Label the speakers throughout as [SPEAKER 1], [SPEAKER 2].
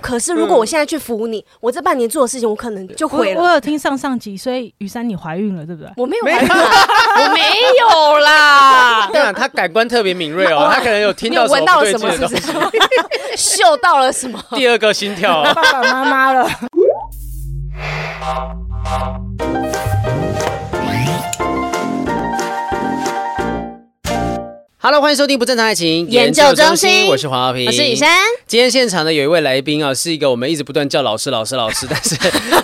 [SPEAKER 1] 可是如果我现在去服你，我这半年做的事情，我可能就
[SPEAKER 2] 我
[SPEAKER 1] 毁
[SPEAKER 2] 我
[SPEAKER 1] 了。
[SPEAKER 2] 有听上上集，所以雨珊你怀孕了，对不对？
[SPEAKER 1] 我没有
[SPEAKER 3] 没
[SPEAKER 1] 怀孕啊，
[SPEAKER 3] 我没有啦。 对啊，他感官特别敏 锐哦，他可能有听
[SPEAKER 1] 你
[SPEAKER 3] 到
[SPEAKER 1] 有闻
[SPEAKER 3] 什么
[SPEAKER 1] 到
[SPEAKER 3] 不
[SPEAKER 1] 了
[SPEAKER 3] 对
[SPEAKER 1] 什
[SPEAKER 3] 劲
[SPEAKER 1] 么？是
[SPEAKER 3] 的
[SPEAKER 1] 不
[SPEAKER 3] 东西。
[SPEAKER 1] 是？嗅到了什么？
[SPEAKER 3] 第二个心跳 哦，
[SPEAKER 2] 爸爸妈 妈了，
[SPEAKER 3] Hello，欢迎收听不正常爱情
[SPEAKER 1] 研究中心
[SPEAKER 3] 我是黄浩平，
[SPEAKER 1] 我是雨。珊，
[SPEAKER 3] 今天现场呢有一位来宾啊，是一个我们一直不断叫老师、老师、老师， 但是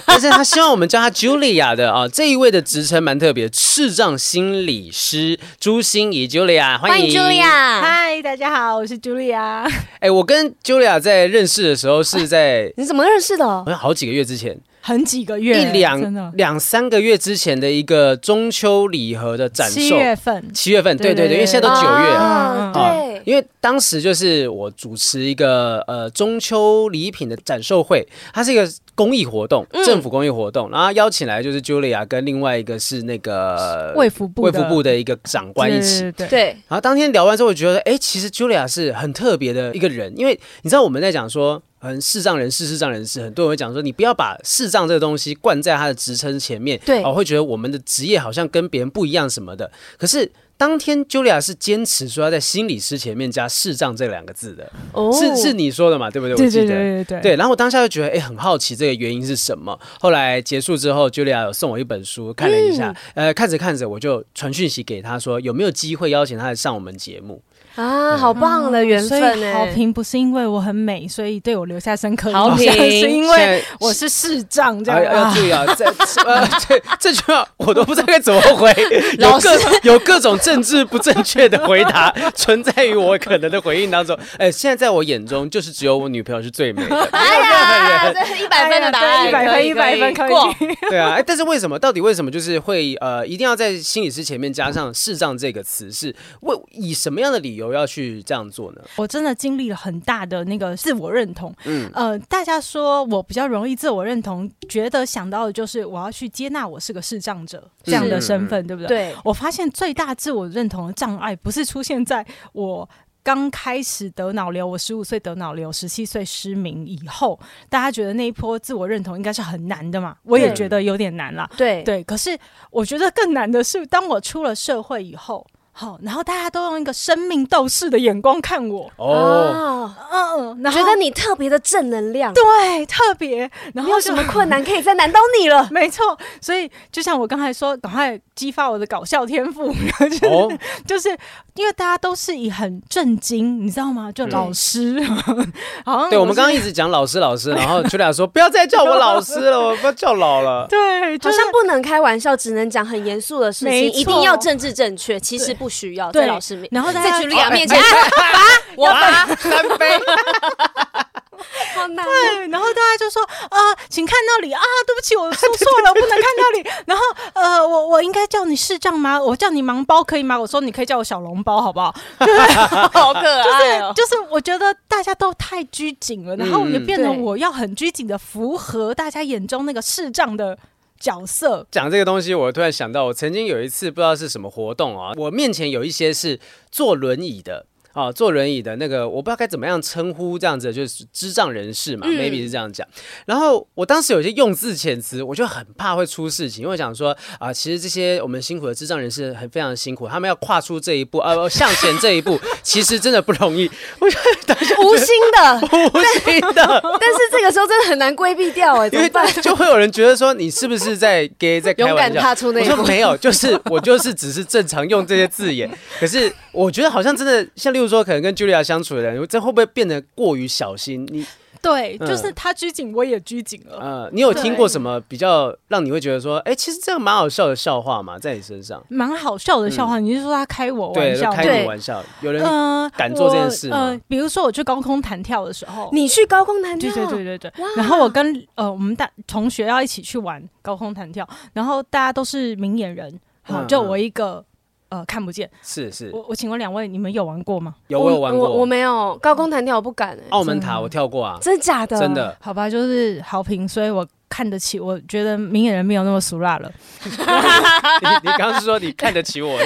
[SPEAKER 3] 但是他希望我们叫他 Julia 的啊。这一位的职称蛮特别，视障心理师朱心怡 Julia，欢
[SPEAKER 1] 欢迎 Julia。
[SPEAKER 2] 嗨，大家好，我是 Julia。
[SPEAKER 3] 哎，我跟 Julia 在认识的时候是在
[SPEAKER 1] 你怎么认识的
[SPEAKER 3] 好？像好几个月之前，
[SPEAKER 2] 很几个
[SPEAKER 3] 一
[SPEAKER 2] 月了，真
[SPEAKER 3] 两
[SPEAKER 2] 的，
[SPEAKER 3] 两三个月之前的一个中秋礼盒的展
[SPEAKER 2] 七
[SPEAKER 3] 售，
[SPEAKER 2] 月份，
[SPEAKER 3] 七月份，对
[SPEAKER 2] 对
[SPEAKER 3] 对对，因为现在都九月
[SPEAKER 1] 啊
[SPEAKER 2] 嗯
[SPEAKER 3] 了。
[SPEAKER 1] 对，
[SPEAKER 3] 因为当时就是我主持一个呃中秋礼品的展售会，它是一个公益活动，
[SPEAKER 2] 嗯
[SPEAKER 3] 政府公益活动，然后邀请来就是 Julia 跟另外一个是那个
[SPEAKER 2] 卫福部
[SPEAKER 3] 呃卫
[SPEAKER 2] 的
[SPEAKER 3] 福部的一个长官一起。
[SPEAKER 2] 对对对，
[SPEAKER 1] 对，
[SPEAKER 3] 然后当天聊完之后，我觉得，哎，其实 Julia 是很特别的一个人，因为你知道我们在讲说，嗯，视障人士、视障人士，很多人会讲说，你不要把视障这个东西冠在他的职称前面，
[SPEAKER 1] 对
[SPEAKER 3] 哦，会觉得我们的职业好像跟别人不一样什么的。可是当天 Julia 是坚持说要在心理师前面加视障这两个字的，
[SPEAKER 1] 哦
[SPEAKER 3] 是是你说的嘛？对不对？
[SPEAKER 2] 对
[SPEAKER 3] 我记
[SPEAKER 2] 对
[SPEAKER 3] 得。
[SPEAKER 2] 对对对，
[SPEAKER 3] 对，然后我当下就觉得，哎，很好奇这个原因是什么。后来结束之后，Julia 有送我一本书，看了一下，
[SPEAKER 2] 嗯
[SPEAKER 3] 呃，看着看着我就传讯息给她说，有没有机会邀请她来上我们节目？
[SPEAKER 1] 啊，好棒的缘分
[SPEAKER 2] 哦嗯
[SPEAKER 1] 欸
[SPEAKER 2] 所以
[SPEAKER 1] 呢。
[SPEAKER 2] 好评不是因为我很美，所以对我留下深刻印
[SPEAKER 1] 好
[SPEAKER 2] 象，
[SPEAKER 1] 评
[SPEAKER 2] 是因为
[SPEAKER 3] 哦现在
[SPEAKER 2] 我是视障这
[SPEAKER 3] 啊
[SPEAKER 2] 样
[SPEAKER 3] 要要
[SPEAKER 2] 啊
[SPEAKER 3] 注。意啊，这呃，这这句话我都不知道该怎么 回，有
[SPEAKER 1] 老师
[SPEAKER 3] 各有各种政治不正确的回答存在于我可能的回应当中。哎，现在在我眼中，就是只有我女朋友是最美的，没有任何
[SPEAKER 1] 哎呀，
[SPEAKER 3] 人。
[SPEAKER 1] 这是一百分的答案，
[SPEAKER 2] 一百
[SPEAKER 1] 可
[SPEAKER 2] 分，
[SPEAKER 1] 以
[SPEAKER 2] 一百分，
[SPEAKER 1] 可
[SPEAKER 2] 可
[SPEAKER 1] 以
[SPEAKER 2] 以
[SPEAKER 1] 过。
[SPEAKER 3] 对啊，哎，但是为什么？到底为什么？就是会呃，一定要在心理师前面加上“视障”这个词，是为以什么样的理由要去这样做呢？
[SPEAKER 2] 我真的经历了很大的那个自我认同。嗯，呃，大家说我比较容易自我认同，觉得想到的就是我要去接纳我是个视障者这样的身份，对不对？。
[SPEAKER 1] 对，
[SPEAKER 2] 我发现最大自我认同的障碍，不是出现在我刚开始得脑瘤，我十五岁得脑瘤，十七岁失明以后，大家觉得那一波自我认同应该是很难的嘛？我也
[SPEAKER 1] 对
[SPEAKER 2] 觉得有点难啦。
[SPEAKER 1] 对，
[SPEAKER 2] 对，可是我觉得更难的是，当我出了社会以后，好，然后大家都用一个生命斗士的眼光看我，
[SPEAKER 3] 哦，
[SPEAKER 2] 嗯
[SPEAKER 1] 哦，
[SPEAKER 2] 嗯，然后
[SPEAKER 1] 觉得你特别的正能量，
[SPEAKER 2] 对特别，然
[SPEAKER 1] 没
[SPEAKER 2] 后
[SPEAKER 1] 有
[SPEAKER 2] 就。
[SPEAKER 1] 什么困难可以再难倒你了
[SPEAKER 2] 没错，所以就像我刚才说，赶快激发我的搞笑天赋， 就是、
[SPEAKER 3] 哦
[SPEAKER 2] 就是因为大家都是以很震惊，你知道吗？就老师， 好像
[SPEAKER 3] 嗯对，我们
[SPEAKER 2] 是
[SPEAKER 3] 刚刚一直讲老师老师，然后 j u 说不要再叫我老师了，我不要叫老了。
[SPEAKER 2] 对，
[SPEAKER 1] 好
[SPEAKER 2] 就是
[SPEAKER 1] 像不能开玩笑，只能讲很严肃的事情，
[SPEAKER 2] 没错
[SPEAKER 1] 一定要政治正确。其实不需要，
[SPEAKER 2] 对
[SPEAKER 1] 在老师面，
[SPEAKER 2] 然后大家哦
[SPEAKER 1] 在举例啊面 前，哎罚我罚，
[SPEAKER 3] 三杯，
[SPEAKER 1] 好难哦。
[SPEAKER 2] 对，然后大家就说啊、请看那里啊，对不起，我说错 了，我不能看那里。然后呃，我我应该叫你视障吗？我叫你盲包可以吗？我说你可以叫我小笼包，好不好？
[SPEAKER 1] 好可爱哦。
[SPEAKER 2] 就是我觉得大家都太拘谨了，然后
[SPEAKER 3] 嗯
[SPEAKER 2] 也变得
[SPEAKER 1] 对
[SPEAKER 2] 我要很拘谨的符合大家眼中那个视障的角色。
[SPEAKER 3] 讲这个东西，我突然想到，我曾经有一次不知道是什么活动啊，我面前有一些是坐轮椅的。啊，坐轮椅的那个，我不知道该怎么样称呼这样子，就是智障人士嘛、
[SPEAKER 1] 嗯
[SPEAKER 3] m a y b e 是这样讲。然后我当时有一些用字遣词，我就很怕会出事情，因为我想说啊，其实这些我们辛苦的智障人士很非常辛苦，他们要跨出这一步，啊，呃向前这一步， 其实真的不容易，
[SPEAKER 1] 无心的，
[SPEAKER 3] 不行的。
[SPEAKER 1] 但是这个时候真的很难规避掉哎， 怎
[SPEAKER 3] 因为
[SPEAKER 1] 么办？
[SPEAKER 3] 就会有人觉得说你是不是在 gay 在 开玩
[SPEAKER 1] 勇敢
[SPEAKER 3] 笑？
[SPEAKER 1] 踏出那一步
[SPEAKER 3] 我说没有，就是我就是只是正常用这些字眼。可是我觉得好像真的像例如说，可能跟 Julia 相处的人，这会不会变得过于小心？你
[SPEAKER 2] 对，
[SPEAKER 3] 嗯
[SPEAKER 2] 就是他拘谨，我也拘谨了。
[SPEAKER 3] 呃，你有听过什么比较让你会觉得说，哎、其实这个蛮好笑的笑话嘛，在你身上？
[SPEAKER 2] 蛮好笑的笑话，你是说他开我玩
[SPEAKER 3] 嗯对，就
[SPEAKER 2] 笑吗？
[SPEAKER 3] 开你玩笑，有人
[SPEAKER 2] 嗯，
[SPEAKER 3] 敢做这件事
[SPEAKER 2] 我
[SPEAKER 3] 吗
[SPEAKER 2] 呃，比如说我去高空弹跳的时候，
[SPEAKER 1] 你去高
[SPEAKER 3] 啊
[SPEAKER 1] 空弹跳
[SPEAKER 2] 对，对对对对
[SPEAKER 1] 哇。
[SPEAKER 2] 然后我跟呃我们大同学要一起去玩高空弹跳，然后大家都是明眼人，好，
[SPEAKER 3] 嗯
[SPEAKER 2] 就
[SPEAKER 3] 嗯
[SPEAKER 2] 我一个呃看不见。
[SPEAKER 3] 是是
[SPEAKER 2] 我我请问两位，你们有玩过吗？
[SPEAKER 3] 有我有玩
[SPEAKER 1] 我我
[SPEAKER 3] 过
[SPEAKER 1] 没有高空弹跳，我不敢哎，
[SPEAKER 3] 澳门塔，我跳过啊，
[SPEAKER 1] 真假的？
[SPEAKER 3] 真的。
[SPEAKER 2] 好吧，就是好评，所以我看得起，我觉得明眼人没有那么俗 辣了，
[SPEAKER 3] 你你刚刚是说你看得起我，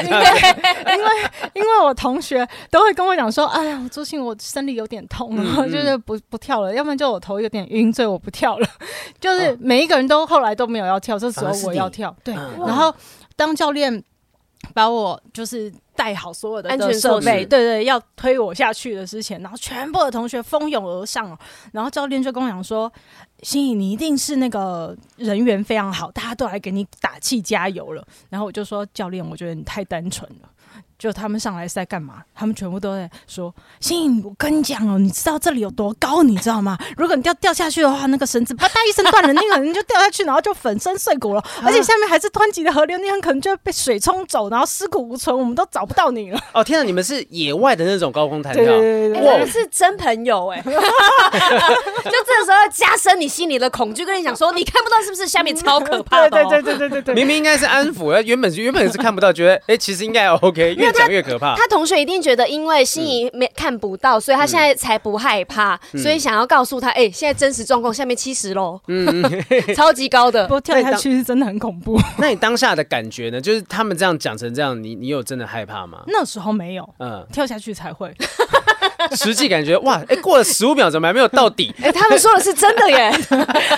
[SPEAKER 2] 因为我同学都会跟我讲说，哎呀，朱信我生理有点痛，然后
[SPEAKER 3] 嗯
[SPEAKER 2] 就是不不跳了，要不然就我头有点晕，所以我不跳了。就是每一个人都后来都没有要跳，就只有
[SPEAKER 3] 哦反而是
[SPEAKER 2] 我
[SPEAKER 3] 你
[SPEAKER 2] 要跳， 对。
[SPEAKER 3] 嗯
[SPEAKER 2] 然后当教练把我就是带好所有的
[SPEAKER 1] 安全
[SPEAKER 2] 设
[SPEAKER 1] 措
[SPEAKER 3] 施
[SPEAKER 2] 备，对对，要推我下去的之前，然后全部的同学蜂拥而上哦，然后教练就跟我讲说：“心怡，你一定是那个人缘非常好，大家都来给你打气加油了。”然后我就说：“教练，我觉得你太单纯了。”就他们上来是在干嘛？他们全部都在说：“心怡，我跟你讲哦，你知道这里有多高，你知道吗？如果你掉掉下去的话，那个绳子啪嗒一声断了，那个人就掉下去，然后就粉身碎 骨了。而且下面还是湍急的河流，那样可能就会被水冲走，然后尸骨无存，我们都找不到你了。
[SPEAKER 3] 哦天啊，你们是野外的那种高空弹跳
[SPEAKER 2] 对，对对
[SPEAKER 1] 哎
[SPEAKER 2] 对
[SPEAKER 3] 哇哦
[SPEAKER 1] 真的是真朋友 哎、就这时候要加深你心里的恐惧，跟你讲说，你看不到是不是下面超可 怕的、哦？
[SPEAKER 2] 对对对对对对对。
[SPEAKER 3] 明明应该是安抚，原本原本是看不到，觉得 哎、其实应该 OK，越讲越可怕。
[SPEAKER 1] 他同学一定觉得，因为心仪没看不到，所以他现在才不害怕，
[SPEAKER 3] 嗯
[SPEAKER 1] 所以想要告诉他，哎、现在真实状况下面七十喽，
[SPEAKER 3] 嗯
[SPEAKER 1] 超级高的
[SPEAKER 2] 不。过跳下去是真的很恐怖。
[SPEAKER 3] 那你当下的感觉呢？就是他们这样讲成这样，你你有真的害怕吗？
[SPEAKER 2] 那时候没有，
[SPEAKER 3] 嗯，
[SPEAKER 2] 跳下去才 会。
[SPEAKER 3] 实际感觉哇，哎、过了十五秒怎么还没有到底？
[SPEAKER 1] 哎、他们说的是真的 耶，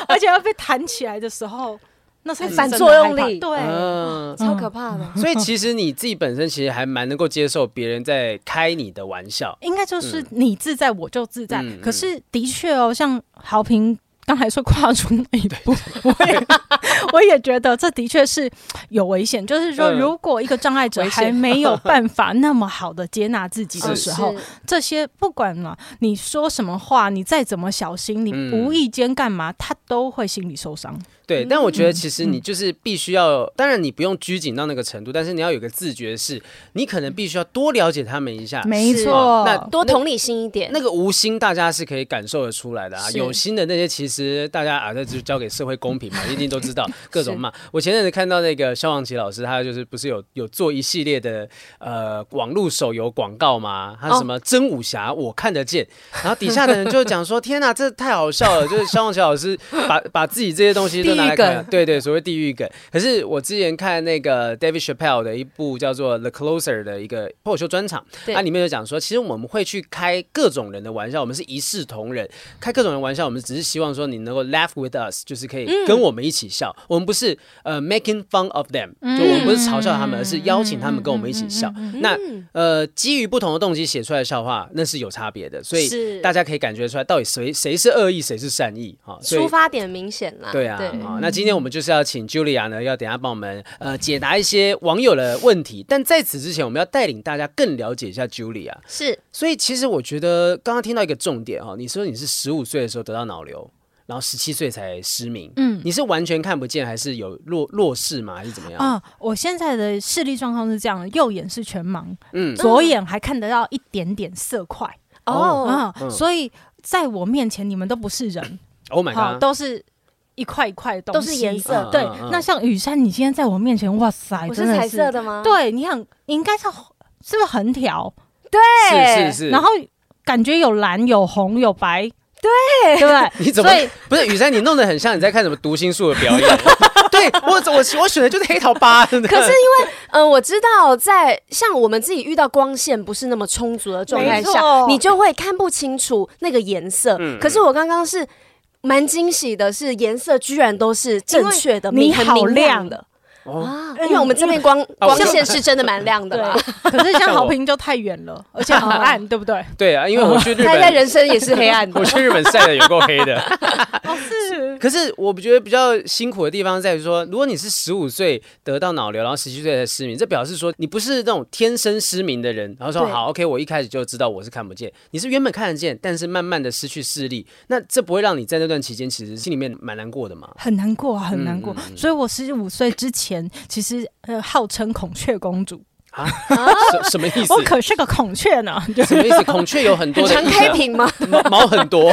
[SPEAKER 2] 而且要被弹起来的时候，那才是
[SPEAKER 1] 反
[SPEAKER 2] 真的
[SPEAKER 1] 作用
[SPEAKER 2] 害怕
[SPEAKER 1] 力
[SPEAKER 2] 对，
[SPEAKER 3] 嗯，
[SPEAKER 1] 超可怕的。
[SPEAKER 3] 所以其实你自己本身其实还蛮能够接受别人在开你的玩笑，
[SPEAKER 2] 应该就是你自在，我就自在。
[SPEAKER 3] 嗯嗯嗯
[SPEAKER 2] 可是的确哦，像豪平刚才说跨出那一步，我也 我也觉得这的确是有危险。就是说，
[SPEAKER 3] 嗯
[SPEAKER 2] 如果一个障碍者
[SPEAKER 3] 危险
[SPEAKER 2] 还没有办法那么好的接纳自己的时
[SPEAKER 3] 是哦
[SPEAKER 1] 哦是
[SPEAKER 2] 候，这些不管嘛，你说什么话，你再怎么小心，你
[SPEAKER 3] 嗯
[SPEAKER 2] 无意间干嘛，他都会心里受伤。
[SPEAKER 3] 对。但我觉得其实你就是必须要，当然你不用拘谨到那个程度，但是你要有个自觉是，你可能必须要多了解他们一下。
[SPEAKER 2] 没
[SPEAKER 1] 是
[SPEAKER 2] 错，
[SPEAKER 3] 啊哦那
[SPEAKER 1] 多同理心一点。
[SPEAKER 3] 那个无心，大家是可以感受得出来的啊。
[SPEAKER 1] 是
[SPEAKER 3] 有心的那些，其实大家啊，那就交给社会公平 嘛，一定都知道各种骂。我前阵子看到那个肖望琪老师，他就是不是有有做一系列的呃网络手游广告嘛？他
[SPEAKER 1] 哦
[SPEAKER 3] 什么真武侠我看得见，然后底下的人就讲说：“天哪、这太好笑了！”就是肖望琪老师把把自己这些东西都拿来
[SPEAKER 1] 地狱
[SPEAKER 3] 看
[SPEAKER 1] 梗，
[SPEAKER 3] 对对，所谓地狱梗。可是我之前看那个 David Chappelle 的一部叫做《The Closer》的一个脱口秀专场，
[SPEAKER 1] 对
[SPEAKER 3] 它里面就讲说，其实我们会去开各种人的玩笑，我们是一视同仁，开各种人玩笑，我们只是希望说你能够 laugh with us，就是可以
[SPEAKER 1] 嗯
[SPEAKER 3] 跟我们一起笑。我们不是呃 making fun of them，就我们不是嘲笑他们，而是邀请他们跟我们一起笑。
[SPEAKER 1] 嗯
[SPEAKER 3] 那呃，基于不同的动机写出来的笑话，那是有差别的，所以
[SPEAKER 1] 是
[SPEAKER 3] 大家可以感觉出来到底谁谁是恶意，谁是善意啊。所以
[SPEAKER 1] 出发点明显啦。
[SPEAKER 3] 对啊，啊那今天我们就是要请 Julia 呢，要等一下帮我们呃解答一些网友的问题。但在此之前，我们要带领大家更了解一下 Julia。
[SPEAKER 1] 是
[SPEAKER 3] 所以其实我觉得刚刚听到一个重点哦，你说你是十五岁的时候得到脑瘤，然后十七岁才失明，嗯，你是完全看不见，还是有弱弱视吗，还是怎么样？
[SPEAKER 2] 啊、我现在的视力状况是这样，右眼是全盲，
[SPEAKER 3] 嗯
[SPEAKER 2] 左眼还看得到一点点色块
[SPEAKER 1] 哦，
[SPEAKER 3] 嗯
[SPEAKER 2] 啊、所以在我面前你们都不是人，
[SPEAKER 3] o h Oh my
[SPEAKER 2] 好、
[SPEAKER 3] god，
[SPEAKER 2] 都是一块一块的东
[SPEAKER 1] 都是
[SPEAKER 2] 西，
[SPEAKER 1] 颜色
[SPEAKER 3] 嗯
[SPEAKER 2] 对，那像雨山，你今天在我面前，哇塞，
[SPEAKER 1] 我
[SPEAKER 2] 真
[SPEAKER 1] 是
[SPEAKER 2] 的
[SPEAKER 1] 彩色
[SPEAKER 2] 的，
[SPEAKER 1] 的吗？
[SPEAKER 2] 对，你想，你应该是是不是横条？
[SPEAKER 3] 是是是，
[SPEAKER 2] 然后感觉有蓝、有红、有白，对对不对，
[SPEAKER 3] 你怎么
[SPEAKER 2] 所以
[SPEAKER 3] 不是雨珊？你弄得很像你在看什么读心术的 表演。对我我我选的就是黑桃八，可
[SPEAKER 1] 可是因为，嗯，我知道在像我们自己遇到光线不是那么充足的状态
[SPEAKER 2] 没
[SPEAKER 1] 下
[SPEAKER 2] 错，
[SPEAKER 1] 你就会看不清楚那个颜色。可是我刚刚是蛮惊喜的，是颜色居然都是正确 的，
[SPEAKER 2] 因为你
[SPEAKER 1] 很
[SPEAKER 2] 好
[SPEAKER 1] 明亮
[SPEAKER 2] 亮
[SPEAKER 1] 的
[SPEAKER 3] 哦
[SPEAKER 1] 啊，因为我们这边光
[SPEAKER 3] 啊我
[SPEAKER 1] 光线是真的蛮亮的啦。
[SPEAKER 2] 对，可是像
[SPEAKER 3] 像我
[SPEAKER 2] 好评就太远 了，而且很暗，对不对？
[SPEAKER 3] 对啊，因为我去日
[SPEAKER 1] 大家
[SPEAKER 3] 本，
[SPEAKER 1] 人生也是黑暗的
[SPEAKER 3] 我，去日本晒的有够黑 的。
[SPEAKER 2] 哦，是，
[SPEAKER 3] 可是我觉得比较辛苦的地方在于说，如果你是十五岁得到脑瘤，然后十七岁才失明，这表示说你不是那种天生失明的人。然后说
[SPEAKER 1] 对
[SPEAKER 3] 好，OK，我一开始就知道我是看不见，你是原本看得见，但是慢慢的失去视力，那这不会让你在那段期间其实心里面蛮难过的嘛？
[SPEAKER 2] 很难过，啊很难
[SPEAKER 3] 嗯
[SPEAKER 2] 过。所以我十五岁之前，其实呃，号称孔雀公主，
[SPEAKER 3] 啊，什什么意
[SPEAKER 2] 我
[SPEAKER 3] 思？
[SPEAKER 2] 可是个孔雀呢， 就
[SPEAKER 3] 什么意思？孔雀有很多的
[SPEAKER 1] 常开屏吗？
[SPEAKER 3] 毛毛很多，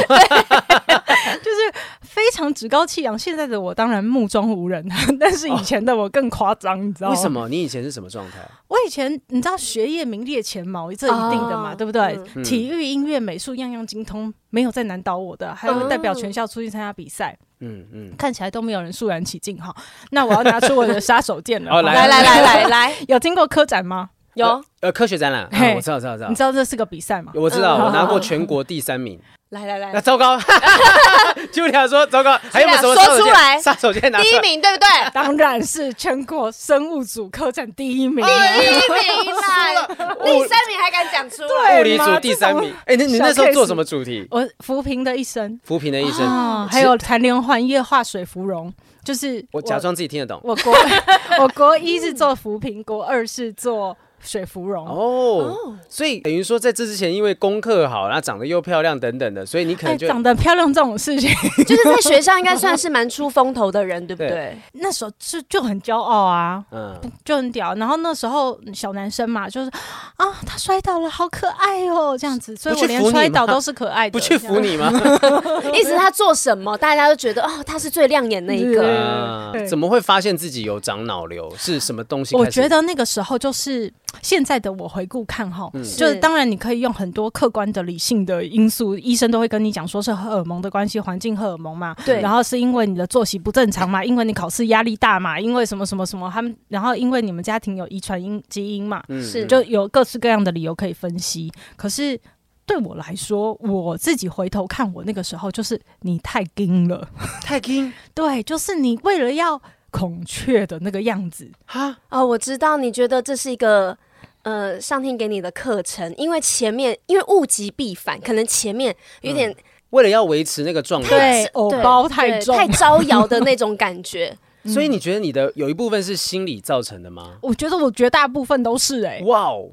[SPEAKER 2] 就是非常趾高气扬。现在的我当然目中无人， 但是以前的我更夸张，你知道吗？
[SPEAKER 3] 为什？么？你以前是什么状态？
[SPEAKER 2] 我以前你知道学业名列前茅，这一定的嘛，
[SPEAKER 1] 哦
[SPEAKER 2] 对不对？
[SPEAKER 3] 嗯
[SPEAKER 2] 体育、音乐、美术样样精通，没有再难倒我的，还有代表全校出去参加比赛。
[SPEAKER 3] 嗯嗯，
[SPEAKER 2] 看起来都没有人肃然起敬哈。那我要拿出我的杀手锏了。
[SPEAKER 3] 哦
[SPEAKER 1] 来来来来，来，
[SPEAKER 2] 有听过科展吗？
[SPEAKER 1] 有
[SPEAKER 3] 呃科学展览，啊
[SPEAKER 2] 嘿
[SPEAKER 3] 我知道知道知道
[SPEAKER 2] 你，知道这是个比赛吗？
[SPEAKER 3] 我知道
[SPEAKER 1] 嗯哎
[SPEAKER 3] 我拿过全国第三名。
[SPEAKER 1] 来来
[SPEAKER 3] 那
[SPEAKER 1] 来，
[SPEAKER 3] 糟糕， 就俩说糟糕，还有没有什么
[SPEAKER 1] 说
[SPEAKER 3] 杀手
[SPEAKER 1] 出
[SPEAKER 3] 锏
[SPEAKER 1] 来
[SPEAKER 3] 杀手锏拿出来
[SPEAKER 1] 第一，名对不对？
[SPEAKER 2] 当然是全国生物组科展第一名。
[SPEAKER 1] 第一名啦，第三名还敢讲出来？
[SPEAKER 2] 对
[SPEAKER 3] 物理组
[SPEAKER 2] 嘛
[SPEAKER 3] 第三名
[SPEAKER 2] 这。
[SPEAKER 3] 哎，那你
[SPEAKER 2] 小
[SPEAKER 3] 那时候
[SPEAKER 2] case
[SPEAKER 3] 做什么主题？
[SPEAKER 2] 我扶贫的一生
[SPEAKER 3] 扶贫的一生，
[SPEAKER 2] 啊，还有残联环夜化水芙蓉，就是
[SPEAKER 3] 我假装自己听得懂。
[SPEAKER 2] 我国我国一是做扶贫，国二是做水芙蓉。
[SPEAKER 3] 哦，所以等于说，在这之前，因为功课好，然后长得又漂亮等等的，所以你可
[SPEAKER 2] 哎，
[SPEAKER 3] 能就
[SPEAKER 2] 长得漂亮这种事情，
[SPEAKER 1] 就是在学校应该算是蛮出风头的人，对不对？
[SPEAKER 2] 那时候就就很骄傲啊，
[SPEAKER 3] 嗯，
[SPEAKER 2] 就很屌。然后那时候小男生嘛，就是啊，他摔倒了，好可爱哦，这样子。所以我
[SPEAKER 3] 不去
[SPEAKER 2] 连
[SPEAKER 3] 扶你吗
[SPEAKER 2] 摔倒都是可爱的，
[SPEAKER 3] 不去扶你吗？
[SPEAKER 1] 意思他做什么，大家都觉得哦，他是最亮眼那一
[SPEAKER 2] 对
[SPEAKER 1] 个。
[SPEAKER 3] 啊
[SPEAKER 2] 对
[SPEAKER 3] 怎么会发现自己有长脑瘤？是什么东西？
[SPEAKER 2] 我觉，得那个时候就是现在的我回顾看哈，就是
[SPEAKER 1] 是
[SPEAKER 2] 当然你可以用很多客观的、理性的因素，医生都会跟你讲说是荷尔蒙的关系，环境荷尔蒙嘛，
[SPEAKER 1] 对
[SPEAKER 2] 然后是因为你的作息不正常嘛，因为你考试压力大嘛，因为什么什么什么，他们然后因为你们家庭有遗传因基因嘛，
[SPEAKER 3] 嗯
[SPEAKER 1] 是
[SPEAKER 2] 就有各式各样的理由可以分析，可是。对我来说，我自己回头看我那个时候，就是你太硬了，
[SPEAKER 3] 太轻
[SPEAKER 2] 对，就是你为了要孔雀的那个样子，
[SPEAKER 3] 哈，
[SPEAKER 1] 哦，我知道，你觉得这是一个呃上天给你的课程，因为前面因为物极必反，可能前面有点
[SPEAKER 3] 为了要维持那个状态，
[SPEAKER 2] 对，嗯偶
[SPEAKER 1] 对
[SPEAKER 2] 包
[SPEAKER 1] 对
[SPEAKER 2] 太重。
[SPEAKER 1] 太招摇的那种感觉。
[SPEAKER 3] 所以你觉得你的有一部分是心理造成的吗？
[SPEAKER 2] 我觉得我绝大部分都是哎、
[SPEAKER 3] 哇哦！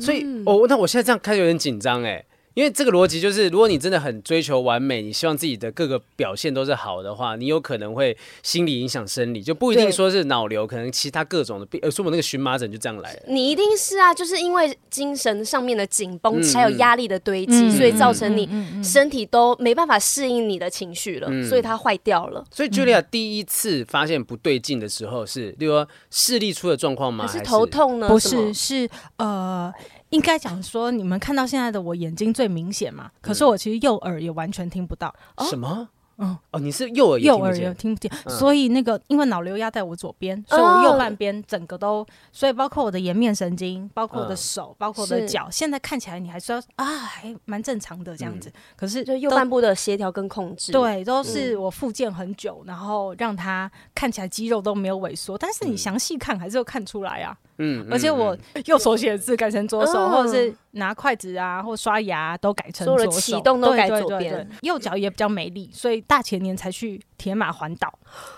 [SPEAKER 3] 所以、哦，那我现在这样开始有点紧张哎，因为这个逻辑就是，如果你真的很追求完美，你希望自己的各个表现都是好的话，你有可能会心理影响生理，就不一定
[SPEAKER 1] 对
[SPEAKER 3] 说是脑瘤，可能其他各种的病。呃，说我那个荨麻疹就这样来的。
[SPEAKER 1] 你一定是啊，就是因为精神上面的紧绷，
[SPEAKER 3] 嗯
[SPEAKER 1] 还有压力的堆积，
[SPEAKER 2] 嗯
[SPEAKER 1] 所以造成你
[SPEAKER 2] 嗯嗯嗯嗯
[SPEAKER 1] 身体都没办法适应你的情绪了，所以它坏掉了。
[SPEAKER 3] 所以 Julia 第一次发现不对劲的时候是，例如说视力出了状况吗？
[SPEAKER 1] 可是
[SPEAKER 3] 还
[SPEAKER 1] 头痛呢？
[SPEAKER 2] 不
[SPEAKER 1] 什么
[SPEAKER 2] 是，是呃，应该讲说，你们看到现在的我眼睛最明显嘛，可是我其实右耳也完全听不到，
[SPEAKER 1] 哦
[SPEAKER 3] 什么？
[SPEAKER 2] 嗯
[SPEAKER 3] 哦，你是右耳也
[SPEAKER 2] 右
[SPEAKER 3] 听不
[SPEAKER 2] 耳也
[SPEAKER 3] 见，
[SPEAKER 2] 听不见，
[SPEAKER 3] 嗯
[SPEAKER 2] 所以那个因为脑瘤压在我左边，所以我
[SPEAKER 1] 哦
[SPEAKER 2] 右半边整个都，所以包括我的颜面神经，包括我的
[SPEAKER 3] 嗯
[SPEAKER 2] 手，包括我的
[SPEAKER 1] 是
[SPEAKER 2] 脚，现在看起来你还说啊，还蛮正常的这样子，可是
[SPEAKER 1] 就右
[SPEAKER 2] 都
[SPEAKER 1] 半部的协调跟控制。，
[SPEAKER 2] 对，都是我复健很久，然后让它看起来肌肉都没有萎缩，但是
[SPEAKER 1] 嗯
[SPEAKER 2] 你详细看还是会看出来啊。
[SPEAKER 3] 嗯
[SPEAKER 2] 而且我右手写字改成左手，
[SPEAKER 1] 嗯
[SPEAKER 2] 或者是拿筷子啊或刷牙都改成
[SPEAKER 1] 所
[SPEAKER 2] 左
[SPEAKER 1] 有
[SPEAKER 2] 手，
[SPEAKER 1] 的启动都改
[SPEAKER 2] 对对
[SPEAKER 1] 左
[SPEAKER 2] 对
[SPEAKER 1] 边
[SPEAKER 2] 对右脚也比较没力，所以大前年才去铁马环岛，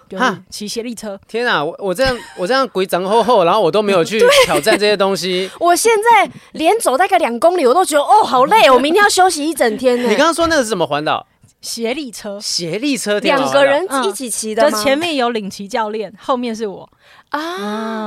[SPEAKER 2] 就
[SPEAKER 3] 哈
[SPEAKER 2] 是骑斜力车。
[SPEAKER 3] 天啊，我我这样我这样鬼长厚厚，然后我都没 有去挑战这些东西。
[SPEAKER 1] 我现在连走大概两公里，我都觉得哦好累，我明天要休息一整天呢。
[SPEAKER 3] 你刚刚说那个是什么环岛？
[SPEAKER 2] 斜力车
[SPEAKER 3] 协力车天马
[SPEAKER 1] 两
[SPEAKER 3] 环岛
[SPEAKER 1] 个人
[SPEAKER 2] 嗯
[SPEAKER 1] 一起骑的
[SPEAKER 2] 就
[SPEAKER 1] 吗？
[SPEAKER 2] 前面有领骑教练，后面是我
[SPEAKER 1] 啊，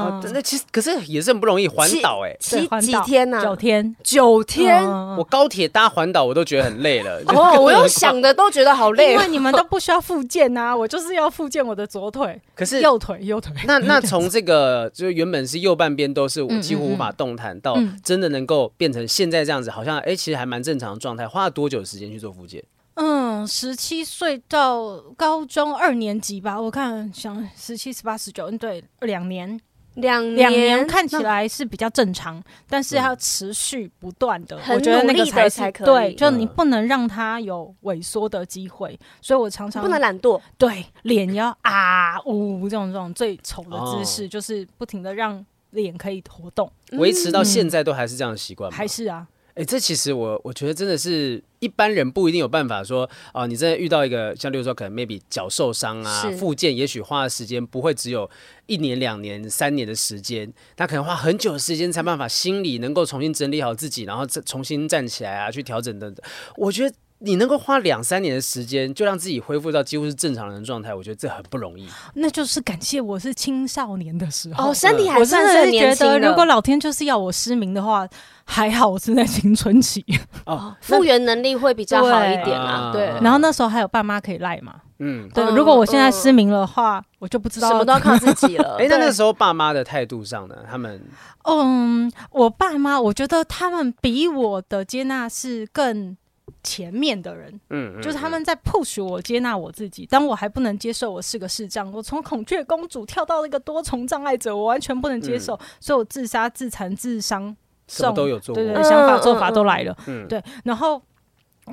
[SPEAKER 3] 哦
[SPEAKER 2] 啊，
[SPEAKER 3] 那其实可是也是很不容易环岛哎。
[SPEAKER 1] 骑
[SPEAKER 2] 对环
[SPEAKER 1] 几
[SPEAKER 2] 岛
[SPEAKER 1] 天呐？
[SPEAKER 2] 九天，
[SPEAKER 1] 九天
[SPEAKER 2] 嗯。嗯嗯
[SPEAKER 3] 我高铁搭环岛我都觉得很累了，就
[SPEAKER 1] 哦，我又想的都觉得好累哦
[SPEAKER 2] 因。为你们都不需要复健呐、我就是要复健我的左腿、
[SPEAKER 3] 可是
[SPEAKER 2] 右腿、右腿。
[SPEAKER 3] 那那从这个就原本是右半边都是我
[SPEAKER 2] 嗯
[SPEAKER 3] 几乎无法动弹，到
[SPEAKER 2] 嗯
[SPEAKER 3] 真的能够变成现在这样子，好像哎、其实还蛮正常的状态，花了多久时间去做复健？
[SPEAKER 2] 嗯，十七岁到高中二年级吧，我看想十七、十八、十九，嗯，对，两年，
[SPEAKER 1] 两
[SPEAKER 2] 两年看起来是比较正常，但
[SPEAKER 3] 嗯
[SPEAKER 2] 是要持续不断的，
[SPEAKER 1] 很
[SPEAKER 2] 我觉得那
[SPEAKER 1] 努
[SPEAKER 2] 个
[SPEAKER 1] 力的
[SPEAKER 2] 是
[SPEAKER 1] 才可以
[SPEAKER 2] 对，就你
[SPEAKER 3] 嗯
[SPEAKER 2] 不能让它有萎缩的机会，所以我常常
[SPEAKER 1] 不能懒惰，
[SPEAKER 2] 对脸要啊呜这种这种最丑的姿势，
[SPEAKER 3] 哦
[SPEAKER 2] 就是不停的让脸可以活动，
[SPEAKER 1] 嗯
[SPEAKER 3] 维持到现在都还是这样的习惯吗？
[SPEAKER 2] 还是啊，
[SPEAKER 3] 哎、这其实我我觉得真的是一般人不一定有办法说啊、你真的遇到一个像，例如说可能 maybe 脚受伤啊，
[SPEAKER 1] 是
[SPEAKER 3] 复健，也许花的时间不会只有一年、两年、三年的时间，他可能花很久的时间才办法心理能够重新整理好自己，然后再重新站起来啊，去调整等等。我觉得。你能够花两三年的时间就让自己恢复到几乎是正常人的状态，我觉得这很不容易。
[SPEAKER 2] 那就是感谢我是青少年的时候
[SPEAKER 1] 哦，身体还
[SPEAKER 2] 我真
[SPEAKER 1] 算
[SPEAKER 2] 的
[SPEAKER 1] 是很
[SPEAKER 2] 是觉
[SPEAKER 1] 年轻
[SPEAKER 2] 得，
[SPEAKER 1] 的
[SPEAKER 2] 如果老天就是要我失明的话，还好我是在青 春期，
[SPEAKER 3] 哦，
[SPEAKER 1] 复原能力会比较好一点啊，
[SPEAKER 3] 对
[SPEAKER 1] 对，
[SPEAKER 3] 啊
[SPEAKER 2] 然后那时候还有爸妈可以赖嘛。
[SPEAKER 3] 嗯，
[SPEAKER 2] 对，
[SPEAKER 1] 嗯
[SPEAKER 2] 如果我现在失明的话，我就不知道
[SPEAKER 1] 什么都要靠自己了
[SPEAKER 3] 哎、。那
[SPEAKER 2] 呃对
[SPEAKER 3] 那时候爸妈的态度上呢，他们
[SPEAKER 1] 嗯
[SPEAKER 2] 嗯嗯，我爸妈，我觉得他们比我的接纳是更前面的人，
[SPEAKER 3] 嗯，嗯
[SPEAKER 2] 就是他们在 push 我接纳我自己。当我还不能接受我是个视障，我从孔雀公主跳到那个多重障碍者，我完全不能接
[SPEAKER 1] 嗯
[SPEAKER 2] 受，所以我自杀、自残、自伤，
[SPEAKER 3] 什么都有做过，
[SPEAKER 2] 对对
[SPEAKER 1] 嗯
[SPEAKER 2] 对，想法
[SPEAKER 1] 嗯
[SPEAKER 2] 做法都来了。
[SPEAKER 3] 嗯
[SPEAKER 2] 对，然后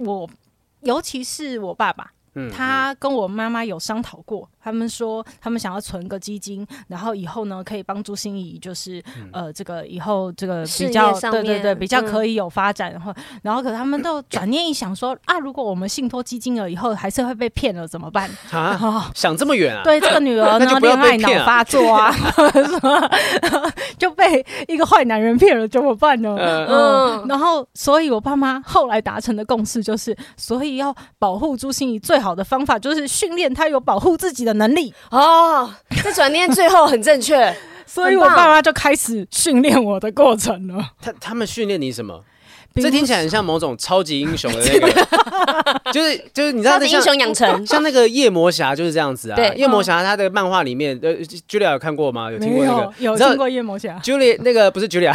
[SPEAKER 2] 我尤其是我爸爸，
[SPEAKER 3] 嗯
[SPEAKER 2] 他跟我妈妈有商讨过，他们说他们想要存个基金，然后以后呢可以帮助心仪，就是、
[SPEAKER 3] 嗯
[SPEAKER 2] 呃这个以后这个
[SPEAKER 1] 事
[SPEAKER 2] 比
[SPEAKER 1] 业
[SPEAKER 2] 较
[SPEAKER 1] 上
[SPEAKER 2] 对对对
[SPEAKER 1] 面
[SPEAKER 2] 比较
[SPEAKER 1] 嗯
[SPEAKER 2] 可以有发展，然后然后可他们都转念一想说啊，如果我们信托基金了以后还是会被骗了怎么办？
[SPEAKER 3] 啊，
[SPEAKER 2] 哦
[SPEAKER 3] 想这么远啊？
[SPEAKER 2] 对这个女儿
[SPEAKER 3] 那就
[SPEAKER 2] 呢，
[SPEAKER 3] 不要
[SPEAKER 2] 恋
[SPEAKER 3] 被
[SPEAKER 2] 爱脑
[SPEAKER 3] 骗啊
[SPEAKER 2] 发作啊， 什么 就被一个坏男人骗了怎么办呢？
[SPEAKER 3] 呃，
[SPEAKER 1] 嗯
[SPEAKER 2] 嗯，然后所以我爸妈后来达成的共识就是，所以要保护朱心怡最好的方法就是训练她有保护自己的能力。
[SPEAKER 1] 哦，这转念最后很正确，
[SPEAKER 2] 所以我
[SPEAKER 1] 很棒
[SPEAKER 2] 爸妈就开始训练我的过程了。
[SPEAKER 3] 他他们训练你什么？
[SPEAKER 2] 比
[SPEAKER 3] 这
[SPEAKER 2] 如
[SPEAKER 3] 听起来很像某种超级英雄的那个， 就是就是你知道
[SPEAKER 1] 超
[SPEAKER 3] 那
[SPEAKER 1] 级
[SPEAKER 3] 像
[SPEAKER 1] 英雄养成。
[SPEAKER 3] 像那个夜魔侠就是这样子啊。
[SPEAKER 1] 对
[SPEAKER 3] 夜魔侠他的漫画里面，呃，Julia 有看过吗？有听
[SPEAKER 2] 没
[SPEAKER 3] 过那
[SPEAKER 2] 有
[SPEAKER 3] 个？
[SPEAKER 2] 有
[SPEAKER 3] 你知道
[SPEAKER 2] 听过夜魔侠，
[SPEAKER 3] Julia 那个不是 Julia，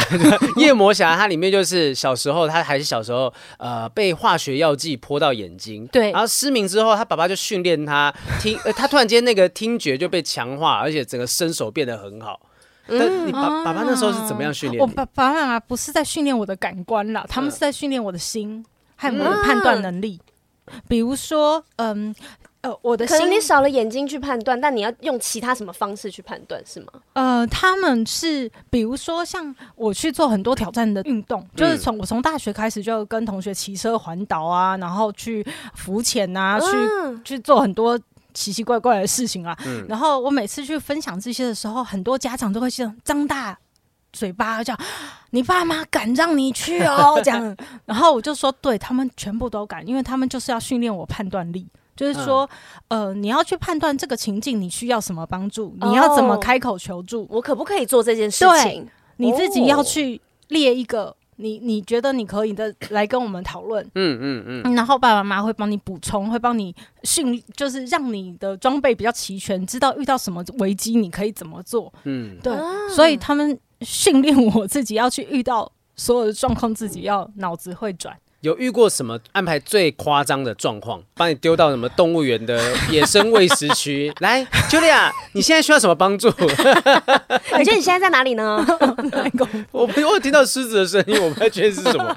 [SPEAKER 3] 夜 魔侠它里面就是小时候，他还是小时候，呃，被化学药剂泼到眼睛，
[SPEAKER 2] 对
[SPEAKER 3] 然后失明之后，他爸爸就训练他听， 呃，他突然间那个听觉就被强化，而且整个身手变得很好。
[SPEAKER 1] 嗯
[SPEAKER 3] 但你爸、
[SPEAKER 2] 啊
[SPEAKER 3] 爸爸那时候是怎么样训练
[SPEAKER 2] 我
[SPEAKER 3] 你？
[SPEAKER 2] 爸爸妈妈不是在训练我的感官
[SPEAKER 3] 嗯
[SPEAKER 2] 啦，他们是在训练我的心和我
[SPEAKER 3] 啊
[SPEAKER 2] 的判断能力。比如说，嗯呃，我的
[SPEAKER 1] 可
[SPEAKER 2] 心
[SPEAKER 1] 能你少了眼睛去判断，但你要用其他什么方式去判断，是吗？
[SPEAKER 2] 呃，他们是比如说像我去做很多挑战的运动，就是从我从大学开始就跟同学骑车环岛啊，然后去浮潜啊，去
[SPEAKER 1] 嗯
[SPEAKER 2] 去做很多。奇奇怪怪的事情啊，然后我每次去分享这些的时候，很多家长都会这样张大嘴巴，叫你爸妈敢让你去哦，这样。然后我就说，对他们全部都敢，因为他们就是要训练我判断力，就是说，呃，你要去判断这个情境你需要什么帮助，你要怎么
[SPEAKER 1] 哦
[SPEAKER 2] 开口求助，
[SPEAKER 1] 我可不可以做这件事情？
[SPEAKER 2] 你自己要
[SPEAKER 3] 哦
[SPEAKER 2] 去列一个。你你觉得你可以的，来跟我们讨论，
[SPEAKER 3] 嗯嗯嗯，
[SPEAKER 2] 然后爸爸妈妈会帮你补充，会帮你训，就是让你的装备比较齐全，知道遇到什么危机你可以怎么做。
[SPEAKER 3] 嗯，
[SPEAKER 2] 对，
[SPEAKER 1] 啊
[SPEAKER 2] 所以他们训练我自己要去遇到所有的状况，自己要脑子会 转。
[SPEAKER 3] 有遇过什么安排最夸张的状况？把你丢到什么动物园的野生喂食区？ 来，Julia，你现在需要什么帮助？
[SPEAKER 1] 你觉得你现在在哪里 呢？
[SPEAKER 2] 那个
[SPEAKER 3] 我我有听到狮子的声音，我不太确定是什么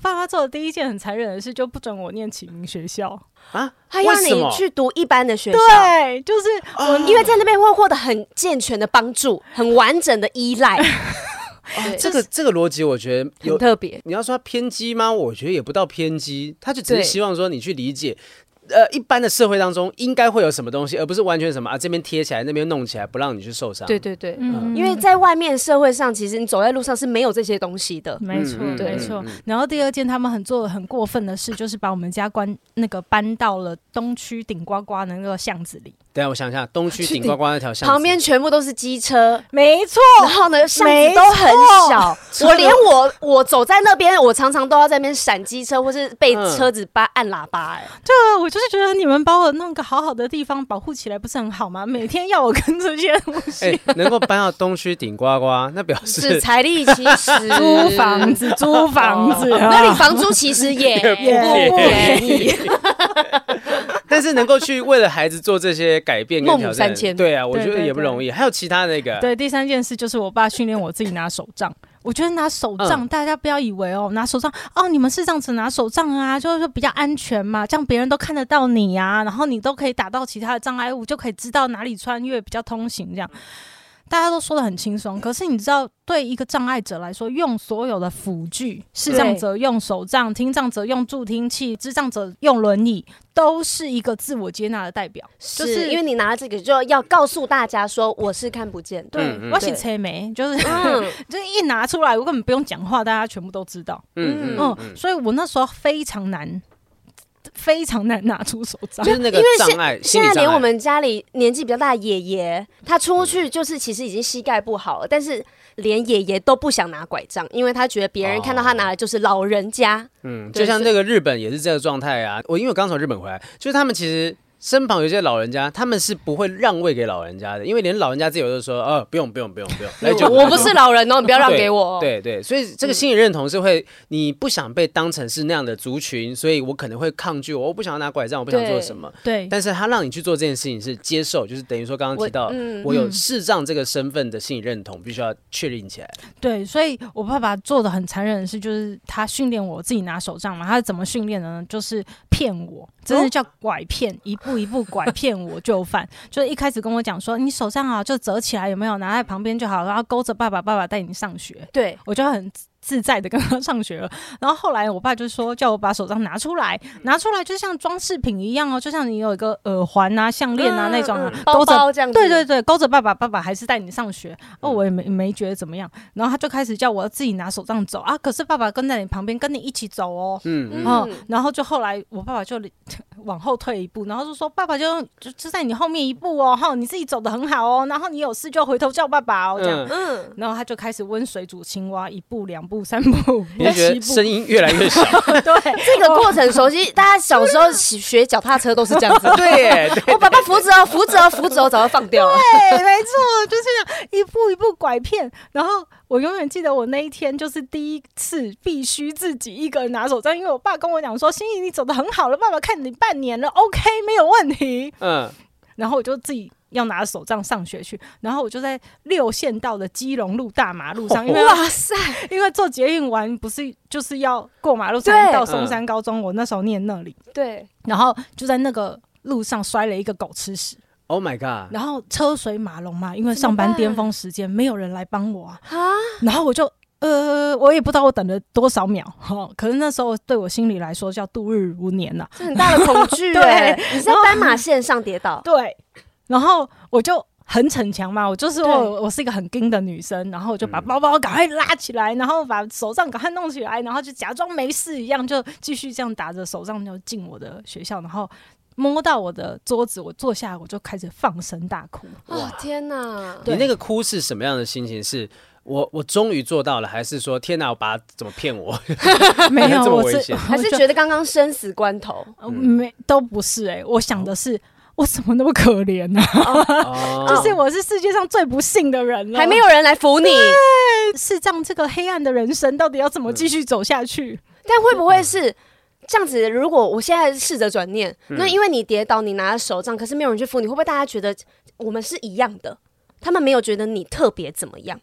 [SPEAKER 2] 爸妈做的第一件很残忍的事，就不准我念启明学校。
[SPEAKER 3] 啊？
[SPEAKER 1] 他要
[SPEAKER 3] 为什
[SPEAKER 1] 你
[SPEAKER 3] 么
[SPEAKER 1] 去读一般的学校，
[SPEAKER 2] 对，就是我
[SPEAKER 1] 因为在那边会获得很健全的帮助，很完整的依 赖，对
[SPEAKER 3] 这个这个逻辑，我觉得
[SPEAKER 1] 哦很
[SPEAKER 3] 有。
[SPEAKER 1] 特别。
[SPEAKER 3] 你要说他偏激吗？我觉得也不到偏激，他就只是
[SPEAKER 1] 对
[SPEAKER 3] 希望说你去理解，呃，一般的社会当中应该会有什么东西，而不是完全什么啊这边贴起来那边弄起来，不让你去受伤。
[SPEAKER 1] 对对对，
[SPEAKER 2] 嗯
[SPEAKER 1] 因为在外面社会上，其实你走在路上是没有这些东西的。
[SPEAKER 2] 没错，
[SPEAKER 3] 嗯嗯
[SPEAKER 2] 没
[SPEAKER 1] 嗯
[SPEAKER 2] 错。然后第二件他们很做的很过分的事，就是把我们家关那个搬到了东区顶呱呱的那个巷子里。
[SPEAKER 3] 等一下我想一下，东区顶呱呱那条巷子
[SPEAKER 1] 旁边全部都是机车，
[SPEAKER 2] 没错，
[SPEAKER 1] 然后呢，巷
[SPEAKER 2] 没
[SPEAKER 1] 子都很
[SPEAKER 2] 错
[SPEAKER 1] 小。
[SPEAKER 3] 车
[SPEAKER 1] 我
[SPEAKER 3] 流
[SPEAKER 1] 连我我走在那边，我常常都要在那边闪机车，或是被
[SPEAKER 3] 嗯
[SPEAKER 1] 车子扒按喇叭、哎，
[SPEAKER 2] 对，我就是觉得你们把我弄个好好的地方保护起来，不是很好吗？每天要我跟这些 东
[SPEAKER 3] 哎、
[SPEAKER 2] 西
[SPEAKER 3] 能够搬到东区顶呱呱，那表
[SPEAKER 1] 是
[SPEAKER 3] 示
[SPEAKER 1] 财力其 实
[SPEAKER 2] 租房子、租房子啊，
[SPEAKER 1] 那你房租其实哦 也
[SPEAKER 3] 也不
[SPEAKER 1] 不
[SPEAKER 2] 便
[SPEAKER 1] 便宜。
[SPEAKER 3] 但是能够去为了孩子做这些改变跟
[SPEAKER 1] 孟母
[SPEAKER 3] 挑战
[SPEAKER 1] 三迁
[SPEAKER 3] 对啊，我觉
[SPEAKER 2] 对
[SPEAKER 3] 得
[SPEAKER 2] 对
[SPEAKER 3] 也不容易。还有其他那个，
[SPEAKER 2] 对，第三件事就是我爸训练我自己拿手杖。我觉得拿手杖，大家不要以为哦，拿手杖哦，你们是这样子拿手杖啊，就是说比较安全嘛，这样别人都看得到你呀、然后你都可以打到其他的障碍物，就可以知道哪里穿越比较通行这样。大家都说的很轻松，可是你知道，对一个障碍者来说，用所有的辅具，视障者用手杖，听障者用助听器，智障者用轮椅，都是一个自我接纳的代表。就是
[SPEAKER 1] 因为你拿了这个，就要告诉大家说我是看不见的。
[SPEAKER 3] 嗯嗯
[SPEAKER 2] 我是车眉，就是、
[SPEAKER 1] 嗯，
[SPEAKER 2] 就是一拿出来，我根本不用讲话，大家全部都知道。
[SPEAKER 3] 嗯嗯
[SPEAKER 1] 哦
[SPEAKER 2] 嗯，
[SPEAKER 3] 嗯，
[SPEAKER 2] 所以我那时候非常难，非常难拿出手杖
[SPEAKER 3] 就。是那个
[SPEAKER 1] 因为
[SPEAKER 3] 障碍，心
[SPEAKER 1] 现
[SPEAKER 3] 理
[SPEAKER 1] 在
[SPEAKER 3] 障
[SPEAKER 1] 连
[SPEAKER 3] 碍
[SPEAKER 1] 我们家里年纪比较大的爷爷，他出去就是其实已经膝盖不好了，但是连爷爷都不想拿拐杖，因为他觉得别人看到他拿的就是老人家。
[SPEAKER 3] 嗯，
[SPEAKER 1] 对
[SPEAKER 3] 就像
[SPEAKER 1] 所以
[SPEAKER 3] 那个日本也是这个状态啊。我因为我刚从日本回来，就是他们其实身旁有些老人家，他们是不会让位给老人家的，因为连老人家自己有时候说，呃，不用不用不用不用，来就
[SPEAKER 1] 我不是老人哦，你不要让给我。，嗯
[SPEAKER 3] 对对，所以这个心理认同是会，你不想被当成是那样的族群，所以我可能会抗拒，我不想要拿拐杖，我不想做
[SPEAKER 1] 对
[SPEAKER 3] 什么。
[SPEAKER 2] 对，
[SPEAKER 3] 但是他让你去做这件事情是接受，就是等于说刚刚
[SPEAKER 1] 我
[SPEAKER 3] 提到，
[SPEAKER 1] 嗯
[SPEAKER 3] 我有
[SPEAKER 2] 嗯
[SPEAKER 3] 视障这个身份的心理认同，必须要确认起来。
[SPEAKER 2] 对，所以我爸爸做的很残忍的事，就是他训练我自己拿手杖嘛。他是怎么训练的呢？就是骗我，真
[SPEAKER 3] 哦
[SPEAKER 2] 的叫拐骗，一步一步拐骗我就范。 就是一开始跟我讲说，你手杖啊就折起来，有没有拿在旁边就好，然后勾着爸爸，爸爸带你上学。
[SPEAKER 1] 对，
[SPEAKER 2] 我就很自在的跟他上学了。然后后来我爸就说叫我把手杖拿出来，
[SPEAKER 1] 嗯
[SPEAKER 2] 拿出来就像装饰品一样哦，就像你有一个耳环啊、项链啊那种啊
[SPEAKER 1] 嗯，嗯包
[SPEAKER 2] 勾着
[SPEAKER 1] 包这样子。
[SPEAKER 2] 对对对，勾着爸爸，爸爸还是带你上学。哦，
[SPEAKER 1] 嗯
[SPEAKER 2] 我也没没觉得怎么样。然后他就开始叫我自己拿手杖走啊，可是爸爸跟在你旁边，跟你一起走哦。
[SPEAKER 3] 嗯，
[SPEAKER 2] 哦
[SPEAKER 1] 嗯，
[SPEAKER 2] 然后就后来我爸爸就往后退一步，然后就说：“爸爸就就就在你后面一步哦，哈，你自己走的很好哦，然后你有事就回头叫爸爸哦，这样。
[SPEAKER 3] 嗯
[SPEAKER 1] 嗯，
[SPEAKER 2] 然后他就开始温水煮青蛙，一步、两步、三步、五步、
[SPEAKER 3] 你就
[SPEAKER 2] 七
[SPEAKER 3] 觉得
[SPEAKER 2] 步，
[SPEAKER 3] 声音越来越小，
[SPEAKER 2] 对，
[SPEAKER 1] 这个过程熟悉，大家小时候学学脚踏车都是这样子。
[SPEAKER 3] 对耶，对
[SPEAKER 1] 我爸爸扶着哦，扶着哦，扶着哦，早就放掉了。
[SPEAKER 2] 对，没错，就是这样一步一步拐骗。然后我永远记得我那一天就是第一次必须自己一个人拿手杖，因为我爸跟我讲说：“心怡，你走的很好了，爸爸看你半年了，OK，没有问题。
[SPEAKER 3] 嗯，”
[SPEAKER 2] 然后我就自己。要拿手杖上学去，然后我就在六线道的基隆路大马路上，因为
[SPEAKER 1] 哇塞，
[SPEAKER 2] 因为坐捷运完不是就是要过马路才能
[SPEAKER 1] 对
[SPEAKER 2] 到
[SPEAKER 3] 嗯
[SPEAKER 2] 松山高中，我那时候念那里，
[SPEAKER 1] 对，
[SPEAKER 2] 然后就在那个路上摔了一个狗吃屎，
[SPEAKER 3] ，Oh my god，
[SPEAKER 2] 然后车水马龙嘛，因为上班
[SPEAKER 1] 怎么办
[SPEAKER 2] 巅峰时间没有人来帮我啊，
[SPEAKER 1] 啊，
[SPEAKER 2] 然后我就呃，我也不知道我等了多少秒哈、可是那时候对我心里来说叫度日如年啊呐、
[SPEAKER 1] 这很大的恐 惧
[SPEAKER 2] 对
[SPEAKER 1] 欸。你是在斑马线上跌倒，
[SPEAKER 2] 对，然后我就。很逞强嘛，我就是
[SPEAKER 1] 对
[SPEAKER 2] 我，我是一个很硬的女生，然后我就把
[SPEAKER 3] 嗯
[SPEAKER 2] 包包赶快拉起来，然后把手杖赶快弄起来，然后就假装没事一样，就继续这样打着手杖就进我的学校，然后摸到我的桌子，我坐下来我就开始放声大哭。
[SPEAKER 1] 哦天哪！
[SPEAKER 2] 对
[SPEAKER 3] 你那个哭是什么样的心情？是我我终于做到了，还是说天哪，我爸怎么骗我？
[SPEAKER 2] 没有，
[SPEAKER 3] 这么
[SPEAKER 2] 我
[SPEAKER 3] 危
[SPEAKER 2] 是
[SPEAKER 3] 险嗯
[SPEAKER 1] 还是
[SPEAKER 2] 我就
[SPEAKER 1] 觉得刚刚生死关 头，
[SPEAKER 2] 呃没都不是哎、我想的是。我怎么那么可怜呢、
[SPEAKER 3] 哦
[SPEAKER 2] 就是我是世界上最不幸的人了，
[SPEAKER 1] 还没有人来扶你，
[SPEAKER 2] 视障这个黑暗的人生到底要怎
[SPEAKER 3] 嗯
[SPEAKER 2] 么继续走下去？
[SPEAKER 1] 但会不会是这样子？如果我现在试着转念，
[SPEAKER 3] 嗯
[SPEAKER 1] 那因为你跌倒，你拿了手杖，可是没有人去扶你，会不会大家觉得我们是一样的？他们没有觉得你特别怎么样，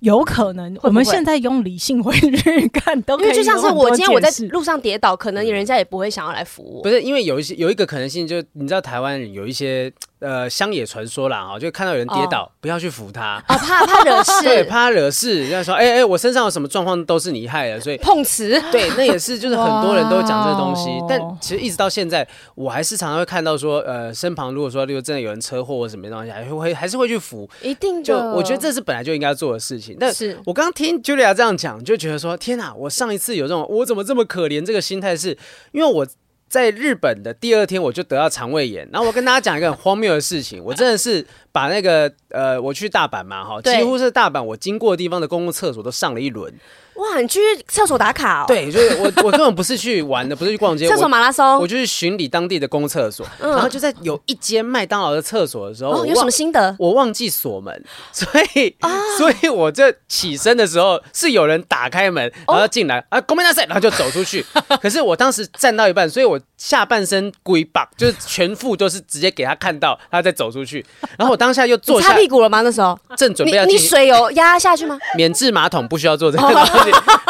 [SPEAKER 2] 有可能
[SPEAKER 1] 会
[SPEAKER 2] 我们现在用理性回去看，都可
[SPEAKER 1] 因
[SPEAKER 2] 以
[SPEAKER 1] 为就像是
[SPEAKER 2] 有很多
[SPEAKER 1] 我今天我在
[SPEAKER 2] 解
[SPEAKER 3] 嗯
[SPEAKER 2] 释
[SPEAKER 1] 路上跌倒，可能人家也不会想要来扶我
[SPEAKER 3] 不。是因为有一些有一个可能性，就你知道台湾人有一些呃乡野传说啦，哦，就看到有人跌倒，不要去扶他，
[SPEAKER 1] 哦，怕怕 惹
[SPEAKER 3] 对，
[SPEAKER 1] 事，
[SPEAKER 3] 怕他惹事，要说哎哎、我身上有什么状况都是你害的，所以
[SPEAKER 1] 碰 瓷，
[SPEAKER 3] 对，那也是，就是很多人都讲这个东西
[SPEAKER 2] 哇哦，
[SPEAKER 3] 但其实一直到现在，我还是常常会看到说，呃，身旁如果说，例如真的有人车祸或什么东西，还会还是会去扶。
[SPEAKER 1] 一定的。
[SPEAKER 3] 就我觉得这是本来就应该做的事情。但
[SPEAKER 1] 是
[SPEAKER 3] 我刚刚听 Julia 这样讲，就觉得说，天哪、我上一次有这种我怎么这么可怜这个心态是，因为我。在日本的第二天，我就得到肠胃炎。然后我跟大家讲一个很荒谬的事情，我真的是把那个呃，我去大阪嘛，哈，
[SPEAKER 1] 对
[SPEAKER 3] 几乎是大阪我经过的地方的公共厕所都上了一轮。
[SPEAKER 1] 哇，你去厕所打卡哦，，
[SPEAKER 3] 对，就是我我根本不是去玩的，不是去逛街，
[SPEAKER 1] 厕所
[SPEAKER 3] 我
[SPEAKER 1] 马拉松
[SPEAKER 3] 我，就去巡礼当地的公厕所，
[SPEAKER 1] 嗯
[SPEAKER 3] 然后就在有一间麦当劳的厕所的时候，
[SPEAKER 1] 哦，
[SPEAKER 3] 我
[SPEAKER 1] 有什
[SPEAKER 3] 忘
[SPEAKER 1] 么啊心得？
[SPEAKER 3] 我忘记锁门，所以、所以我这起身的时候是有人打开门，然
[SPEAKER 1] 哦
[SPEAKER 3] 后进来、啊，公民大赛，然后就走出去。可是我当时站到一半，所以我下半身龟棒，就是全副都是直接给他看到，他再走出去。然后我当下又
[SPEAKER 1] 你
[SPEAKER 3] 坐
[SPEAKER 1] 擦
[SPEAKER 3] 下，
[SPEAKER 1] 屁股了吗？那时候
[SPEAKER 3] 正准
[SPEAKER 1] 你
[SPEAKER 3] 备要
[SPEAKER 1] 你
[SPEAKER 3] 进行
[SPEAKER 1] 水有压下去吗？
[SPEAKER 3] 免治马桶不需要做
[SPEAKER 2] 哦
[SPEAKER 3] 这个东西。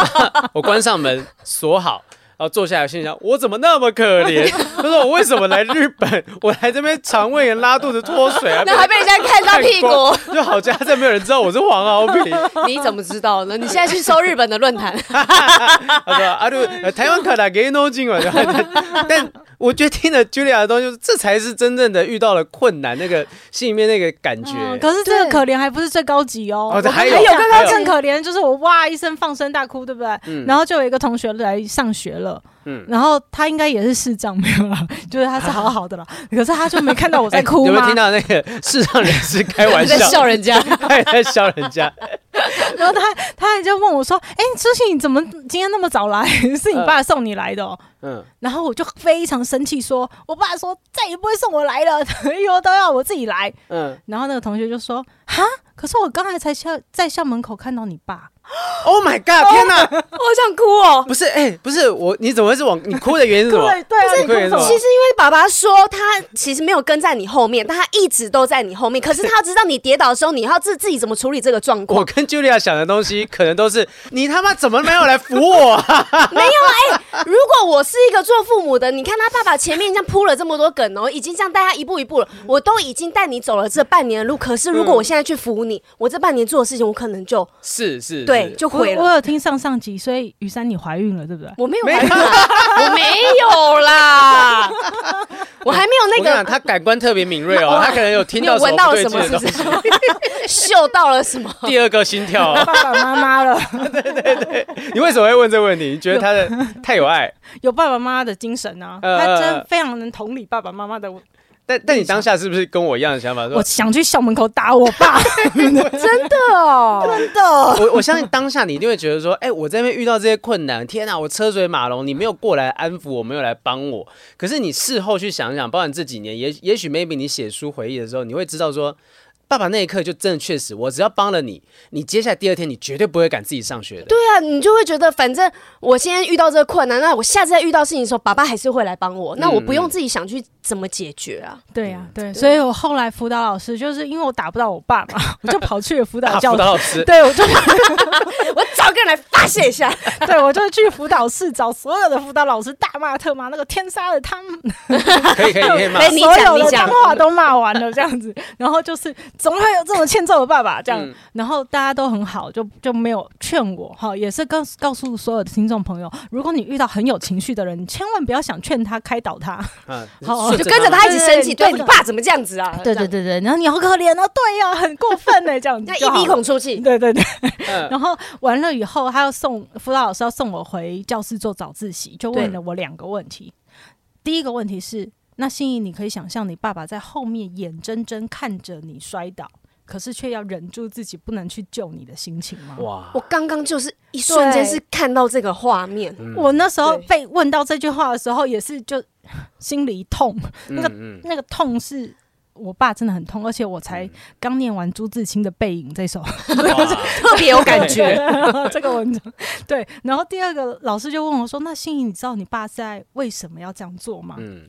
[SPEAKER 3] 我关上门，锁好，然后坐下来，心想：我怎么那么可怜？ 他说：我为什么来日本？我来这边肠胃炎、拉肚子、脱水， 还被
[SPEAKER 1] 那还被人家看到屁股。
[SPEAKER 3] 光，就好家在没有人知道我是黄敖 丙。
[SPEAKER 1] 你怎么知道呢？你现在去搜日本的论坛，
[SPEAKER 3] 他说：阿鲁，呃台湾卡达给弄进来。 但我觉得听了 Julia 的东西，这才是真正的遇到了困难，那个心里面那个感觉。
[SPEAKER 2] 嗯可是这个
[SPEAKER 1] 对
[SPEAKER 2] 可怜还不是最高级哦，
[SPEAKER 3] 哦这
[SPEAKER 2] 我
[SPEAKER 3] 还
[SPEAKER 2] 跟
[SPEAKER 3] 有
[SPEAKER 2] 你讲
[SPEAKER 3] 还有
[SPEAKER 2] 更可怜，就是我哇一声放声大哭，对不对？
[SPEAKER 3] 嗯
[SPEAKER 2] 然后就有一个同学来上学了，
[SPEAKER 3] 嗯
[SPEAKER 2] 然后他应该也是视障没有啦， 就是他是好好 的啦，可是他就没看到我在哭
[SPEAKER 3] 哎有没有
[SPEAKER 2] 吗
[SPEAKER 3] 听？到那个市场人士开 玩
[SPEAKER 1] 你在 笑人 家。
[SPEAKER 3] 他也在笑人家。
[SPEAKER 2] 然后他他还就问我说：“哎、朱信你怎么今天那么早来？是你爸送你来的、哦？”
[SPEAKER 3] 嗯嗯，
[SPEAKER 2] 然后我就非常生气，说：“我爸说再也不会送我来了， 以后都要我自己来。
[SPEAKER 3] 嗯”
[SPEAKER 2] 然后那个同学就说：“哈，可是我刚才才校在校门口看到你爸。
[SPEAKER 3] ，Oh my
[SPEAKER 1] 哦
[SPEAKER 3] God！天哪，
[SPEAKER 1] 我好想哭哦。
[SPEAKER 3] 不是，哎、不是我，你怎么会是往你哭的原因是什么？
[SPEAKER 2] 对对啊，
[SPEAKER 3] 你哭的原因是什么
[SPEAKER 1] 其？实因为爸爸说他其实没有跟在你后面，但他一直都在你后 面。可是他知道你跌倒的时候，你要自自己怎么处理这个状况
[SPEAKER 3] 我。跟 Julia 想的东西，可能都是你他妈怎么没有来扶我、啊？
[SPEAKER 1] 没有哎、如果我是一个做父母的，你看他爸爸前面这样铺了这么多梗哦，已经这样带他一步一步了，我都已经带你走了这半年的路。可是如果我现在去扶你，我这半年做的事情，我可能嗯就是
[SPEAKER 3] 是，
[SPEAKER 1] 对
[SPEAKER 3] 是
[SPEAKER 1] 就
[SPEAKER 2] 我
[SPEAKER 1] 毁
[SPEAKER 2] 我
[SPEAKER 1] 了。
[SPEAKER 2] 有听上上集，所以雨珊你怀孕了，对不对？
[SPEAKER 1] 我没有
[SPEAKER 3] 没
[SPEAKER 1] 怀孕啊， 我没有 啦，我还没有
[SPEAKER 3] 我跟你
[SPEAKER 1] 那
[SPEAKER 3] 讲，
[SPEAKER 1] 个
[SPEAKER 3] 他感官特别敏锐 哦，他可能有听
[SPEAKER 1] 你
[SPEAKER 3] 到
[SPEAKER 1] 有闻到
[SPEAKER 3] 不
[SPEAKER 1] 了
[SPEAKER 3] 对
[SPEAKER 1] 什
[SPEAKER 3] 劲
[SPEAKER 1] 么，
[SPEAKER 3] 的
[SPEAKER 1] 是
[SPEAKER 3] 东
[SPEAKER 1] 不
[SPEAKER 3] 西，
[SPEAKER 1] 是？ 嗅到了什么？
[SPEAKER 3] 第二个心跳 哦、
[SPEAKER 2] 爸爸妈妈了，
[SPEAKER 3] 你为什么会问这个问题？你觉得 他的太有爱？
[SPEAKER 2] 有爸爸妈妈的精神啊，
[SPEAKER 3] 呃
[SPEAKER 2] 他真非常能同理爸爸妈妈的。
[SPEAKER 3] 但但你当下是不是跟我一样的想法？
[SPEAKER 2] 我
[SPEAKER 3] 说
[SPEAKER 2] 想去校门口打我 爸，
[SPEAKER 1] 真的哦，
[SPEAKER 2] 真的。
[SPEAKER 3] 我我相信当下你一定会觉得说，哎、我在那边遇到这些困难，天哪、我车水马龙，你没有过来安抚我，没有来帮我。可是你事后去想想，包含这几年，也也许 maybe 你写书回忆的时候，你会知道说。爸爸那一刻就真的确实，我只要帮了你，你接下来第二天你绝对不会敢自己上学的。
[SPEAKER 1] 对啊，你就会觉得，反正我现在遇到这个困难，那我下次再遇到事情的时候，爸爸还是会来帮我，那我不用自己想去怎么解决 啊。
[SPEAKER 2] 对
[SPEAKER 3] 嗯
[SPEAKER 2] 呀、对，所以我后来辅导老师就是因为我打不到我爸 嘛，我就跑去了辅导
[SPEAKER 3] 大
[SPEAKER 2] 教室
[SPEAKER 3] 辅导。老 师，
[SPEAKER 2] 对，我就
[SPEAKER 1] 我找个人来发泄一下，
[SPEAKER 2] 对我就去辅导室找所有的辅导老师大骂特骂那个天杀的他们，
[SPEAKER 3] 可以可以，你可以骂
[SPEAKER 1] 哎。你讲
[SPEAKER 2] 所有
[SPEAKER 1] 你
[SPEAKER 2] 的
[SPEAKER 1] 讲
[SPEAKER 2] 脏话都骂完了这样 子，然后就是总会有这种欠揍的爸爸这样，
[SPEAKER 3] 嗯
[SPEAKER 2] 然后大家都很好，就就没有劝我哈，也是告诉告诉所有的听众朋友，如果你遇到很有情绪的人，你千万不要想劝他开导他，
[SPEAKER 3] 嗯
[SPEAKER 2] 好
[SPEAKER 1] 就跟着他一起生气。
[SPEAKER 2] 对
[SPEAKER 1] 对
[SPEAKER 2] 对
[SPEAKER 1] 你爸怎么这样子啊？
[SPEAKER 2] 对对 对对，然后你好可怜哦，对呀、很过分呢、这样子
[SPEAKER 1] 这
[SPEAKER 2] 就
[SPEAKER 1] 样，
[SPEAKER 2] 好
[SPEAKER 1] 那
[SPEAKER 2] 了
[SPEAKER 1] 一鼻孔出气。
[SPEAKER 2] 对对对，
[SPEAKER 3] 嗯
[SPEAKER 2] 然后完了以后，他要送辅导老师要送我回教室做早自习，就问
[SPEAKER 1] 对
[SPEAKER 2] 了我两个问题。第一个问题是，那心怡，你可以想象你爸爸在后面眼睁睁看着你摔倒，可是却要忍住自己不能去救你的心情吗？
[SPEAKER 3] 哇
[SPEAKER 1] 我，刚刚就是一瞬间
[SPEAKER 2] 对
[SPEAKER 1] 是看到这个画面，
[SPEAKER 2] 我那时候
[SPEAKER 1] 对
[SPEAKER 2] 被问到这句话的时候，也是就 心里一痛， 那个
[SPEAKER 3] 嗯
[SPEAKER 2] 那个痛是。我爸真的很痛，而且我才刚念完朱自清的《背影》这首
[SPEAKER 3] 嗯哇
[SPEAKER 1] 特别有感觉。
[SPEAKER 2] 这个文章。对，然后第二个老师就问我说：“那心怡，你知道你爸在为什么要这样做吗？”嗯
[SPEAKER 3] 嗯，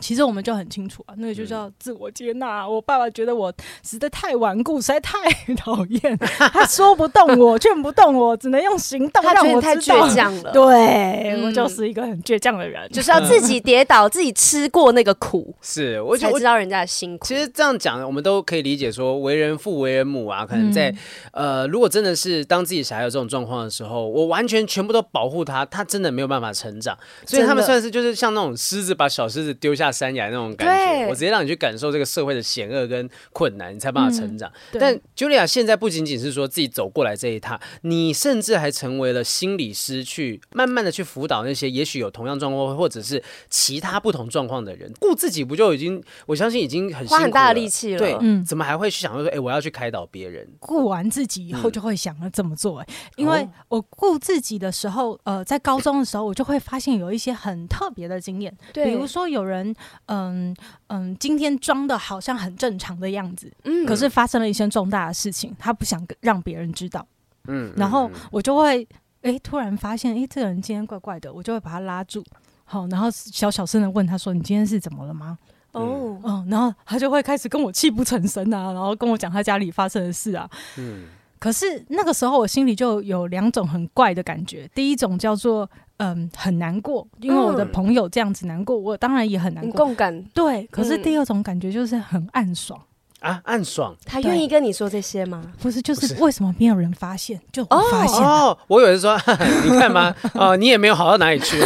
[SPEAKER 2] 其实我们就很清楚啊，那个就叫自我接纳。我爸爸觉得我实在太顽固，实在太讨厌，他说不动我，劝不动我，只能用行动
[SPEAKER 1] 他
[SPEAKER 2] 让
[SPEAKER 1] 觉得
[SPEAKER 2] 我
[SPEAKER 1] 太
[SPEAKER 2] 知道
[SPEAKER 1] 倔。强了，
[SPEAKER 2] 对、
[SPEAKER 1] 嗯
[SPEAKER 2] 我就是一个很倔强的人，
[SPEAKER 1] 就是要自己跌倒，自己吃过那个苦，
[SPEAKER 3] 是，我觉
[SPEAKER 1] 才
[SPEAKER 3] 得我
[SPEAKER 1] 知道人家的辛苦。
[SPEAKER 3] 其实这样讲，我们都可以理解说，为人父、为人母啊，可能在、
[SPEAKER 1] 嗯
[SPEAKER 3] 呃，如果真的是当自己小孩有这种状况的时候，我完全全部都保护他，他真的没有办法成长。所以他
[SPEAKER 1] 真
[SPEAKER 3] 们
[SPEAKER 1] 的
[SPEAKER 3] 算是就是像那种狮子把小狮子丢下山崖那种感觉，
[SPEAKER 1] 对
[SPEAKER 3] 我直接让你去感受这个社会的险恶跟困难，你才办法成长。
[SPEAKER 1] 嗯
[SPEAKER 2] 对
[SPEAKER 3] 但 Julia 现在不仅仅是说自己走过来这一趟，你甚至还成为了心理师，去慢慢的去辅导那些也许有同样状况或者是其他不同状况的人。顾自己不就已经，我相信已经很辛苦
[SPEAKER 1] 花很大的力
[SPEAKER 3] 气
[SPEAKER 1] 气了，
[SPEAKER 3] 对，
[SPEAKER 2] 嗯
[SPEAKER 3] 怎么还会去想说，哎、我要去开导别人？
[SPEAKER 2] 顾完自己以后
[SPEAKER 3] 嗯
[SPEAKER 2] 就会想要这么做、欸因为
[SPEAKER 3] 哦
[SPEAKER 2] 我顾自己的时候，呃，在高中的时候，我就会发现有一些很特别的经验。
[SPEAKER 1] 对
[SPEAKER 2] 比如说有人，嗯嗯，今天装的好像很正常的样子，
[SPEAKER 1] 嗯
[SPEAKER 2] 可是发生了一件重大的事情，他不想跟让别人知道，
[SPEAKER 3] 嗯，
[SPEAKER 2] 然后我就会，诶，突然发现，诶，这个人今天怪怪的，我就会把他拉住。好，然后小小声的问他说：“你今天是怎么了吗
[SPEAKER 1] 哦？”，
[SPEAKER 2] 嗯，然后他就会开始跟我泣不成声啊，然后跟我讲他家里发生的事啊。
[SPEAKER 3] 嗯，
[SPEAKER 2] 可是那个时候我心里就有两种很怪的感觉，第一种叫做嗯很难过，因为我的
[SPEAKER 3] 嗯
[SPEAKER 2] 朋友这样子难过，我当然也很难
[SPEAKER 1] 很
[SPEAKER 2] 过。
[SPEAKER 1] 共感。
[SPEAKER 2] 对，可是
[SPEAKER 1] 嗯
[SPEAKER 2] 第二种感觉就是很暗爽，
[SPEAKER 3] 啊，暗爽
[SPEAKER 1] 他愿意跟你说这些吗？
[SPEAKER 2] 不是就是
[SPEAKER 3] 不是
[SPEAKER 2] 为什么没有人发现，就我发现了。
[SPEAKER 3] 哦，我以为是说， 哈哈你看嘛，哦，你也没有好到哪里 去，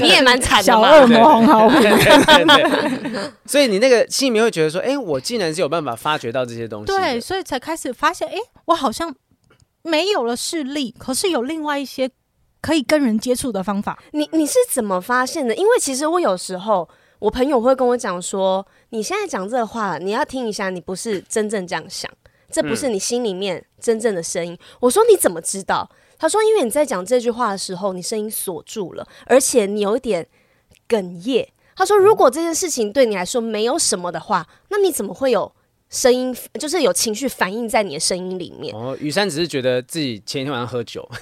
[SPEAKER 1] 你也蛮惨的
[SPEAKER 2] 小
[SPEAKER 1] 嘛。
[SPEAKER 2] 恶魔红好
[SPEAKER 3] 对对对对所以你那个心里面会觉得说，哎、我竟然是有办法发掘到这些东西的，
[SPEAKER 2] 对，所以才开始发现，诶，我好像没有了视力，可是有另外一些可以跟人接触的方法。
[SPEAKER 1] 你你是怎么发现的？因为其实我有时候，我朋友会跟我讲说，你现在讲这话，你要听一下，你
[SPEAKER 2] 嗯
[SPEAKER 1] 不是真正这样想，这不是你心里面真正的声音。我说你怎么知道？他说，因为你在讲这句话的时候，你声音锁住了，而且你有一点哽咽。他说，如果这件事情对你来说没有什么的话，那你怎么会有声音，就是有情绪反映在你的声音里面？
[SPEAKER 3] 哦，雨珊只是觉得自己前一天晚上喝酒，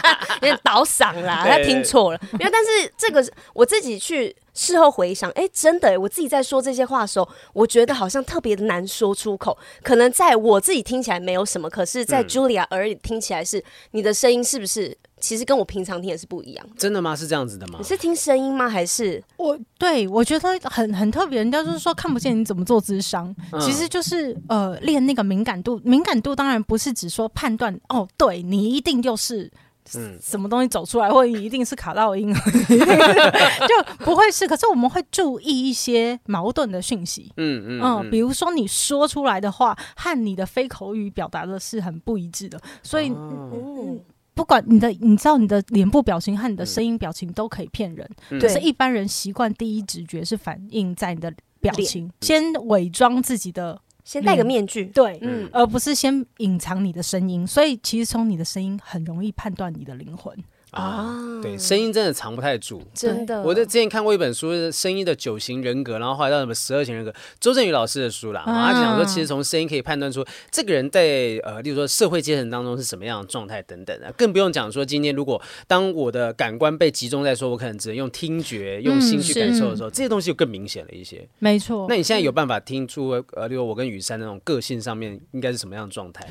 [SPEAKER 1] 有点倒嗓啦，
[SPEAKER 3] 对
[SPEAKER 1] 他听错了。没有，但是这个是我自己去事后回想，哎、真的、诶我自己在说这些话的时候，我觉得好像特别难说出口。可能在我自己听起来没有什么，可是，在 Julia 耳里听起来是、你的声音是不是？其实跟我平常听也是不一样。
[SPEAKER 3] 真的吗？是这样子的吗
[SPEAKER 1] 你？是听声音吗？还是
[SPEAKER 2] 我对我觉得很很特别，人家就是说看不见你怎么做智商，
[SPEAKER 3] 嗯
[SPEAKER 2] 其实就是呃练那个敏感度。敏感度当然不是只说判断哦，对你一定又是。
[SPEAKER 3] 嗯
[SPEAKER 2] 什么东西走出来，或者你一定是卡到 音， 就不会是。可是我们会注意一些矛盾的讯息，
[SPEAKER 3] 嗯嗯
[SPEAKER 2] 嗯，比如说你说出来的话和你的非口语表达的是很不一致的，所以
[SPEAKER 3] 哦
[SPEAKER 1] 嗯，
[SPEAKER 2] 不管你的，你知道你的脸部表情和你的声音表情都可以骗人，
[SPEAKER 3] 嗯
[SPEAKER 2] 可是
[SPEAKER 1] 对
[SPEAKER 2] 一般人习惯第一直觉是反映在你的表情，先伪装自己的
[SPEAKER 1] 先戴个面具？
[SPEAKER 2] 对。
[SPEAKER 1] 嗯，
[SPEAKER 2] 而不是先隐藏你的声音，所以其实从你的声音很容易判断你的灵魂。
[SPEAKER 3] 啊
[SPEAKER 1] 啊，
[SPEAKER 3] 对，声音真的藏不太住。
[SPEAKER 1] 真的。
[SPEAKER 3] 我在之前看过一本书，是《声音的九型人格》，然后后来到什么十二型人格，周振宇老师的书啦。然后他讲说，其实从声音可以判断出这个人在呃，例如说社会阶层当中是什么样的状态等等的，更不用讲说今天如果当我的感官被集中在说，我可能只能用听觉、用心去感受的时候，这些东西就更明显了一些。
[SPEAKER 2] 没 错
[SPEAKER 3] 那，你现在有办法听出呃，例如我跟雨珊那种个性上面应该是什么样的状态？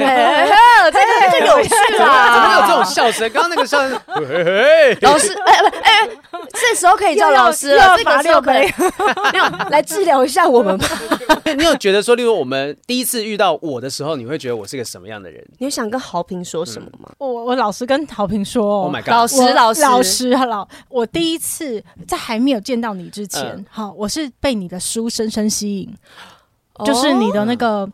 [SPEAKER 1] 哎呦 这个这个就有趣啊啦！
[SPEAKER 3] 怎么会有这种笑声？刚刚那个笑声，
[SPEAKER 1] 老师，哎不哎，哎这时候可以叫老师
[SPEAKER 2] 又要
[SPEAKER 1] 了，这
[SPEAKER 2] 罚
[SPEAKER 1] 个时候可
[SPEAKER 2] 六
[SPEAKER 1] 以 没有来治疗一下我们吧。
[SPEAKER 3] 你有觉得说，例如我们第一次遇到我的时候，你会觉得我是个什么样的人？
[SPEAKER 1] 你有想跟豪平说什么
[SPEAKER 3] 嗯
[SPEAKER 1] 吗？
[SPEAKER 2] 我我老实跟好评说、哦
[SPEAKER 3] Oh my god！
[SPEAKER 1] 嗯老师
[SPEAKER 2] 我
[SPEAKER 1] 老师
[SPEAKER 2] 老师老，我第一次在还没有见到你之前
[SPEAKER 3] 嗯，
[SPEAKER 2] 好、我是被你的书深深吸引，
[SPEAKER 1] 哦
[SPEAKER 2] 就是你的那个。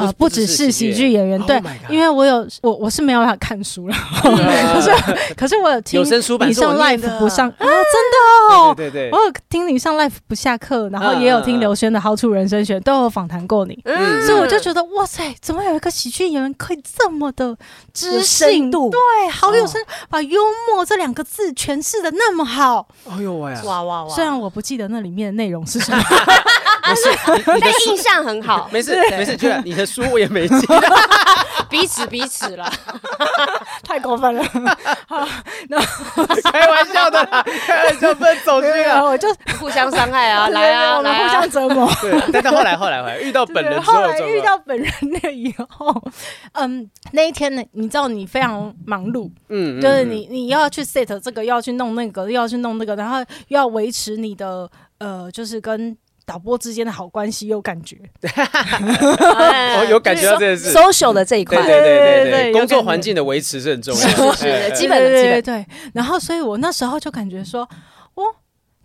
[SPEAKER 2] 呃，
[SPEAKER 3] 不
[SPEAKER 2] 不
[SPEAKER 3] 啊不只
[SPEAKER 2] 只
[SPEAKER 3] 是
[SPEAKER 2] 是
[SPEAKER 3] 喜剧
[SPEAKER 2] 喜剧演员，
[SPEAKER 3] Oh
[SPEAKER 2] 对
[SPEAKER 3] my god，
[SPEAKER 2] 因为我有我我是没有办法看书了， 可是可是我有听
[SPEAKER 3] 有声书版
[SPEAKER 2] 你
[SPEAKER 3] 是我
[SPEAKER 2] 上
[SPEAKER 3] 念的
[SPEAKER 2] live 不上啊，真的哦，
[SPEAKER 3] 对对对
[SPEAKER 2] 我，有听你上 live 不下课，然后
[SPEAKER 3] 嗯
[SPEAKER 2] 也有
[SPEAKER 3] 嗯嗯
[SPEAKER 2] 听刘轩的《好处人生学》，都有访谈过你，
[SPEAKER 3] 嗯
[SPEAKER 2] 所以我就觉得哇塞，怎么有一个喜剧演员可以这么的知
[SPEAKER 1] 有
[SPEAKER 2] 性
[SPEAKER 1] 深度
[SPEAKER 2] 对，好有深，
[SPEAKER 3] 嗯
[SPEAKER 2] 把幽默这两个字诠释的那么好。
[SPEAKER 3] 哎呦喂啊，
[SPEAKER 1] 嗯哇哇
[SPEAKER 2] 虽然我不记得那里面的内容是 什么，
[SPEAKER 1] 啊
[SPEAKER 3] 没事， 你你的
[SPEAKER 1] 但
[SPEAKER 3] 书
[SPEAKER 1] 印象很好，
[SPEAKER 3] 没事没事，居然你的书我也没记，
[SPEAKER 1] 彼此彼此 了。
[SPEAKER 2] 太过分了。
[SPEAKER 3] 开玩笑的 啦，开玩笑不能走心
[SPEAKER 2] 然
[SPEAKER 3] 啊。
[SPEAKER 2] 后我就
[SPEAKER 1] 互相伤害 啊，来
[SPEAKER 2] 没有
[SPEAKER 1] 啊
[SPEAKER 2] 我们
[SPEAKER 1] 来
[SPEAKER 2] 互
[SPEAKER 1] 啊
[SPEAKER 2] 相！折磨。
[SPEAKER 3] 对，但到后来后来后来遇到 本人
[SPEAKER 2] 对
[SPEAKER 3] 之
[SPEAKER 2] 后
[SPEAKER 3] 后，
[SPEAKER 2] 来
[SPEAKER 3] 怎么
[SPEAKER 2] 遇到本人了以后，嗯，那一天呢，你知道你非常忙碌，
[SPEAKER 3] 嗯嗯
[SPEAKER 2] 就是你你又要去 set 这个，又要去弄那个，又要去弄那个，然后又要维持你的呃，就是跟导播之间的好关系，有感觉。哎
[SPEAKER 3] 哦有感觉到这件事，
[SPEAKER 1] social 的这一
[SPEAKER 3] 对
[SPEAKER 1] 块，
[SPEAKER 3] 对
[SPEAKER 2] 对
[SPEAKER 3] 对
[SPEAKER 2] 对对
[SPEAKER 3] 工作
[SPEAKER 2] 有感觉
[SPEAKER 3] 环境的维持是很重要
[SPEAKER 1] 是
[SPEAKER 3] 的，
[SPEAKER 1] 是是
[SPEAKER 3] 哎哎
[SPEAKER 1] 基本的
[SPEAKER 2] 对
[SPEAKER 1] 基
[SPEAKER 2] 对对对。然后，所以我那时候就感觉说，哦，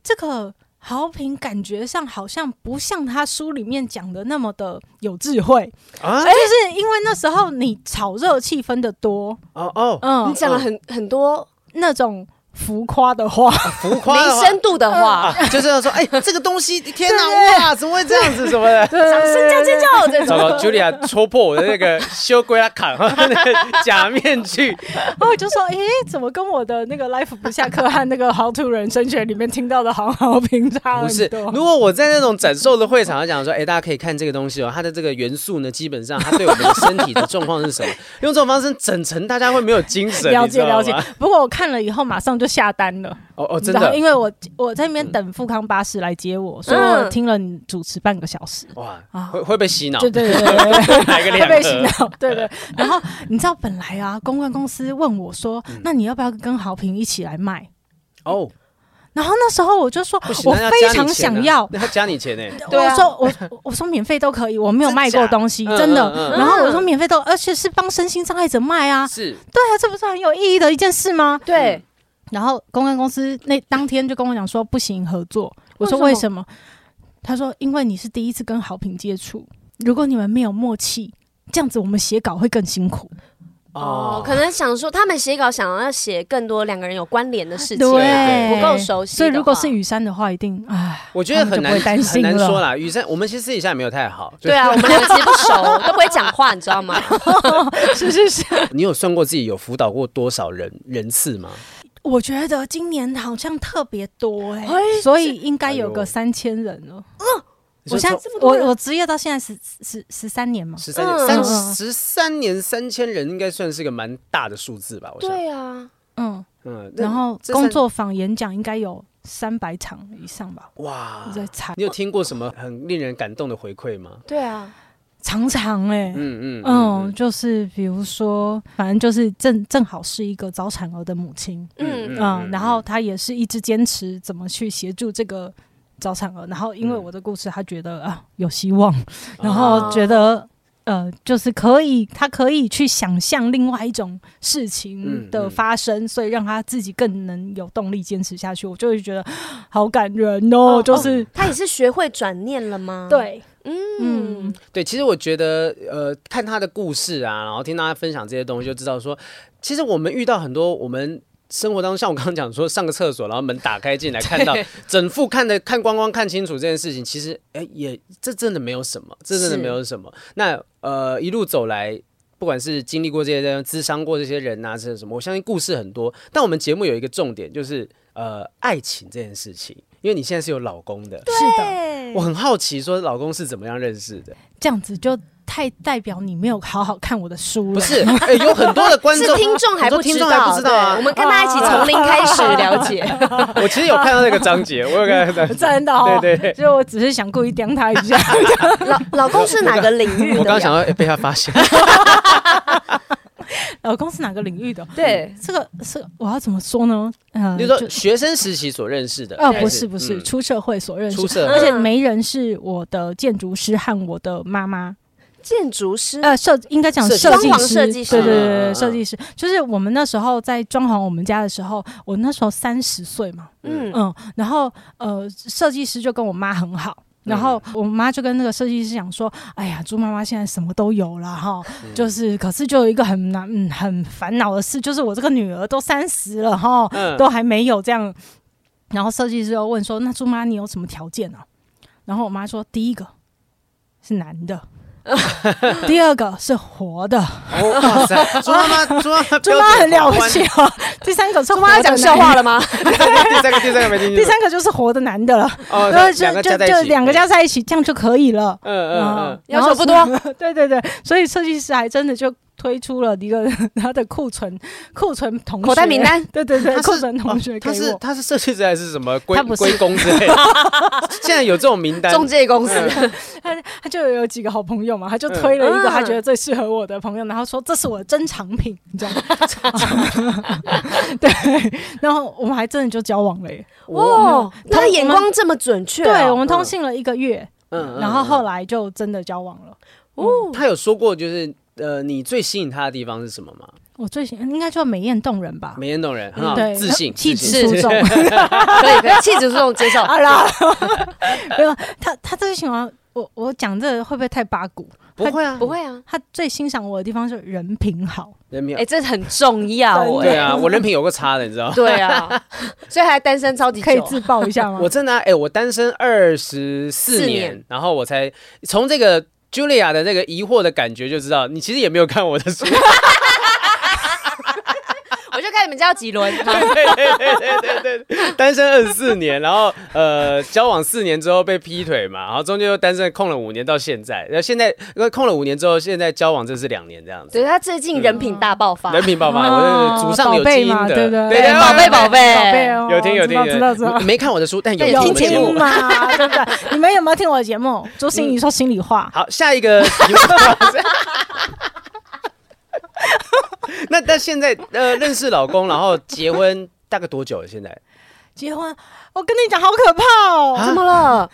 [SPEAKER 2] 这个豪平感觉上好像不像他书里面讲的那么的有智慧，
[SPEAKER 3] 啊
[SPEAKER 2] 就是因为那时候你炒热气氛的多，
[SPEAKER 3] 哦哦，
[SPEAKER 1] 你
[SPEAKER 2] 嗯，
[SPEAKER 1] 讲了很很多
[SPEAKER 2] 那种浮夸的话，
[SPEAKER 3] 浮夸的
[SPEAKER 1] 没
[SPEAKER 3] 话
[SPEAKER 1] 深度的
[SPEAKER 3] 啊
[SPEAKER 1] 话，，
[SPEAKER 3] 就是要说哎，这个东西，天哪哇，怎么会这样子什么的。
[SPEAKER 1] 掌声加尖叫这
[SPEAKER 3] 糟糕
[SPEAKER 1] 种。
[SPEAKER 3] ，Julia 戳破我的那个修龟拉坎 那个假面具，
[SPEAKER 2] 然后我就说，诶，怎么跟我的那个《Life 不下课》和那个《How to 人生学》里面听到的好好评差
[SPEAKER 3] 不是
[SPEAKER 2] 很？多？
[SPEAKER 3] 如果我在那种展售的会场讲说，哎、大家可以看这个东西哦，它的这个元素呢，基本上它对我们的身体的状况是什么？ 用这种方式整层，大家会没有精 神，
[SPEAKER 2] 了
[SPEAKER 3] 你知
[SPEAKER 2] 解
[SPEAKER 3] 道吗
[SPEAKER 2] 了解，不过我看了以后马上就下单了。
[SPEAKER 3] 哦哦，
[SPEAKER 2] 你知
[SPEAKER 3] 真
[SPEAKER 2] 道，
[SPEAKER 3] 的
[SPEAKER 2] 因为我我在那边等富康巴士来接我，所以我听了你主持半个小时。
[SPEAKER 3] 哇
[SPEAKER 2] 啊，
[SPEAKER 3] 会会被洗脑，
[SPEAKER 2] 对对对对对，
[SPEAKER 3] 来个
[SPEAKER 2] 会
[SPEAKER 3] 两
[SPEAKER 2] 被洗
[SPEAKER 3] 个，
[SPEAKER 2] 脑，对对。然后你知道，本来啊，公关公司问我说：“
[SPEAKER 3] 嗯
[SPEAKER 2] 那你要不要跟豪平一起来卖
[SPEAKER 3] 哦，？”
[SPEAKER 2] 然后那时候我就说
[SPEAKER 3] 不：“行，
[SPEAKER 2] 我
[SPEAKER 3] 那要
[SPEAKER 2] 非
[SPEAKER 3] 加
[SPEAKER 2] 常
[SPEAKER 3] 你钱啊
[SPEAKER 2] 想要。
[SPEAKER 3] 那要加你钱呢、”欸
[SPEAKER 1] 对啊
[SPEAKER 2] 我说：“我我说免费都可以，我没有
[SPEAKER 3] 真
[SPEAKER 2] 卖过
[SPEAKER 3] 假
[SPEAKER 2] 东西，
[SPEAKER 3] 嗯
[SPEAKER 2] 真的。
[SPEAKER 3] 嗯嗯
[SPEAKER 2] 然后我说：“免费都，而且是帮身心障碍者卖啊，
[SPEAKER 3] 是
[SPEAKER 2] 对啊，这不是很有意义的一件事吗？”
[SPEAKER 1] 对，
[SPEAKER 2] 然后公关公司那当天就跟我讲说不行合作，我说
[SPEAKER 1] 为
[SPEAKER 2] 为
[SPEAKER 1] 什
[SPEAKER 2] 什么？他说因为你是第一次跟好评接触，如果你们没有默契，这样子我们写稿会更辛苦。
[SPEAKER 1] 哦，可能想说他们写稿想要写更多两个人有关联的事情，
[SPEAKER 3] 对
[SPEAKER 1] 不够熟悉的话。
[SPEAKER 2] 所以如果是雨山的话，一定啊唉，
[SPEAKER 3] 我觉得
[SPEAKER 2] 他们就
[SPEAKER 3] 很
[SPEAKER 2] 不
[SPEAKER 3] 难
[SPEAKER 2] 会担
[SPEAKER 3] 很
[SPEAKER 2] 心
[SPEAKER 3] 难说
[SPEAKER 2] 了。
[SPEAKER 3] 啦。雨山，我们其实私底下也没有太好。就
[SPEAKER 1] 对啊，我们两个其实不熟，都不会讲话，你知道吗？
[SPEAKER 2] 是是是，
[SPEAKER 3] 你有算过自己有辅导过多少人人次吗？
[SPEAKER 2] 我觉得今年好像特别多哎、
[SPEAKER 1] 哎
[SPEAKER 2] 所以应该有
[SPEAKER 3] 哎呦
[SPEAKER 2] 个三千人了。
[SPEAKER 3] 你
[SPEAKER 2] 我
[SPEAKER 3] 说
[SPEAKER 2] 现在
[SPEAKER 3] 从
[SPEAKER 1] 么
[SPEAKER 2] 我
[SPEAKER 1] 多人
[SPEAKER 2] 我职业到现在十十十三年嘛，
[SPEAKER 3] 十三
[SPEAKER 1] 嗯
[SPEAKER 3] 年
[SPEAKER 2] 嗯
[SPEAKER 3] 三
[SPEAKER 2] 嗯
[SPEAKER 3] 十三年三千人，应该算是个蛮大的数字吧？我 想，
[SPEAKER 1] 对啊，
[SPEAKER 2] 嗯，
[SPEAKER 3] 嗯，那
[SPEAKER 2] 然后
[SPEAKER 3] 这三
[SPEAKER 2] 工作坊演讲应该有三百场以上吧，
[SPEAKER 3] 哇
[SPEAKER 2] 我，在猜。
[SPEAKER 3] 啊你有听过什么很令人感动的回馈吗？
[SPEAKER 1] 对啊，
[SPEAKER 2] 常常哎、
[SPEAKER 3] 嗯嗯
[SPEAKER 2] 嗯，就是比如说，反正就是正正好是一个早产儿的母亲，
[SPEAKER 1] 嗯，
[SPEAKER 2] 嗯，然后她也是一直坚持怎么去协助这个早产儿，然后因
[SPEAKER 3] 嗯
[SPEAKER 2] 为我的故事，她觉得啊有希望，然
[SPEAKER 3] 啊
[SPEAKER 2] 后觉得。呃，就是可以，她可以去想象另外一种事
[SPEAKER 3] 嗯
[SPEAKER 2] 情的发生，所以让她自己更能有动力坚持下去。我就会觉得好感人哦，
[SPEAKER 1] 哦
[SPEAKER 2] 就是、
[SPEAKER 1] 他也是学会转念了
[SPEAKER 3] 哦
[SPEAKER 1] 吗？，
[SPEAKER 2] 对，
[SPEAKER 1] 嗯，
[SPEAKER 3] 对，其实我觉得，呃，看他的故事啊，然后听他分享这些东西，就知道说，其实我们遇到很多我们。生活当中，像我刚刚讲说，上个厕所，然后门打开进来，看到整副看的看光光看清楚这件事情，其实哎、也这真的没有什么，这真的
[SPEAKER 1] 是
[SPEAKER 3] 没有什么。那呃一路走来，不管是经历过这些、咨商过这些人啊，这是什么，我相信故事很多。但我们节目有一个重点，就是呃爱情这件事情，因为你现在是有老公的，
[SPEAKER 2] 是的，
[SPEAKER 1] 对
[SPEAKER 3] 我很好奇说老公是怎么样认识的。
[SPEAKER 2] 这样子就太代表你没有好好看我的书了。
[SPEAKER 3] 不是，哎有很多的观
[SPEAKER 1] 是
[SPEAKER 3] 众，
[SPEAKER 1] 听众还不
[SPEAKER 3] 很多听
[SPEAKER 1] 知
[SPEAKER 3] 众还
[SPEAKER 1] 道，
[SPEAKER 3] 不知道
[SPEAKER 1] 对
[SPEAKER 3] 啊
[SPEAKER 1] 我。们跟大家一起从零开始了解。
[SPEAKER 3] 我其实有看到那个章节，我有看到。
[SPEAKER 2] 真的哦，
[SPEAKER 3] 对 对对
[SPEAKER 2] 所以我只是想故意刁他一下。
[SPEAKER 1] 老 老公是哪个领域的？
[SPEAKER 3] 我刚刚想，到、哎被他发 现，
[SPEAKER 2] 老公是哪个领域的？哦
[SPEAKER 1] 对，
[SPEAKER 2] 这个是我要怎么说呢？嗯、
[SPEAKER 3] 就是说学生时期所认识的，
[SPEAKER 2] 哦，
[SPEAKER 3] 还
[SPEAKER 2] 不是不是，
[SPEAKER 3] 嗯
[SPEAKER 2] 出社会所认识，
[SPEAKER 3] 出社
[SPEAKER 1] 嗯
[SPEAKER 2] 而
[SPEAKER 3] 会
[SPEAKER 2] 且媒人是我的建筑师和我的妈妈，
[SPEAKER 1] 建筑师
[SPEAKER 2] 呃，设应该讲
[SPEAKER 3] 设计
[SPEAKER 2] 设计
[SPEAKER 1] 装潢
[SPEAKER 2] 师，
[SPEAKER 1] 设计师
[SPEAKER 2] 对对对
[SPEAKER 3] 嗯嗯
[SPEAKER 2] 对，
[SPEAKER 3] 嗯
[SPEAKER 2] 设计师。就是我们那时候在装潢我们家的时候，我那时候三十岁嘛，
[SPEAKER 1] 嗯
[SPEAKER 2] 嗯，然后呃，设计师就跟我妈很好。
[SPEAKER 1] 嗯
[SPEAKER 2] 然后我妈就跟那个设计师讲说：“哎呀，猪妈妈现在什么都有了哈，
[SPEAKER 1] 嗯
[SPEAKER 2] 就是可是就有一个很难、嗯、很烦恼的事，就是我这个女儿都三十了哈，
[SPEAKER 3] 嗯
[SPEAKER 2] 都还没有这样。”然后设计师又问说：“那猪妈，你有什么条件啊？”然后我妈说：“第一个是 男的，第二个是活的，
[SPEAKER 3] 哦哇塞，猪妈 妈，猪妈妈，
[SPEAKER 2] 猪妈很了不起，哦。第三个是活的
[SPEAKER 1] 妈
[SPEAKER 2] 男
[SPEAKER 1] 要讲笑话，了吗？
[SPEAKER 3] 第三个第三个没听
[SPEAKER 2] 第
[SPEAKER 3] 清楚，
[SPEAKER 2] 三个就是活的男的了。”
[SPEAKER 3] 哦，
[SPEAKER 2] 然后
[SPEAKER 3] 两
[SPEAKER 2] 就就
[SPEAKER 3] 个加在一
[SPEAKER 2] 就
[SPEAKER 3] 起，哎
[SPEAKER 2] 两个加哦在一起，这样就可以了。啊
[SPEAKER 3] 嗯，嗯嗯
[SPEAKER 1] 要
[SPEAKER 2] 然
[SPEAKER 1] 求
[SPEAKER 2] 后
[SPEAKER 1] 不多，
[SPEAKER 2] 是， 对对对，所以设计师还真的就推出了一个他的库存库存同学
[SPEAKER 1] 口袋名， 单，
[SPEAKER 2] 对对对，
[SPEAKER 3] 他
[SPEAKER 2] 库
[SPEAKER 3] 是
[SPEAKER 2] 存同学
[SPEAKER 3] 哦
[SPEAKER 2] 给
[SPEAKER 3] 他是
[SPEAKER 2] 我。
[SPEAKER 3] 他是设计师还是什么归
[SPEAKER 2] 他不是
[SPEAKER 3] 归公之类的？ 现在有这种 名单，
[SPEAKER 1] 中介公司。
[SPEAKER 3] 嗯
[SPEAKER 2] 他他就有几个好朋友嘛，他就推了一个
[SPEAKER 1] 嗯
[SPEAKER 2] 他觉得最适合我的朋友，然后说这是我的珍藏品，你知道吗？ 对，然后我们还真的就交往了耶。
[SPEAKER 1] 哇，
[SPEAKER 2] 同
[SPEAKER 1] 他眼
[SPEAKER 2] 我们
[SPEAKER 1] 光这么准确哦。
[SPEAKER 2] 对，我们通信了一个月，
[SPEAKER 3] 嗯
[SPEAKER 2] 然后后
[SPEAKER 3] 来
[SPEAKER 2] 来就真的交往了。
[SPEAKER 1] 哦，
[SPEAKER 3] 他有说过，就是呃，你最吸引他的地方是什么吗？
[SPEAKER 2] 我最喜应该叫美艳动人吧，
[SPEAKER 3] 美艳动人，很好，
[SPEAKER 2] 嗯对，呃
[SPEAKER 3] 自信，
[SPEAKER 2] 气
[SPEAKER 3] 自
[SPEAKER 2] 质
[SPEAKER 3] 信
[SPEAKER 2] 出众。
[SPEAKER 1] 可以可以，气质这种接 受。
[SPEAKER 2] 好啦， 没有他，他最喜欢我。我讲这会不会太八股？
[SPEAKER 3] 不会啊，
[SPEAKER 1] 不会啊，
[SPEAKER 2] 他最欣赏我的地方是人品好，
[SPEAKER 3] 人民
[SPEAKER 1] 哎，这很重要
[SPEAKER 3] 对
[SPEAKER 1] 哎。
[SPEAKER 3] 啊，我人品有个差的，你知道吗？
[SPEAKER 1] 对啊， 所以还单身超级久
[SPEAKER 2] 可以自爆一下吗？
[SPEAKER 3] 我真的啊哎、我单身二十四
[SPEAKER 1] 四
[SPEAKER 3] 年
[SPEAKER 1] 年，
[SPEAKER 3] 然后我才从这个 Julia 的那个疑惑的感觉就知道，你其实也没有看我的书。
[SPEAKER 1] 我就看你们家有几 轮。
[SPEAKER 3] 对对对对对对，单身二十四年，然后呃，交往四年之后被劈腿嘛，然后中间又单身空了五年到现在，然后现在呃空了五年之后，现在交往这是两年这样子。
[SPEAKER 1] 对他最近人品大爆发，
[SPEAKER 3] 人品爆发，我
[SPEAKER 2] 哦
[SPEAKER 3] 是祖上有
[SPEAKER 2] 宝贝
[SPEAKER 3] 基因
[SPEAKER 2] 嘛
[SPEAKER 3] 的，
[SPEAKER 2] 对不对
[SPEAKER 1] 对宝贝宝贝
[SPEAKER 2] 宝贝哦，
[SPEAKER 3] 有听有听，
[SPEAKER 2] 知道知道
[SPEAKER 3] 没。没看我的书，但有
[SPEAKER 1] 对
[SPEAKER 3] 听我
[SPEAKER 1] 有
[SPEAKER 3] 们
[SPEAKER 1] 听
[SPEAKER 3] 节
[SPEAKER 1] 节
[SPEAKER 3] 目
[SPEAKER 1] 目。
[SPEAKER 2] 嘛， 对不对？你们有没有听我的节目？周星宇说心里话，
[SPEAKER 3] 好，下一个 题目。那但现在呃，认识老公，然后结婚大概多久了？现在？
[SPEAKER 2] 结婚，我跟你讲，好可怕哦！
[SPEAKER 3] 啊
[SPEAKER 1] 怎么 了？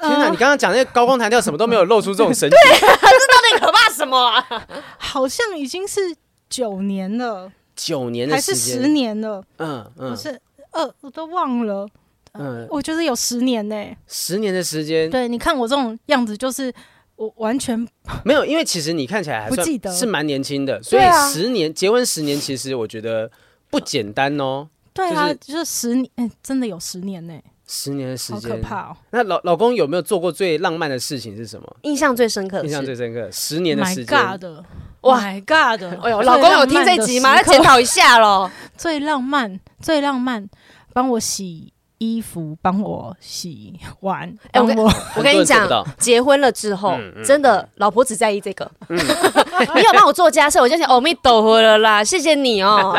[SPEAKER 3] 天哪！
[SPEAKER 2] 呃
[SPEAKER 3] 你刚刚讲那个高光弹跳，什么都没有露出这种神奇。
[SPEAKER 1] 这到底可怕什么啊？
[SPEAKER 2] 好像已经是九年了，
[SPEAKER 3] 九年的
[SPEAKER 2] 还是
[SPEAKER 3] 时间，
[SPEAKER 2] 十年了？
[SPEAKER 3] 嗯
[SPEAKER 2] 我
[SPEAKER 3] 嗯
[SPEAKER 2] 是二，我都忘了，
[SPEAKER 3] 嗯，
[SPEAKER 2] 我觉得有十年呢。
[SPEAKER 3] 十年的时间，
[SPEAKER 2] 对，你看我这种样子，就是我完全
[SPEAKER 3] 没有，因为其实你看起来还
[SPEAKER 2] 不
[SPEAKER 3] 算
[SPEAKER 2] 记得
[SPEAKER 3] 是蛮年轻的，所以
[SPEAKER 1] 对啊
[SPEAKER 3] 十年、结婚十年，其实我觉得不简单哦。
[SPEAKER 2] 对啊，
[SPEAKER 3] 就是
[SPEAKER 2] 就是十年，嗯真的有十年呢、
[SPEAKER 3] 十年的时
[SPEAKER 2] 好
[SPEAKER 3] 间，
[SPEAKER 2] 可怕哦、
[SPEAKER 3] 那老老公有没有做过最浪漫的事情是什么？
[SPEAKER 1] 印象最深刻的
[SPEAKER 3] 印象最
[SPEAKER 1] 是，
[SPEAKER 3] 深刻，十年的
[SPEAKER 2] 呃 Oh My
[SPEAKER 3] 时间，
[SPEAKER 2] God，
[SPEAKER 1] 哇
[SPEAKER 2] 哇，My God，
[SPEAKER 1] 哎呦，老公有听这集吗？要检
[SPEAKER 2] 最浪漫的时刻
[SPEAKER 1] 讨一下喽。
[SPEAKER 2] 最浪漫，最浪漫，帮我洗衣服，帮我洗碗，
[SPEAKER 1] 哎我
[SPEAKER 2] 帮
[SPEAKER 1] 跟
[SPEAKER 2] 我
[SPEAKER 1] 我跟你
[SPEAKER 3] 很多人做不
[SPEAKER 1] 讲
[SPEAKER 3] 到，
[SPEAKER 1] 结婚了之后
[SPEAKER 3] 嗯，嗯嗯
[SPEAKER 1] 真的老婆只在意这个。 你有帮我做家事，我就想，哦，咪抖回了啦，谢谢你 哦。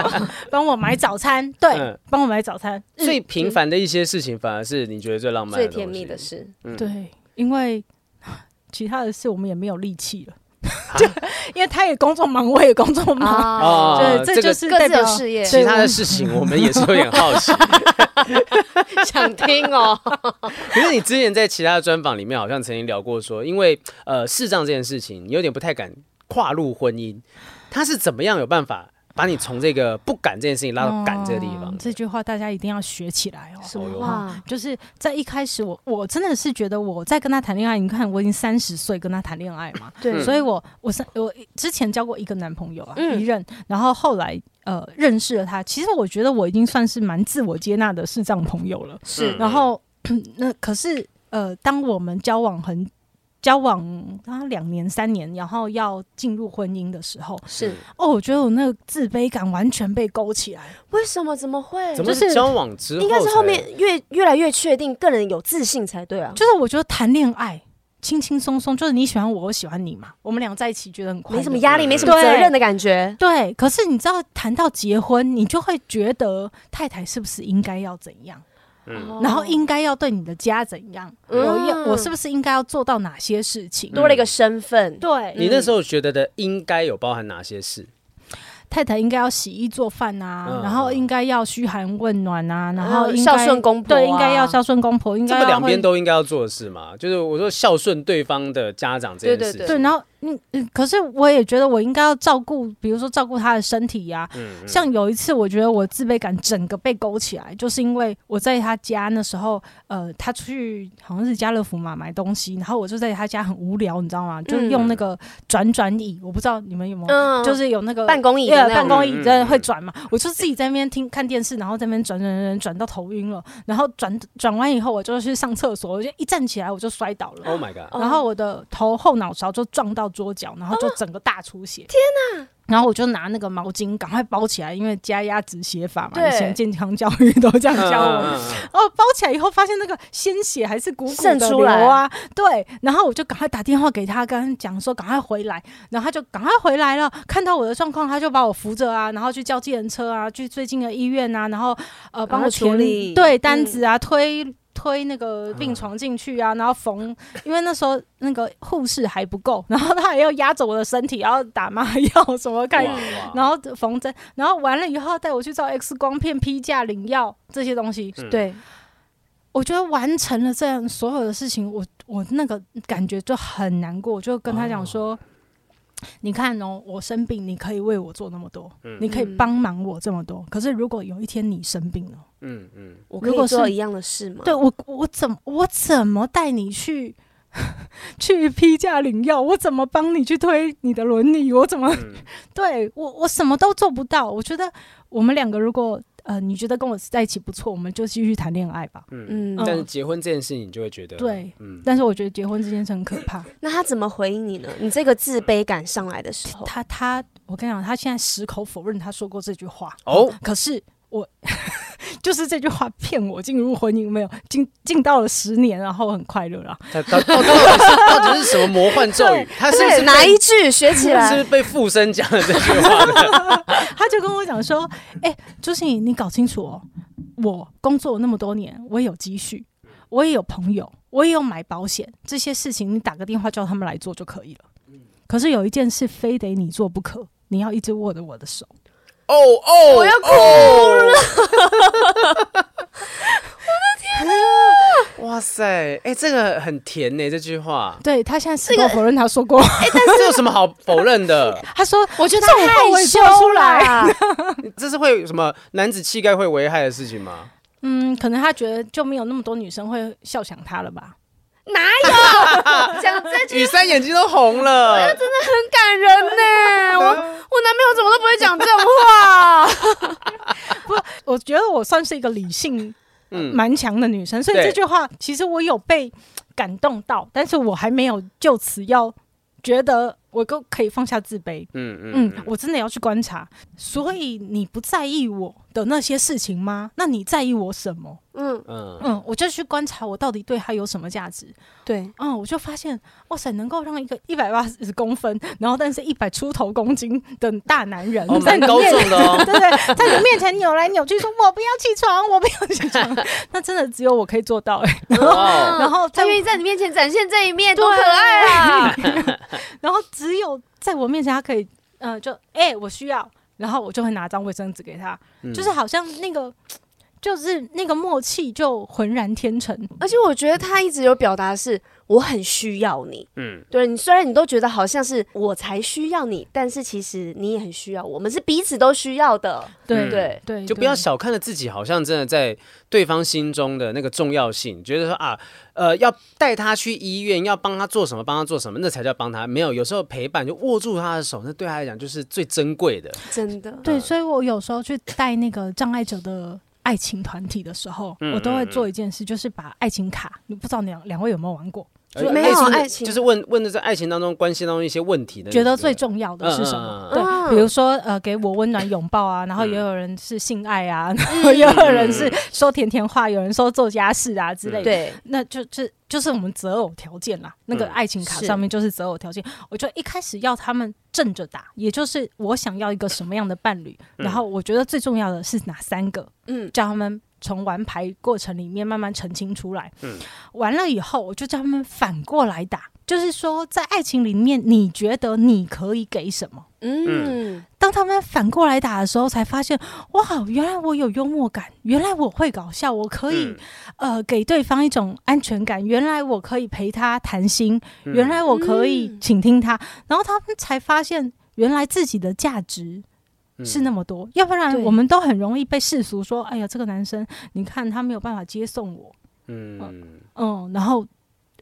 [SPEAKER 2] 帮我买早餐，对
[SPEAKER 3] 嗯，
[SPEAKER 2] 帮、我买早餐，
[SPEAKER 3] 最平凡的一些事情，反而是你觉得最浪漫、
[SPEAKER 1] 最甜蜜的。事，
[SPEAKER 3] 嗯
[SPEAKER 2] 对，因为其他的事我们也没有力气了， 就因为他也工作忙，我也工作忙，
[SPEAKER 1] 啊，
[SPEAKER 3] 哦
[SPEAKER 2] 对，这
[SPEAKER 3] 这个
[SPEAKER 2] 就是
[SPEAKER 1] 各
[SPEAKER 2] 代
[SPEAKER 1] 自有
[SPEAKER 2] 表
[SPEAKER 1] 事业，
[SPEAKER 2] 对
[SPEAKER 3] 其他的
[SPEAKER 2] 我
[SPEAKER 3] 事情，我们也是有点好奇。
[SPEAKER 1] 想听哦。
[SPEAKER 3] 可是你之前在其他的专访里面，好像曾经聊过说，因为呃视障这件事情，你有点不太敢跨入婚姻，他是怎么样有办法把你从这个不敢这件事情拉
[SPEAKER 1] 哦
[SPEAKER 3] 到敢这个地方
[SPEAKER 2] 嗯？这句话大家一定要学起来哦。
[SPEAKER 1] 什
[SPEAKER 3] 么
[SPEAKER 1] 么
[SPEAKER 3] 哟
[SPEAKER 1] 话
[SPEAKER 3] 话？
[SPEAKER 2] 就是在一开始我，我真的是觉得我在跟他谈恋爱。你看，我已经三十岁跟他谈恋爱嘛，
[SPEAKER 1] 对
[SPEAKER 2] 所以我我三我之前交过一个男朋友啊，
[SPEAKER 1] 嗯
[SPEAKER 2] 一任，然后后来呃认识了他。其实我觉得我已经算是蛮自我接纳的视障朋友了。
[SPEAKER 1] 是
[SPEAKER 3] 嗯
[SPEAKER 2] 然后那可是呃，当我们交往很交往啊两年三年，然后要进入婚姻的时候，
[SPEAKER 1] 是
[SPEAKER 3] 嗯
[SPEAKER 2] 哦，我觉得我那个自卑感完全被勾起来。
[SPEAKER 1] 为什么？怎么会？
[SPEAKER 3] 怎么
[SPEAKER 2] 就是
[SPEAKER 3] 是交往之后才
[SPEAKER 1] 应该是后面越越来越确定，个人有自信才对啊。
[SPEAKER 2] 就是我觉得谈恋爱轻轻松松，就是你喜欢我，我喜欢你嘛，我们俩在一起觉得很快乐
[SPEAKER 1] 没什么压力，没什么
[SPEAKER 2] 对
[SPEAKER 1] 责任的感觉。
[SPEAKER 2] 对，可是你知道，谈到结婚，你就会觉得太太是不是应该要怎样，
[SPEAKER 3] 嗯
[SPEAKER 2] 然后应该要对你的家怎样，
[SPEAKER 1] 哦嗯
[SPEAKER 2] 我要我是不是应该要做到哪些事情？
[SPEAKER 1] 多了一个身份，
[SPEAKER 2] 对，
[SPEAKER 3] 你那时候觉得的应该有包含哪些事？
[SPEAKER 2] 太太应该要洗衣做饭啊，
[SPEAKER 3] 嗯
[SPEAKER 2] 然后应该要嘘寒问暖啊，然后
[SPEAKER 1] 嗯
[SPEAKER 2] 应该、
[SPEAKER 1] 孝顺公婆啊
[SPEAKER 2] 对，应该要孝顺公婆，应
[SPEAKER 3] 这
[SPEAKER 2] 该
[SPEAKER 3] 不
[SPEAKER 2] 要
[SPEAKER 3] 两边
[SPEAKER 2] 会
[SPEAKER 3] 都应该要做的事嘛？就是我说孝顺对方的家长这件事情，
[SPEAKER 1] 对
[SPEAKER 2] 对，然后嗯嗯，可是我也觉得我应该要照顾，比如说照顾他的身体啊呀、
[SPEAKER 3] 嗯嗯
[SPEAKER 2] 像有一次，我觉得我自卑感整个被勾起来，就是因为我在他家那时候，呃，他出去好像是家乐福嘛买东西，然后我就在他家很无聊，你知道吗？就是用那个转转椅，我不知道你们有没有，
[SPEAKER 1] 嗯
[SPEAKER 2] 就是有那个
[SPEAKER 1] 办公椅的
[SPEAKER 2] 对
[SPEAKER 1] 那
[SPEAKER 2] 办
[SPEAKER 1] 种
[SPEAKER 2] 公椅
[SPEAKER 3] 嗯
[SPEAKER 2] 真的
[SPEAKER 3] 嗯
[SPEAKER 2] 会
[SPEAKER 3] 嗯
[SPEAKER 2] 转嘛，我就自己在那边听看电视，然后在那边转转转转到头晕了，然后转转完以后，我就去上厕所，我就一站起来我就摔倒了。
[SPEAKER 3] ，Oh my god，
[SPEAKER 1] 哦
[SPEAKER 2] 然后我的头后脑勺就撞到桌角，然后就整个大出血。天哪！然后我就拿那个毛巾赶快包起来，因为加压止血法嘛，
[SPEAKER 1] 对
[SPEAKER 2] 以前健康教育都这样教我们。
[SPEAKER 3] 嗯嗯嗯嗯
[SPEAKER 2] 哦，包起来以后发现那个鲜血还是鼓鼓的
[SPEAKER 1] 渗出来
[SPEAKER 2] 流啊，对。然后我就赶快打电话给他，跟他讲说赶快回来，然后他就赶快回来了。看到我的状况，他就把我扶着啊，然后去叫计程车啊，去最近的医院啊，然后呃帮我
[SPEAKER 1] 后处
[SPEAKER 2] 填
[SPEAKER 1] 理
[SPEAKER 2] 对
[SPEAKER 1] 嗯
[SPEAKER 2] 单子啊，推。推那个病床进去啊，然后缝，因为那时候那个护士还不够，然后他还要压着我的身体，然后打麻药什么看
[SPEAKER 3] 哇哇
[SPEAKER 2] 然后缝针，然后完了以后带我去照 X 光片、批假、领药这些东西。
[SPEAKER 3] 嗯
[SPEAKER 1] 对，
[SPEAKER 2] 我觉得完成了这样所有的事情，我我那个感觉就很难过，我就跟他讲说。你看哦，我生病，你可以为我做那么多，
[SPEAKER 3] 嗯
[SPEAKER 2] 你可以
[SPEAKER 1] 嗯
[SPEAKER 2] 帮忙我这么多。可是如果有一天你生病了，
[SPEAKER 3] 嗯嗯，
[SPEAKER 1] 我可
[SPEAKER 2] 如果
[SPEAKER 1] 以
[SPEAKER 2] 是
[SPEAKER 1] 做一样的事吗？
[SPEAKER 2] 对我我怎么我怎么带你去 去批假领药？我怎么帮你去推你的轮椅？我怎么、 对我我什么都做不到？我觉得我们两个如果呃你觉得跟我在一起不错，我们就继续谈恋爱吧。
[SPEAKER 1] 嗯，
[SPEAKER 3] 但是结婚这件事情，你就会觉得
[SPEAKER 2] 对，
[SPEAKER 3] 嗯，
[SPEAKER 2] 但是我觉得结婚这件事很可怕。
[SPEAKER 1] 那他怎么回应你呢？你这个自卑感上来的时候，
[SPEAKER 2] 他他，我跟你讲，他现在矢口否认他说过这句话。
[SPEAKER 3] 哦，
[SPEAKER 2] 可是我 就是这句话骗我进入婚姻，没有进进到了十年，然后很快乐啊啦。
[SPEAKER 3] 他到到到底是到底是什么魔幻咒语？他是不是
[SPEAKER 1] 对，哪
[SPEAKER 3] 被
[SPEAKER 1] 一句学起
[SPEAKER 3] 是不
[SPEAKER 1] 来？
[SPEAKER 3] 是被附身讲的这句话呢？
[SPEAKER 2] 他就跟我讲说：“哎、朱心怡，你搞清楚哦，我工作那么多年，我也有积蓄，我也有朋友，我也有买保险，这些事情你打个电话叫他们来做就可以了。可是有一件事非得你做不可，你要一直握着我的手。”，
[SPEAKER 3] 哦哦，我要哭了！我的天哇塞，哎、这个很甜呢、这句话
[SPEAKER 2] 对他现在矢口否认他说过，
[SPEAKER 3] 这有什么好否认的？
[SPEAKER 2] 他说
[SPEAKER 1] 我觉得
[SPEAKER 2] 这
[SPEAKER 1] 他
[SPEAKER 2] 种话我
[SPEAKER 1] 害
[SPEAKER 2] 也
[SPEAKER 1] 羞
[SPEAKER 2] 做得出来
[SPEAKER 1] 啦，
[SPEAKER 3] 这是会有什么男子气概会危害的事情吗？
[SPEAKER 2] 嗯，可能他觉得就没有那么多女生会笑想他了吧？
[SPEAKER 1] 哪 有？讲这句
[SPEAKER 3] 雨珊眼睛都红了，
[SPEAKER 1] 很感人 呢、我我男朋友怎么都不会讲这种 话。
[SPEAKER 2] 我觉得我算是一个理性
[SPEAKER 3] 嗯，
[SPEAKER 2] 蛮强的女生，所以
[SPEAKER 3] 对
[SPEAKER 2] 这句话其实我有被感动到，但是我还没有就此要觉得我都可以放下自卑。
[SPEAKER 3] 嗯嗯
[SPEAKER 2] 嗯，我真的要去观察。所以你不在意我的那些事情吗？那你在意我什么？
[SPEAKER 1] 嗯，
[SPEAKER 3] 嗯嗯，
[SPEAKER 2] 嗯，我就去观察我到底对他有什么价值。
[SPEAKER 1] 对，
[SPEAKER 2] 嗯，我就发现，哇塞，能够让一个一百八十公分，然后但是一百出头公斤的大男人
[SPEAKER 3] 哦，
[SPEAKER 2] 在
[SPEAKER 3] 蛮
[SPEAKER 2] 你
[SPEAKER 3] 高
[SPEAKER 2] 面
[SPEAKER 3] 中的哦
[SPEAKER 2] 对，不对？在你面前扭来扭去，说我不要起床，我不要起床， 那真的只有我可以做到、欸。
[SPEAKER 3] 哇哦
[SPEAKER 2] 然后在
[SPEAKER 1] 他，愿意在你面前展现这一面，
[SPEAKER 2] 对
[SPEAKER 1] 多可爱 啊！
[SPEAKER 2] 然后只有在我面前，他可以，呃，就哎、欸我需要，然后我就会拿张卫生纸给他，
[SPEAKER 3] 嗯
[SPEAKER 2] 就是好像那个，就是那个默契就浑然天成。
[SPEAKER 1] 而且我觉得他一直有表达是我很需要你，
[SPEAKER 3] 嗯
[SPEAKER 1] 对你虽然你都觉得好像是我才需要你，但是其实你也很需要我，我们是彼此都需要的。
[SPEAKER 2] 对
[SPEAKER 3] 嗯
[SPEAKER 1] 对，
[SPEAKER 2] 对，
[SPEAKER 3] 就不要小看了自己，好像真的在对方心中的那个重要性，觉得说啊，呃，要带他去医院，要帮他做什么，帮他做什么，那才叫帮他。没有，有时候陪伴就握住他的手，那对他来讲就是最珍贵的。
[SPEAKER 1] 真的，
[SPEAKER 3] 嗯
[SPEAKER 2] 对，所以我有时候去带那个障碍者的爱情团体的时候，
[SPEAKER 3] 嗯
[SPEAKER 2] 我都会
[SPEAKER 3] 嗯嗯
[SPEAKER 2] 做一件事，就是把爱情卡，你不知道两两位有没有玩过？
[SPEAKER 1] 就
[SPEAKER 3] 呃
[SPEAKER 1] 没
[SPEAKER 3] 类似
[SPEAKER 1] 有
[SPEAKER 3] 问
[SPEAKER 1] 爱情
[SPEAKER 3] 就是问问的在爱情当中、关系当中一些问题的，
[SPEAKER 2] 觉得最重要的是什么？
[SPEAKER 3] 么？嗯嗯嗯嗯
[SPEAKER 1] 嗯嗯嗯
[SPEAKER 2] 对，比如说呃，给我温暖拥抱啊，然后也有人是性爱啊，然后也有人是说甜甜
[SPEAKER 3] 嗯
[SPEAKER 2] 话，有人说做家事啊之类的。
[SPEAKER 1] 对，
[SPEAKER 2] 那就就就是我们择偶条件啦，那个
[SPEAKER 3] 嗯
[SPEAKER 2] 爱情卡
[SPEAKER 1] 是
[SPEAKER 2] 上面就是择偶条件。我就一开始要他们正着打，也就是我想要一个什么样的伴侣，
[SPEAKER 3] 嗯
[SPEAKER 2] 然后我觉得最重要的是哪三个，
[SPEAKER 1] 嗯，
[SPEAKER 2] 叫他们从玩牌过程里面慢慢澄清出来。
[SPEAKER 3] 嗯
[SPEAKER 2] 完了以后，我就叫他们反过来打，就是说在爱情里面，你觉得你可以给什么？
[SPEAKER 1] 嗯，
[SPEAKER 2] 当他们反过来打的时候，才发现哇，原来我有幽默感，原来我会搞笑，我可以、呃给对方一种安全感，原来我可以陪他谈心，
[SPEAKER 3] 嗯
[SPEAKER 2] 原来我可以
[SPEAKER 1] 嗯
[SPEAKER 2] 倾听他，然后他们才发现原来自己的价值是那么多，要不然
[SPEAKER 1] 对
[SPEAKER 2] 我们都很容易被世俗说，哎呀，这个男生，你看他没有办法接送我，
[SPEAKER 3] 嗯嗯
[SPEAKER 2] 嗯，然后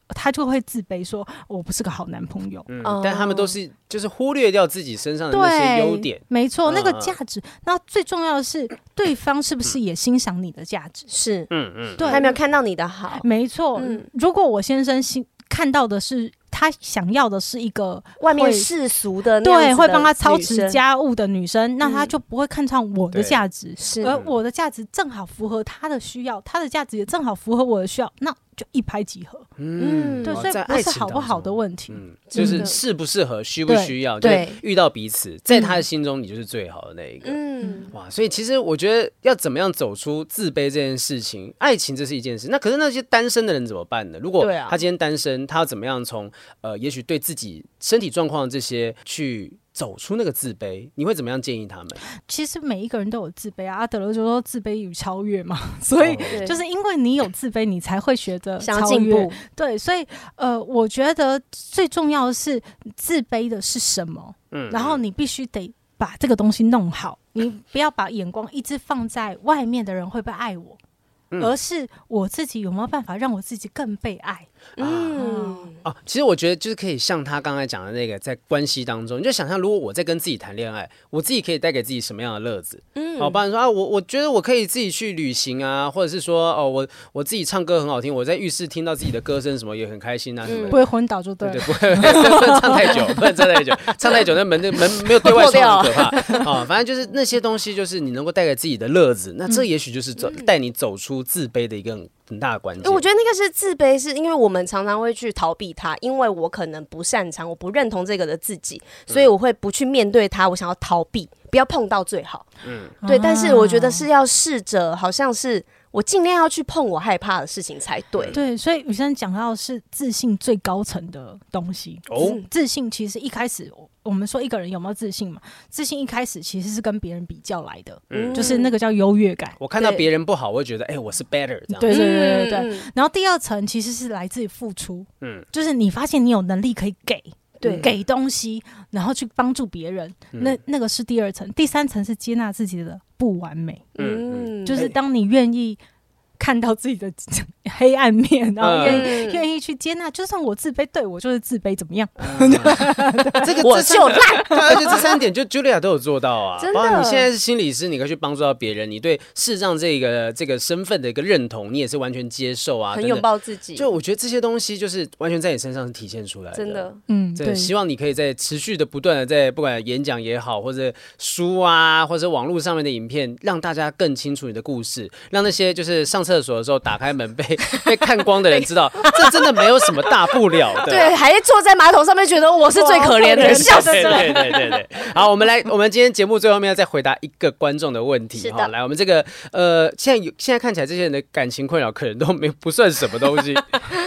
[SPEAKER 2] 他就会自卑说，我不是个好男朋友。
[SPEAKER 1] 哦
[SPEAKER 3] 嗯，但他们都是就是忽略掉自己身上的那些优
[SPEAKER 2] 对
[SPEAKER 1] 哦
[SPEAKER 3] 点，，
[SPEAKER 2] 没错，那个
[SPEAKER 3] 嗯嗯
[SPEAKER 2] 价值。那最重要的是，对方是不是也欣赏你的价值？
[SPEAKER 1] 是
[SPEAKER 3] 嗯嗯，
[SPEAKER 2] 对
[SPEAKER 1] 他没有看到你的好，
[SPEAKER 2] 没错。
[SPEAKER 1] 嗯
[SPEAKER 2] 如果我先生欣看到的是他想要的是一个
[SPEAKER 1] 外面
[SPEAKER 2] 会
[SPEAKER 1] 世俗的那样子
[SPEAKER 2] 对
[SPEAKER 1] 的
[SPEAKER 2] 会帮他操
[SPEAKER 1] 女
[SPEAKER 2] 持
[SPEAKER 1] 生，
[SPEAKER 2] 家务的女生，那他
[SPEAKER 1] 嗯
[SPEAKER 2] 就不会看上我的
[SPEAKER 3] 对
[SPEAKER 2] 价值。
[SPEAKER 1] 是
[SPEAKER 2] 而我的价值正好符合他的需要，他的价值也正好符合我的需要，那就一拍即合。
[SPEAKER 1] 嗯
[SPEAKER 2] 对，
[SPEAKER 1] 哦
[SPEAKER 2] 所以
[SPEAKER 3] 在
[SPEAKER 2] 不
[SPEAKER 3] 爱
[SPEAKER 2] 是
[SPEAKER 3] 情
[SPEAKER 2] 好不
[SPEAKER 3] 当
[SPEAKER 2] 好
[SPEAKER 3] 中
[SPEAKER 2] 的问题。
[SPEAKER 3] 嗯，
[SPEAKER 1] 真
[SPEAKER 3] 就是
[SPEAKER 1] 的
[SPEAKER 3] 适不适合，需不
[SPEAKER 2] 对
[SPEAKER 3] 需要，就是
[SPEAKER 1] 对
[SPEAKER 3] 遇到彼此，在他的心中你就是最好的那一个。
[SPEAKER 1] 嗯，
[SPEAKER 3] 哇，所以其实我觉得要怎么样走出自卑这件事情，爱情这是一件事。那可是那些单身的人怎么办呢？如果
[SPEAKER 1] 对啊
[SPEAKER 3] 他今天单身，他要怎么样从呃，也许对自己身体状况的这些去走出那个自卑？你会怎么样建 议他们？
[SPEAKER 2] 其实每一个人都有自卑啊，阿德勒就说自卑与超越嘛， 所以
[SPEAKER 3] 哦
[SPEAKER 1] 对
[SPEAKER 2] 就是因为你有自卑，你才会学着
[SPEAKER 1] 想要
[SPEAKER 2] 嗯超
[SPEAKER 1] 进
[SPEAKER 2] 越
[SPEAKER 1] 步，
[SPEAKER 2] 对，所以呃，我觉得最重要的是自卑的是什么，
[SPEAKER 3] 嗯
[SPEAKER 2] 然后你必须得把这个东西弄好，你不要把眼光一直放在外面的人会不会爱我，
[SPEAKER 3] 嗯
[SPEAKER 2] 而是我自己有没有办法让我自己更被爱。
[SPEAKER 1] 嗯，
[SPEAKER 3] 哦，其实我觉得就是可以像他刚才讲的那个，在关系当中，你就想象如果我在跟自己谈恋爱，我自己可以带给自己什么样的乐子？嗯，好，不然说啊，我我觉得我可以自己去旅行啊，或者是说哦，我我自己唱歌很好听，我在浴室听到自己的歌声什么也很开心啊什么
[SPEAKER 2] 不
[SPEAKER 1] 嗯
[SPEAKER 3] 的。
[SPEAKER 2] 会昏倒就对
[SPEAKER 3] 对 对，
[SPEAKER 2] 了。
[SPEAKER 3] 不会不能唱太久，不能唱太久， 唱太久那门那门没有对外
[SPEAKER 1] 破掉
[SPEAKER 3] 窗很可怕啊、反正就是那些东西，就是你能够带给自己的乐子，那这
[SPEAKER 1] 嗯
[SPEAKER 3] 也许就是走带你走出自卑的一个很很大的关
[SPEAKER 1] 因为
[SPEAKER 3] 键。
[SPEAKER 1] 哎我觉得那个是自卑，是因为我们常常会去逃避它，因为我可能不擅长，我不认同这个的自己，所
[SPEAKER 3] 嗯
[SPEAKER 1] 以我会不去面对它，我想要逃避，不要碰到最好。
[SPEAKER 3] 嗯
[SPEAKER 1] 对，但是我觉得
[SPEAKER 2] 啊
[SPEAKER 1] 是要试着，好像是我尽量要去碰我害怕的事情才对。
[SPEAKER 2] 对，所以雨生讲到的是自信最高层的东西。
[SPEAKER 3] 哦，
[SPEAKER 2] 自信其实一开始，我我们说一个人有没有自信嘛？自信一开始其实是跟别人比较来的，
[SPEAKER 3] 嗯
[SPEAKER 2] 就是那个叫优越感。
[SPEAKER 3] 我看到
[SPEAKER 1] 对
[SPEAKER 3] 别人不好，我会觉得哎、我是 better 这样。
[SPEAKER 2] 对对对对对。
[SPEAKER 1] 嗯
[SPEAKER 2] 然后第二层其实是来自于付出，
[SPEAKER 3] 嗯
[SPEAKER 2] 嗯，就是你发现你有能力可以给，
[SPEAKER 1] 对
[SPEAKER 2] 给东西，然后去帮助别人，
[SPEAKER 3] 嗯
[SPEAKER 2] 那那个是第二层。第三层是接纳自己的不完美，
[SPEAKER 3] 嗯嗯
[SPEAKER 1] 嗯，
[SPEAKER 2] 就是当你愿意看到自己的 黑暗面，然
[SPEAKER 3] 呃
[SPEAKER 2] 后愿意
[SPEAKER 1] 嗯
[SPEAKER 2] 愿、意去接纳，就算我自卑，对我就是自卑，怎么样？
[SPEAKER 3] 嗯 这个
[SPEAKER 1] 我
[SPEAKER 3] 这三
[SPEAKER 1] 就
[SPEAKER 3] 个对而且这三点就 Julia 都有做到啊。
[SPEAKER 1] 真的
[SPEAKER 3] 包括你现在是心理师，你可以去帮助到别人，你对视障这个这个身份的一个认同，你也是完全接受啊，
[SPEAKER 1] 很
[SPEAKER 3] 等等
[SPEAKER 1] 拥。抱自己，
[SPEAKER 3] 就我觉得这些东西就是完全在你身上是体现出来的，
[SPEAKER 1] 真的。
[SPEAKER 2] 嗯，
[SPEAKER 3] 真
[SPEAKER 2] 对
[SPEAKER 3] 的，希望你可以在持续的、不断的在不管演讲也好，或者书啊，或者网络上面的影片，让大家更清楚你的故事，让那些就是上厕所的时候打开门被 被看光的人知道，这真的没有什么大不了的。
[SPEAKER 1] 对，还坐在马桶上面，觉得我是最可怜的
[SPEAKER 2] 我好可
[SPEAKER 1] 人，
[SPEAKER 2] 怜
[SPEAKER 1] 笑死
[SPEAKER 3] 对
[SPEAKER 1] 了。
[SPEAKER 3] 对对对对，好，我 们来，我们今天节目最后面要再回答一个观众的问
[SPEAKER 1] 是
[SPEAKER 3] 题
[SPEAKER 1] 的
[SPEAKER 3] 哈。来，我们这个呃，现在有现在看起来这些人的感情困扰可能都没不算什 么东西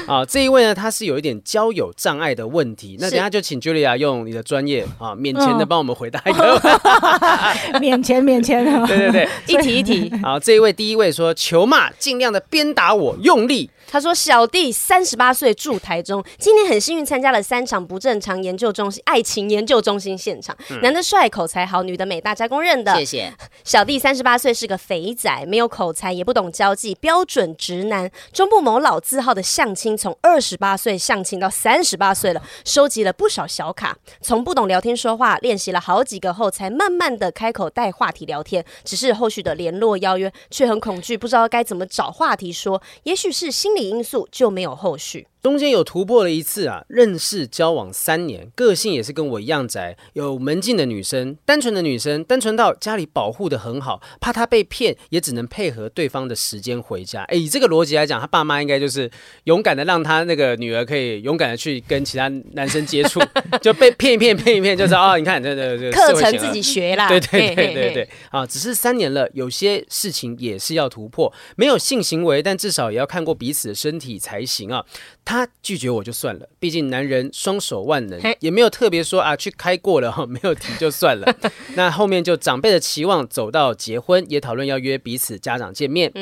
[SPEAKER 3] 啊。这一位呢，他是有一点交友障碍的问题，那
[SPEAKER 1] 是
[SPEAKER 3] 等一下就请 Julia 用你的专业啊，免钱的
[SPEAKER 2] 嗯
[SPEAKER 3] 帮我们回答一个。
[SPEAKER 2] 免钱免钱啊
[SPEAKER 3] 对 对对，
[SPEAKER 1] 一题一题，
[SPEAKER 3] 好，这一位第一位说求骂，尽量的鞭打我，用力。
[SPEAKER 1] 他说：“小弟三十八岁，住台中，今年很幸运参加了三场不正常研究中心爱情研究中心现场，男的帅，口才好，女的美，大家公认的。
[SPEAKER 4] 嗯谢谢。
[SPEAKER 1] 小弟三十八岁，是个肥仔，没有口才，也不懂交际，标准直男。中部某老字号的相亲，从二十八岁相亲到三十八岁了，收集了不少小卡。从不懂聊天说话，练习了好几个后，才慢慢的开口带话题聊天。只是后续的联络邀约却很恐惧，不知道该怎么找话题说。也许是心理因素，就没有后续。
[SPEAKER 3] 中间有突破了一次啊，认识交往三年，个性也是跟我一样宅，有门禁的女生，单纯的女生，单纯到家里保护的很好，怕她被骗，也只能配合对方的时间回家。哎，以这个逻辑来讲，他爸妈应该就是勇敢的让他那个女儿可以勇敢的去跟其他男生接 触，就被骗一骗骗一骗，就是啊、哦，你看这这这
[SPEAKER 1] 课
[SPEAKER 3] 社会啊
[SPEAKER 1] 程
[SPEAKER 3] 险恶
[SPEAKER 1] 自己学啦，
[SPEAKER 3] 对对对
[SPEAKER 1] 嘿
[SPEAKER 3] 对。
[SPEAKER 1] 嘿
[SPEAKER 3] 对
[SPEAKER 1] 嘿
[SPEAKER 3] 啊！只是三年了，有些事情也是要突破，没有性行为，但至少也要看过彼此的身体才行啊。他拒绝我就算了，毕竟男人双手万能
[SPEAKER 1] 嘿，
[SPEAKER 3] 也没有特别说啊去开过了哈，没有提就算 了。那后面就长辈的期望走到结婚，也讨论要约彼此家长见面。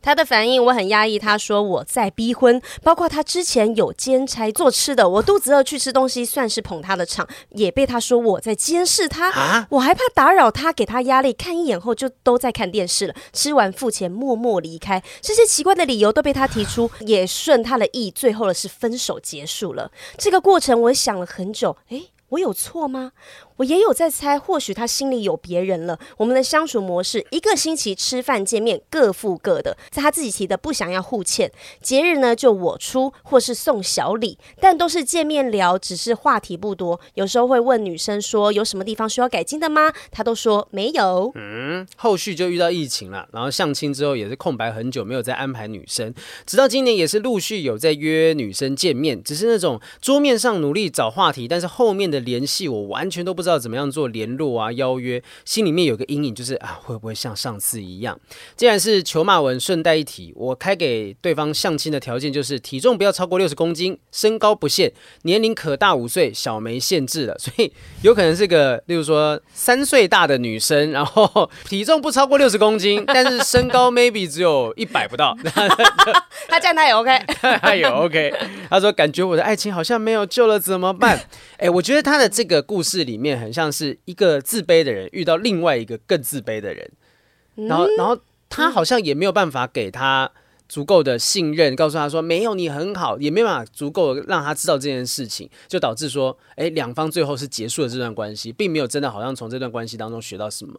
[SPEAKER 1] 他的反应我很压抑，他说我在逼婚，包括他之前有兼差做吃的，我肚子饿去吃东西，算是捧他的场，也被他说我在监视他，
[SPEAKER 3] 啊
[SPEAKER 1] 我还怕打扰他，给他压力，看一眼后就都在看电视了，吃完付钱默默离开，这些奇怪的理由都被他提出，也顺他的意，最后的是分手结束了。这个过程我想了很久，诶，我有错吗？我也有在猜，或许他心里有别人了。我们的相处模式，一个星期吃饭见面，各付各的。在他自己提的不想要互欠，节日呢就我出或是送小礼，但都是见面聊，只是话题不多。有时候会问女生说有什么地方需要改进的吗？他都说没有。
[SPEAKER 3] 后续就遇到疫情了，然后相亲之后也是空白很久，没有再安排女生，直到今年也是陆续有在约女生见面，只是那种桌面上努力找话题，但是后面的联系我完全都不知道怎么样做联络啊邀约，心里面有个阴影，就是啊会不会像上次一样？既然是求骂文，顺带一提，我开给对方相亲的条件就是体重不要超过六十公斤，身高不限，年龄可大五岁，小没限制了，所以有可能是个，例如说三岁大的女生，然后体重不超过六十公斤，但是身高 maybe 只有一百不到，
[SPEAKER 1] 他这样他也 OK。
[SPEAKER 3] 哎呦 OK，他说感觉我的爱情好像没有救了，怎么 办？哎，我觉得他的这个故事里面很像是一个自卑的人遇到另外一个更自卑的人，
[SPEAKER 1] 嗯
[SPEAKER 3] 然后然后他好像也没有办法给他。足够的信任，告诉他说没有你很好，也没办法足够地让他知道这件事情，就导致说，哎，两方最后是结束了这段关系，并没有真的好像从这段关系当中学到什么。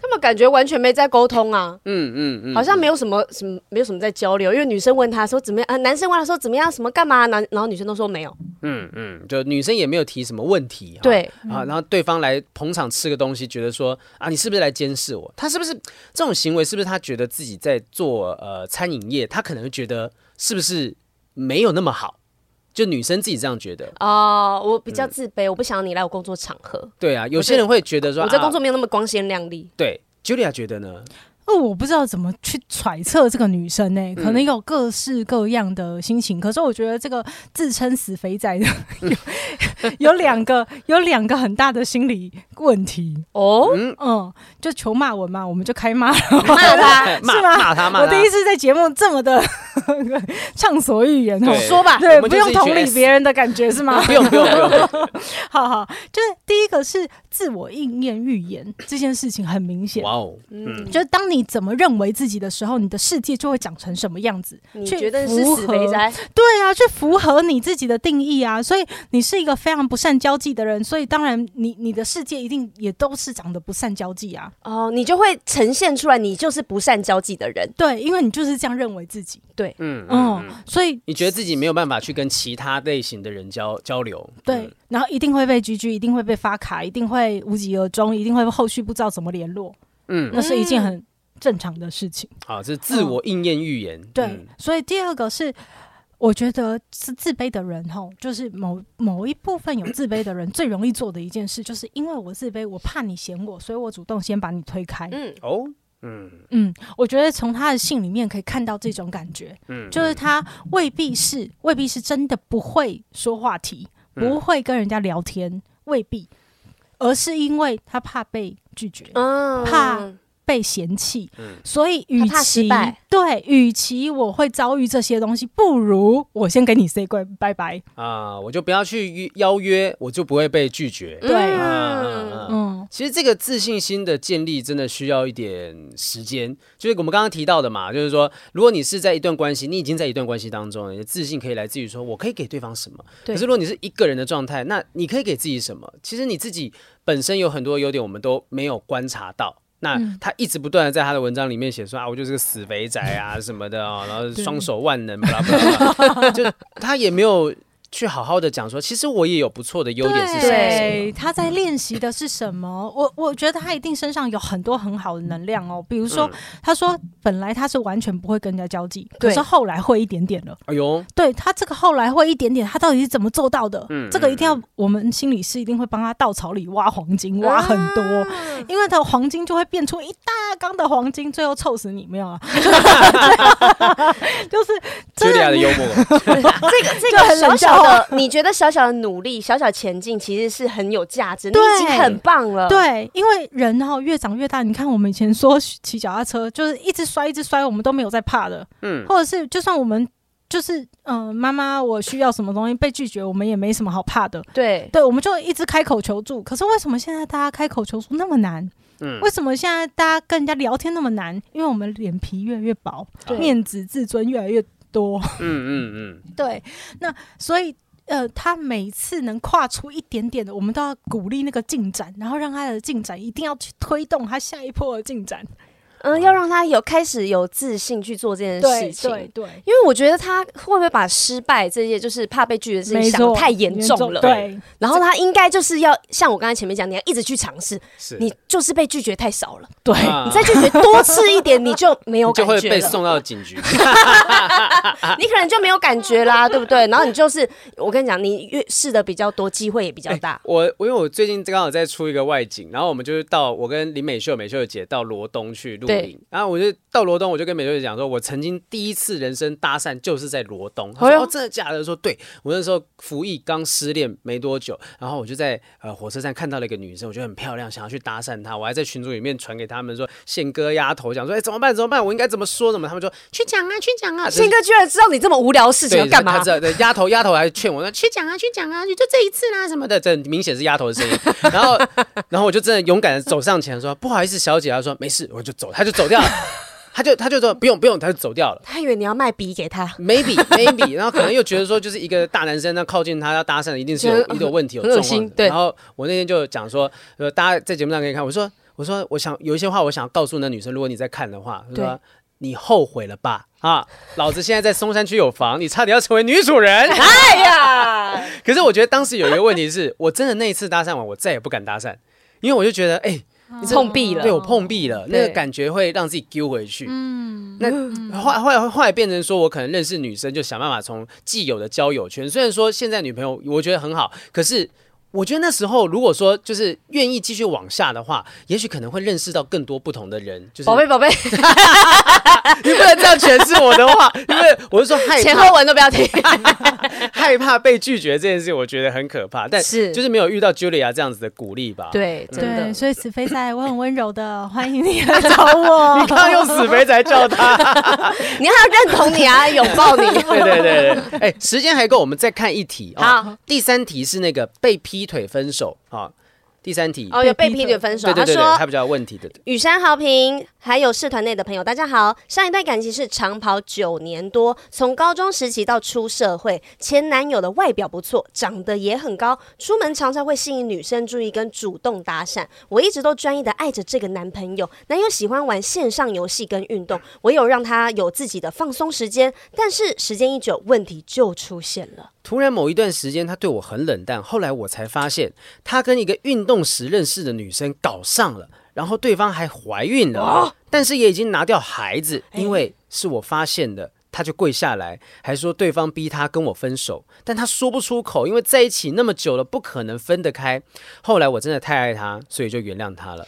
[SPEAKER 1] 他们感觉完全没在沟通啊，
[SPEAKER 3] 嗯嗯嗯，
[SPEAKER 1] 好像没有什么什么没有什么在交流，因为女生问他说怎么样，啊、男生问他说怎么样，什么干嘛，然然后女生都说没有，
[SPEAKER 3] 嗯嗯，就女生也没有提什么问题。哈
[SPEAKER 1] 对
[SPEAKER 3] 啊，然后对方来捧场吃个东西，觉得说啊，你是不是来监视我？他是不是这种行为？是不是他觉得自己在做呃餐饮业，他可能觉得是不是没有那么好？就女生自己这样觉得，
[SPEAKER 1] 哦，我比较自卑，我不想要你来我工作场合，
[SPEAKER 3] 对啊，有些人会觉得说
[SPEAKER 1] 我这工作
[SPEAKER 3] 啊、
[SPEAKER 1] 没有那么光鲜亮丽。
[SPEAKER 3] 对。Julia 觉得呢？
[SPEAKER 2] 哦，我不知道怎么去揣测这个女生呢、
[SPEAKER 3] 嗯
[SPEAKER 2] 可能有各式各样的心情。可是我觉得这个自称死肥仔的 有有两个有两个很大的心理问题。
[SPEAKER 1] 哦，
[SPEAKER 2] 嗯，就求骂文嘛，我们就开骂了。
[SPEAKER 1] 骂他，
[SPEAKER 3] 骂
[SPEAKER 2] 是吗
[SPEAKER 3] 骂他骂他，
[SPEAKER 2] 我第一次在节目这么的 畅所欲言哦
[SPEAKER 3] 对。
[SPEAKER 1] 说吧，
[SPEAKER 2] 对，
[SPEAKER 3] 我们
[SPEAKER 2] 不
[SPEAKER 3] 就是
[SPEAKER 2] 用
[SPEAKER 3] 一群
[SPEAKER 2] 同理
[SPEAKER 3] S
[SPEAKER 2] 别人的感觉是吗？
[SPEAKER 3] 不用不用不用，
[SPEAKER 2] 好好，就是第一个是自我应验预言这件事情很明显。
[SPEAKER 3] 哇哦，
[SPEAKER 1] 嗯
[SPEAKER 3] 嗯，
[SPEAKER 2] 就是当你怎么认为自己的时候，你的世界就会长成什么样子。
[SPEAKER 1] 你
[SPEAKER 2] 去
[SPEAKER 1] 觉得是
[SPEAKER 2] 符
[SPEAKER 1] 死
[SPEAKER 2] 合
[SPEAKER 1] 肥宅？
[SPEAKER 2] 对啊，去符合你自己的定义啊。所以你是一个非常不善交际的人，所以当然你你的世界一定也都是长得不善交际啊。
[SPEAKER 1] 哦，你就会呈现出来，你就是不善交际的人。
[SPEAKER 2] 对，因为你就是这样认为自己。
[SPEAKER 3] 嗯嗯
[SPEAKER 2] 嗯，
[SPEAKER 3] 嗯，
[SPEAKER 2] 所以
[SPEAKER 3] 你觉得自己没有办法去跟其他类型的人交交流，
[SPEAKER 2] 对，然后一定会被拒拒，一定会被发卡，一定会无疾而终，一定会后续不知道怎么联络，
[SPEAKER 3] 嗯，嗯，
[SPEAKER 2] 那是一件很正常的事情。
[SPEAKER 3] 好，这是自我应验预言，
[SPEAKER 2] 对，
[SPEAKER 3] 嗯
[SPEAKER 2] 所以第二个是，我觉得是自卑的人吼，就是某某一部分有自卑的人最容易做的一件事，就是因为我自卑，我怕你嫌我，所以我主动先把你推开。
[SPEAKER 1] 嗯，
[SPEAKER 3] 哦，嗯
[SPEAKER 2] 嗯，我觉得从他的信里面可以看到这种感觉，
[SPEAKER 3] 嗯，
[SPEAKER 2] 就是他未必是未必是真的不会说话题，
[SPEAKER 3] 嗯
[SPEAKER 2] 不会跟人家聊天，未必，而是因为他怕被拒绝。
[SPEAKER 1] 嗯
[SPEAKER 2] 怕被嫌弃，
[SPEAKER 3] 嗯
[SPEAKER 2] 所以与
[SPEAKER 1] 他怕失
[SPEAKER 2] 其
[SPEAKER 1] 败
[SPEAKER 2] 对，与其我会遭遇这些东西，不如我先跟你 say 拜拜拜。
[SPEAKER 3] 啊，我就不要去约邀约，我就不会被拒绝。
[SPEAKER 2] 对
[SPEAKER 1] 嗯
[SPEAKER 3] 啊啊啊
[SPEAKER 2] 嗯，
[SPEAKER 3] 其实这个自信心的建立真的需要一点时间，就是我们刚刚提到的嘛，就是说，如果你是在一段关系，你已经在一段关系当中了，你的自信可以来自于说我可以给对方什么。
[SPEAKER 2] 对
[SPEAKER 3] 可是如果你是一个人的状态，那你可以给自己什么？其实你自己本身有很多优点，我们都没有观察到。那
[SPEAKER 2] 嗯
[SPEAKER 3] 他一直不断的在他的文章里面写说啊，我就是个死肥 宅啊什么的哦，然后双手万能，巴拉巴拉巴拉， 就他也没有去好好的讲说，其实我也有不错的优点是什么什么。
[SPEAKER 2] 对，他在练习的是什
[SPEAKER 1] 嗯
[SPEAKER 2] 么？我我觉得他一定身上有很多很好的能量哦。比如
[SPEAKER 3] 嗯
[SPEAKER 2] 说，他说本来他是完全不会跟人家交际，可
[SPEAKER 1] 对
[SPEAKER 2] 是后来会一点点了。
[SPEAKER 3] 哎呦，
[SPEAKER 2] 对他这个后来会一点点，他到底是怎么做到的？
[SPEAKER 3] 嗯
[SPEAKER 2] 这个一定要我们心理师一定会帮他稻草里挖黄金，挖很多，
[SPEAKER 3] 啊
[SPEAKER 2] 因为他黄金就会变出一大缸的黄金，最后臭死你没有啊？ 就是真
[SPEAKER 3] 茱莉亚
[SPEAKER 2] 的
[SPEAKER 3] 的
[SPEAKER 2] 你
[SPEAKER 3] 幽默。
[SPEAKER 1] 这个这
[SPEAKER 2] 就很
[SPEAKER 1] 个小
[SPEAKER 2] 冷笑
[SPEAKER 1] 小的，你觉得小小的努力、小小前进，其实是很有价值，你
[SPEAKER 2] 对
[SPEAKER 1] 已经很棒了。，
[SPEAKER 2] 对，因为人哈、越长越大，你看我们以前说骑脚踏车就是一直摔一直摔，我们都没有在怕的，
[SPEAKER 3] 嗯
[SPEAKER 2] 或者是就算我们就是嗯妈妈我需要什么东西被拒绝，我们也没什么好怕的，
[SPEAKER 1] 对，
[SPEAKER 2] 对，我们就一直开口求助。可是为什么现在大家开口求助那么难？
[SPEAKER 3] 嗯
[SPEAKER 2] 为什么现在大家跟人家聊天那么难？因为我们脸皮越来越薄，
[SPEAKER 1] 对
[SPEAKER 2] 面子、自尊越来越 多。
[SPEAKER 3] 嗯嗯嗯，
[SPEAKER 2] 对，那所以。呃，他每次能跨出一点点的，我们都要鼓励那个进展，然后让他的进展一定要去推动他下一波的进展。
[SPEAKER 1] 嗯，要让他有开始有自信去做这件
[SPEAKER 2] 对
[SPEAKER 1] 事情。
[SPEAKER 2] 对对，
[SPEAKER 1] 因为我觉得他会不会把失败这些，就是怕被拒绝这些
[SPEAKER 2] 没
[SPEAKER 1] 想得
[SPEAKER 2] 错，
[SPEAKER 1] 太严重了。，
[SPEAKER 2] 对，
[SPEAKER 1] 然后他应该就是要像我刚才前面讲，你要一直去尝试，
[SPEAKER 3] 是
[SPEAKER 1] 你就是被拒绝太少了，
[SPEAKER 2] 对，
[SPEAKER 3] 啊
[SPEAKER 1] 你再拒绝多次一点，你就没有
[SPEAKER 3] 就
[SPEAKER 1] 感
[SPEAKER 3] 会
[SPEAKER 1] 觉
[SPEAKER 3] 被
[SPEAKER 1] 了，
[SPEAKER 3] 送啊到警 局。
[SPEAKER 1] 你可能就没有感觉 啦，对不对？然后你就是，我跟你讲，你越试的比较多，机会也比较大。
[SPEAKER 3] 我我因为我最近刚好在出一个外景，然后我们就是到我跟林美秀、美秀姐到罗东去露
[SPEAKER 1] 对
[SPEAKER 3] 营，然后我就到罗东，我就跟美秀姐讲说，我曾经第一次人生搭讪就是在罗东。她
[SPEAKER 1] 哎
[SPEAKER 3] 说、
[SPEAKER 1] 呦
[SPEAKER 3] 哦，真的假的？说对，我那时候服役刚失恋没多久，然后我就在呃火车站看到了一个女生，我觉得很漂亮，想要去搭讪她，我还在群组里面传给他们说宪哥丫头，讲说哎怎么办怎么办，我应该怎么说怎么？他们说去讲啊去讲啊，
[SPEAKER 1] 哎宪哥居然知道你这么无聊的事情
[SPEAKER 3] 对，
[SPEAKER 1] 要干
[SPEAKER 3] 他
[SPEAKER 1] 嘛
[SPEAKER 3] 知？道对，丫头，丫头还劝我说：“去讲啊，去讲啊，你就这一次啦、什么的。”这明显是丫头的声音。然后，然后我就真的勇敢的走上前说：“不好意思，小姐。”她说：“没事，我就走。”她就走掉了，她就她就说：“不用不用。”她就走掉了。
[SPEAKER 1] 他以为你要卖笔给他，
[SPEAKER 3] maybe maybe，然后 可能又觉得说，就是一个大男生，那靠近他要搭讪，一定是有
[SPEAKER 1] 觉得
[SPEAKER 3] 一定有问题，有
[SPEAKER 1] 很恶
[SPEAKER 3] 状
[SPEAKER 1] 心
[SPEAKER 3] 况的。
[SPEAKER 1] 对
[SPEAKER 3] 然后我那天就讲说，呃，大家在节目上可以看，我说我说我想有一些话，我想告诉那女生，如果你在看的话，我
[SPEAKER 1] 对
[SPEAKER 3] 说你后悔了吧？啊，老子现在在松山区有房，你差点要成为女主 人。
[SPEAKER 1] 哎 呀，
[SPEAKER 3] 可是我觉得当时有一个问题是，我真的那一次搭讪完，我再也不敢搭讪，因为我就觉得，哎、
[SPEAKER 2] 嗯
[SPEAKER 1] 碰壁了嗯
[SPEAKER 3] 对我碰壁了，那
[SPEAKER 1] 对
[SPEAKER 3] 个感觉会让自己丢回去。
[SPEAKER 2] 嗯，
[SPEAKER 3] 那后来后来后来变成说，我可能认识女生就想办法从既有的交友圈，虽然说现在女朋友我觉得很好，可是我觉得那时候如果说就是愿意继续往下的话，也许可能会认识到更多不同的人。就是
[SPEAKER 1] 宝贝，宝贝，
[SPEAKER 3] 你不能这样诠释我的话，因为我是说害
[SPEAKER 1] 前
[SPEAKER 3] 怕
[SPEAKER 1] 后文都不要听。
[SPEAKER 3] 害怕被拒绝这件事，我觉得很可怕。但
[SPEAKER 1] 是
[SPEAKER 3] 就是没有遇到 Julia 这样子的鼓励吧？，
[SPEAKER 1] 对，真
[SPEAKER 2] 对，
[SPEAKER 1] 的。
[SPEAKER 2] 所以子飞在，我很温柔的，欢迎你来找我。
[SPEAKER 3] 你刚刚用死肥宅 叫他。
[SPEAKER 1] 你要认同你啊，拥抱你。
[SPEAKER 3] 对对对对，哎，时间还够，我们再看一题啊。
[SPEAKER 1] 好
[SPEAKER 3] 第三题是那个被劈腿分手啊。第三题，
[SPEAKER 1] 哦，有被劈腿分手，
[SPEAKER 3] 对对对
[SPEAKER 1] 他说
[SPEAKER 3] 对，他比较有问题的。
[SPEAKER 1] 雨山豪平，还有社团内的朋友，大家好。上一段感情是长跑九年多，从高中时期到出社会，前男友的外表不错，长得也很高，出门常常会吸引女生注意跟主动搭讪。我一直都专一的爱着这个男朋友，男友喜欢玩线上游戏跟运动，我有让他有自己的放松时间，但是时间一久，问题就出现了。
[SPEAKER 3] 突然某一段时间，他对我很冷淡，后来我才发现，他跟一个运动时认识的女生搞上了，然后对方还怀孕
[SPEAKER 1] 哦
[SPEAKER 3] 了，但是也已经拿掉孩子，
[SPEAKER 1] 哎
[SPEAKER 3] 因为是我发现的。他就跪下来，还说对方逼他跟我分手，但他说不出口，因为在一起那么久了，不可能分得开。后来我真的太爱他，所以就原谅他了。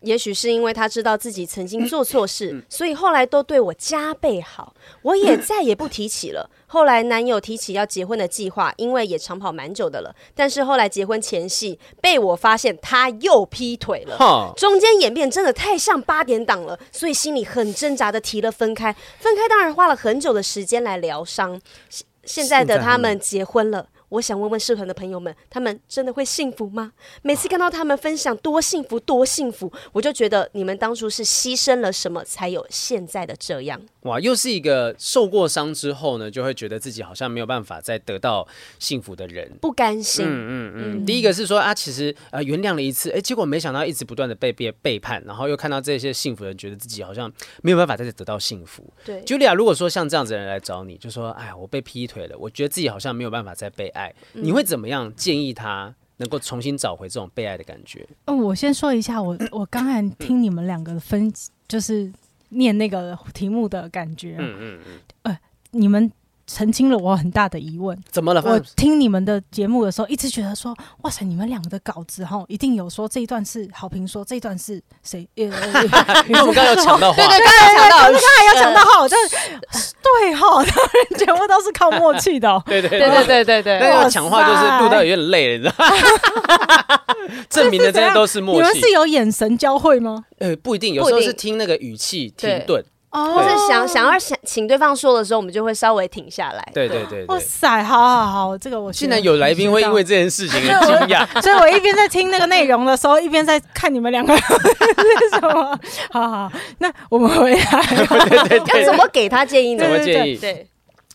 [SPEAKER 1] 也许是因为他知道自己曾经做错事，所以后来都对我加倍好，我也再也不提起了。后来男友提起要结婚的计划，因为也长跑蛮久的了，但是后来结婚前夕被我发现他又劈腿了。
[SPEAKER 3] 哈，
[SPEAKER 1] 中间演变真的太像八点档了，所以心里很挣扎的提了分开。分开当然花了很久的时间来疗伤。现现在的他们结婚了，我想问问社团的朋友们，他们真的会幸福吗？每次看到他们分享多幸福多幸福，我就觉得你们当初是牺牲了什么，才有现在的这样。
[SPEAKER 3] 哇，又是一个受过伤之后呢，就会觉得自己好像没有办法再得到幸福的人。
[SPEAKER 1] 不甘心，
[SPEAKER 3] 嗯，第一个是说啊，其实呃原谅了一次，哎，结果没想到一直不断的被背背叛，然后又看到这些幸福的人，觉得自己好像没有办法再得到幸福。
[SPEAKER 1] 对，
[SPEAKER 3] Julia，如果说像这样子的人来找你，就说哎，我被劈腿了，我觉得自己好像没有办法再被爱，你会怎么样建议他能够重新找回这种被爱的感觉？
[SPEAKER 2] 哦，我先说一下，我我刚才听你们两个的分，就是念那个题目的感觉，啊呃
[SPEAKER 3] 嗯嗯嗯，
[SPEAKER 2] 你们澄清了我很大的疑问。
[SPEAKER 3] 怎么了？
[SPEAKER 2] 我
[SPEAKER 3] 发生
[SPEAKER 2] 听你们的节目的时候，一直觉得说，哇塞，你们两个的稿子哈，一定有说这一段是好评说，这一段是谁？ 呃， 呃
[SPEAKER 3] 因为我们刚刚有抢到呃话，
[SPEAKER 1] 刚才讲到，
[SPEAKER 2] 还有讲到哈，但对哈，当然全部都是靠默契的、
[SPEAKER 3] 。
[SPEAKER 2] 哦
[SPEAKER 3] 对对
[SPEAKER 1] 对对对对 对，
[SPEAKER 3] 但要讲话就是录到有点累了，你知道吗？ 证明的真的都是
[SPEAKER 2] 你
[SPEAKER 3] 默
[SPEAKER 2] 们
[SPEAKER 3] 契
[SPEAKER 2] 是。有眼神交汇吗？
[SPEAKER 3] 呃，不一定，有
[SPEAKER 1] 不一
[SPEAKER 3] 时候
[SPEAKER 1] 定
[SPEAKER 3] 是听那个语气
[SPEAKER 1] 对
[SPEAKER 3] 停顿。
[SPEAKER 2] 哦
[SPEAKER 1] 或是想想要想请对方说的时候，我们就会稍微停下来。
[SPEAKER 3] 对对对
[SPEAKER 2] 哇
[SPEAKER 3] 对。
[SPEAKER 2] 塞，好好好，这个我
[SPEAKER 3] 竟然有来宾会因为这件事情很惊 讶。
[SPEAKER 2] 所以我一边在听那个内容的时候，一边在看你们两个是什么。好好，那我们回来。
[SPEAKER 3] 对对对，
[SPEAKER 1] 要怎么给他建议呢
[SPEAKER 3] 怎？么
[SPEAKER 2] 对
[SPEAKER 3] 建议？
[SPEAKER 1] 对，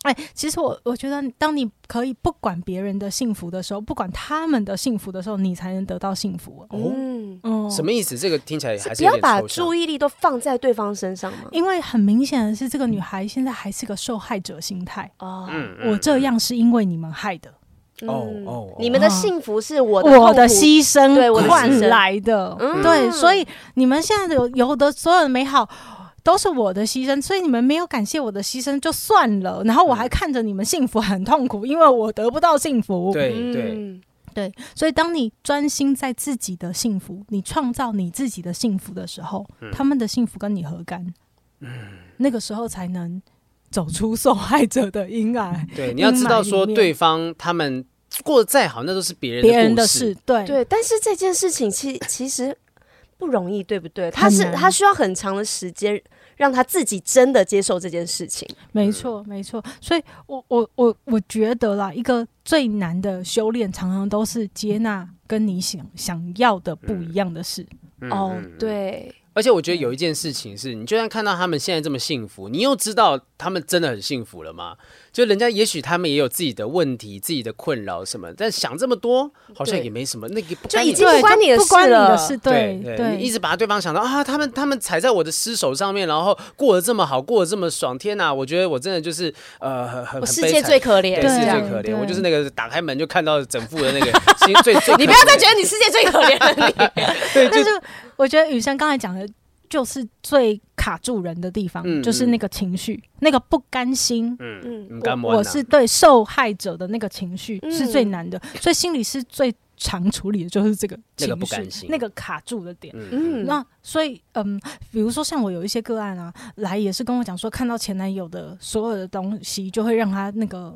[SPEAKER 2] 哎，其实我我觉得，当你可以不管别人的幸福的时候，不管他们的幸福的时候，你才能得到幸福。
[SPEAKER 3] 哦，
[SPEAKER 1] 嗯。
[SPEAKER 2] 嗯，
[SPEAKER 3] 什么意思？这个听起来还
[SPEAKER 1] 不
[SPEAKER 3] 是有
[SPEAKER 1] 要
[SPEAKER 3] 点
[SPEAKER 1] 把
[SPEAKER 3] 抽
[SPEAKER 1] 注
[SPEAKER 3] 象。
[SPEAKER 1] 意力都放在对方身上嘛。
[SPEAKER 2] 因为很明显的是，这个女孩现在还是个受害者心态。
[SPEAKER 1] 哦，
[SPEAKER 2] 我这样是因为你们害的，
[SPEAKER 1] 嗯
[SPEAKER 3] 嗯哦哦
[SPEAKER 1] 你们的幸福是我的
[SPEAKER 2] 哦我的
[SPEAKER 1] 痛苦
[SPEAKER 2] 牺牲
[SPEAKER 1] 对我的牺牲
[SPEAKER 2] 换来的。
[SPEAKER 1] 嗯
[SPEAKER 2] 对，所以你们现在的有有的所有的美好。都是我的牺牲，所以你们没有感谢我的牺牲就算了，然后我还看着你们幸福很痛苦，因为我得不到幸福。
[SPEAKER 3] 对对，
[SPEAKER 1] 嗯
[SPEAKER 2] 对，所以当你专心在自己的幸福，你创造你自己的幸福的时候，他们的幸福跟你何干？嗯那个时候才能走出受害者的阴霾，
[SPEAKER 1] 嗯
[SPEAKER 3] 对，你要知道说
[SPEAKER 2] 阴霾里面
[SPEAKER 3] 对方他们过得再好，那都是别人
[SPEAKER 2] 别人的
[SPEAKER 3] 故
[SPEAKER 2] 事
[SPEAKER 3] 事。。
[SPEAKER 2] 对，
[SPEAKER 1] 对，但是这件事情其其实不容易，对不对？他
[SPEAKER 2] 很
[SPEAKER 1] 是
[SPEAKER 2] 难
[SPEAKER 1] 他需要很长的时间让他自己真的接受这件事情。
[SPEAKER 2] 没错，没错。所以我我我我觉得啦，一个最难的修炼，常常都是接纳跟你想想要的不
[SPEAKER 3] 嗯
[SPEAKER 2] 一样的事。
[SPEAKER 1] 哦，对，
[SPEAKER 3] 而且我觉得有一件事情是，你就算看到他们现在这么幸福，你又知道他们真的很幸福了吗？就人家也许他们也有自己的问题、自己的困扰什么，但想这么多好像
[SPEAKER 1] 对
[SPEAKER 3] 也没什么，那个也不
[SPEAKER 1] 就
[SPEAKER 3] 干
[SPEAKER 1] 已
[SPEAKER 3] 你
[SPEAKER 1] 经
[SPEAKER 2] 对
[SPEAKER 1] 不关
[SPEAKER 2] 就
[SPEAKER 1] 你的
[SPEAKER 2] 不关
[SPEAKER 1] 事
[SPEAKER 2] 你的
[SPEAKER 1] 了
[SPEAKER 2] 事，
[SPEAKER 3] 对
[SPEAKER 2] 对
[SPEAKER 3] 你一直把对方想到啊，他们他们踩在我的尸首上面，然后过得这么好，过得这么爽，天哪！我觉得我真的就是呃，很很
[SPEAKER 1] 我
[SPEAKER 3] 很
[SPEAKER 1] 世
[SPEAKER 3] 悲
[SPEAKER 1] 界
[SPEAKER 3] 惨
[SPEAKER 1] 最可怜，
[SPEAKER 3] 对
[SPEAKER 2] 对
[SPEAKER 3] 世界
[SPEAKER 1] 这
[SPEAKER 3] 最
[SPEAKER 1] 样
[SPEAKER 3] 可
[SPEAKER 2] 对
[SPEAKER 3] 怜，我就是那个打开门就看到整副的那个心最最，
[SPEAKER 1] 你不要再觉得你世界最可怜 了，你
[SPEAKER 3] 对，
[SPEAKER 2] 但
[SPEAKER 3] 就是
[SPEAKER 2] 我觉得雨珊刚才讲的，就是最卡住人的地方，
[SPEAKER 3] 嗯
[SPEAKER 2] 就是那个情绪，那个不甘心。
[SPEAKER 3] 嗯
[SPEAKER 1] 嗯
[SPEAKER 3] 嗯，
[SPEAKER 2] 我
[SPEAKER 3] 干嘛呢
[SPEAKER 2] 我是对受害者的那个情绪
[SPEAKER 1] 嗯
[SPEAKER 2] 是最难的，所以心理是最常处理的就是这个
[SPEAKER 3] 那
[SPEAKER 2] 情
[SPEAKER 3] 个
[SPEAKER 2] 绪，
[SPEAKER 3] 不甘心
[SPEAKER 2] 那个卡住的点。
[SPEAKER 1] 嗯，
[SPEAKER 2] 那所以，嗯，比如说像我有一些个案啊，来也是跟我讲说，看到前男友的所有的东西，就会让他那个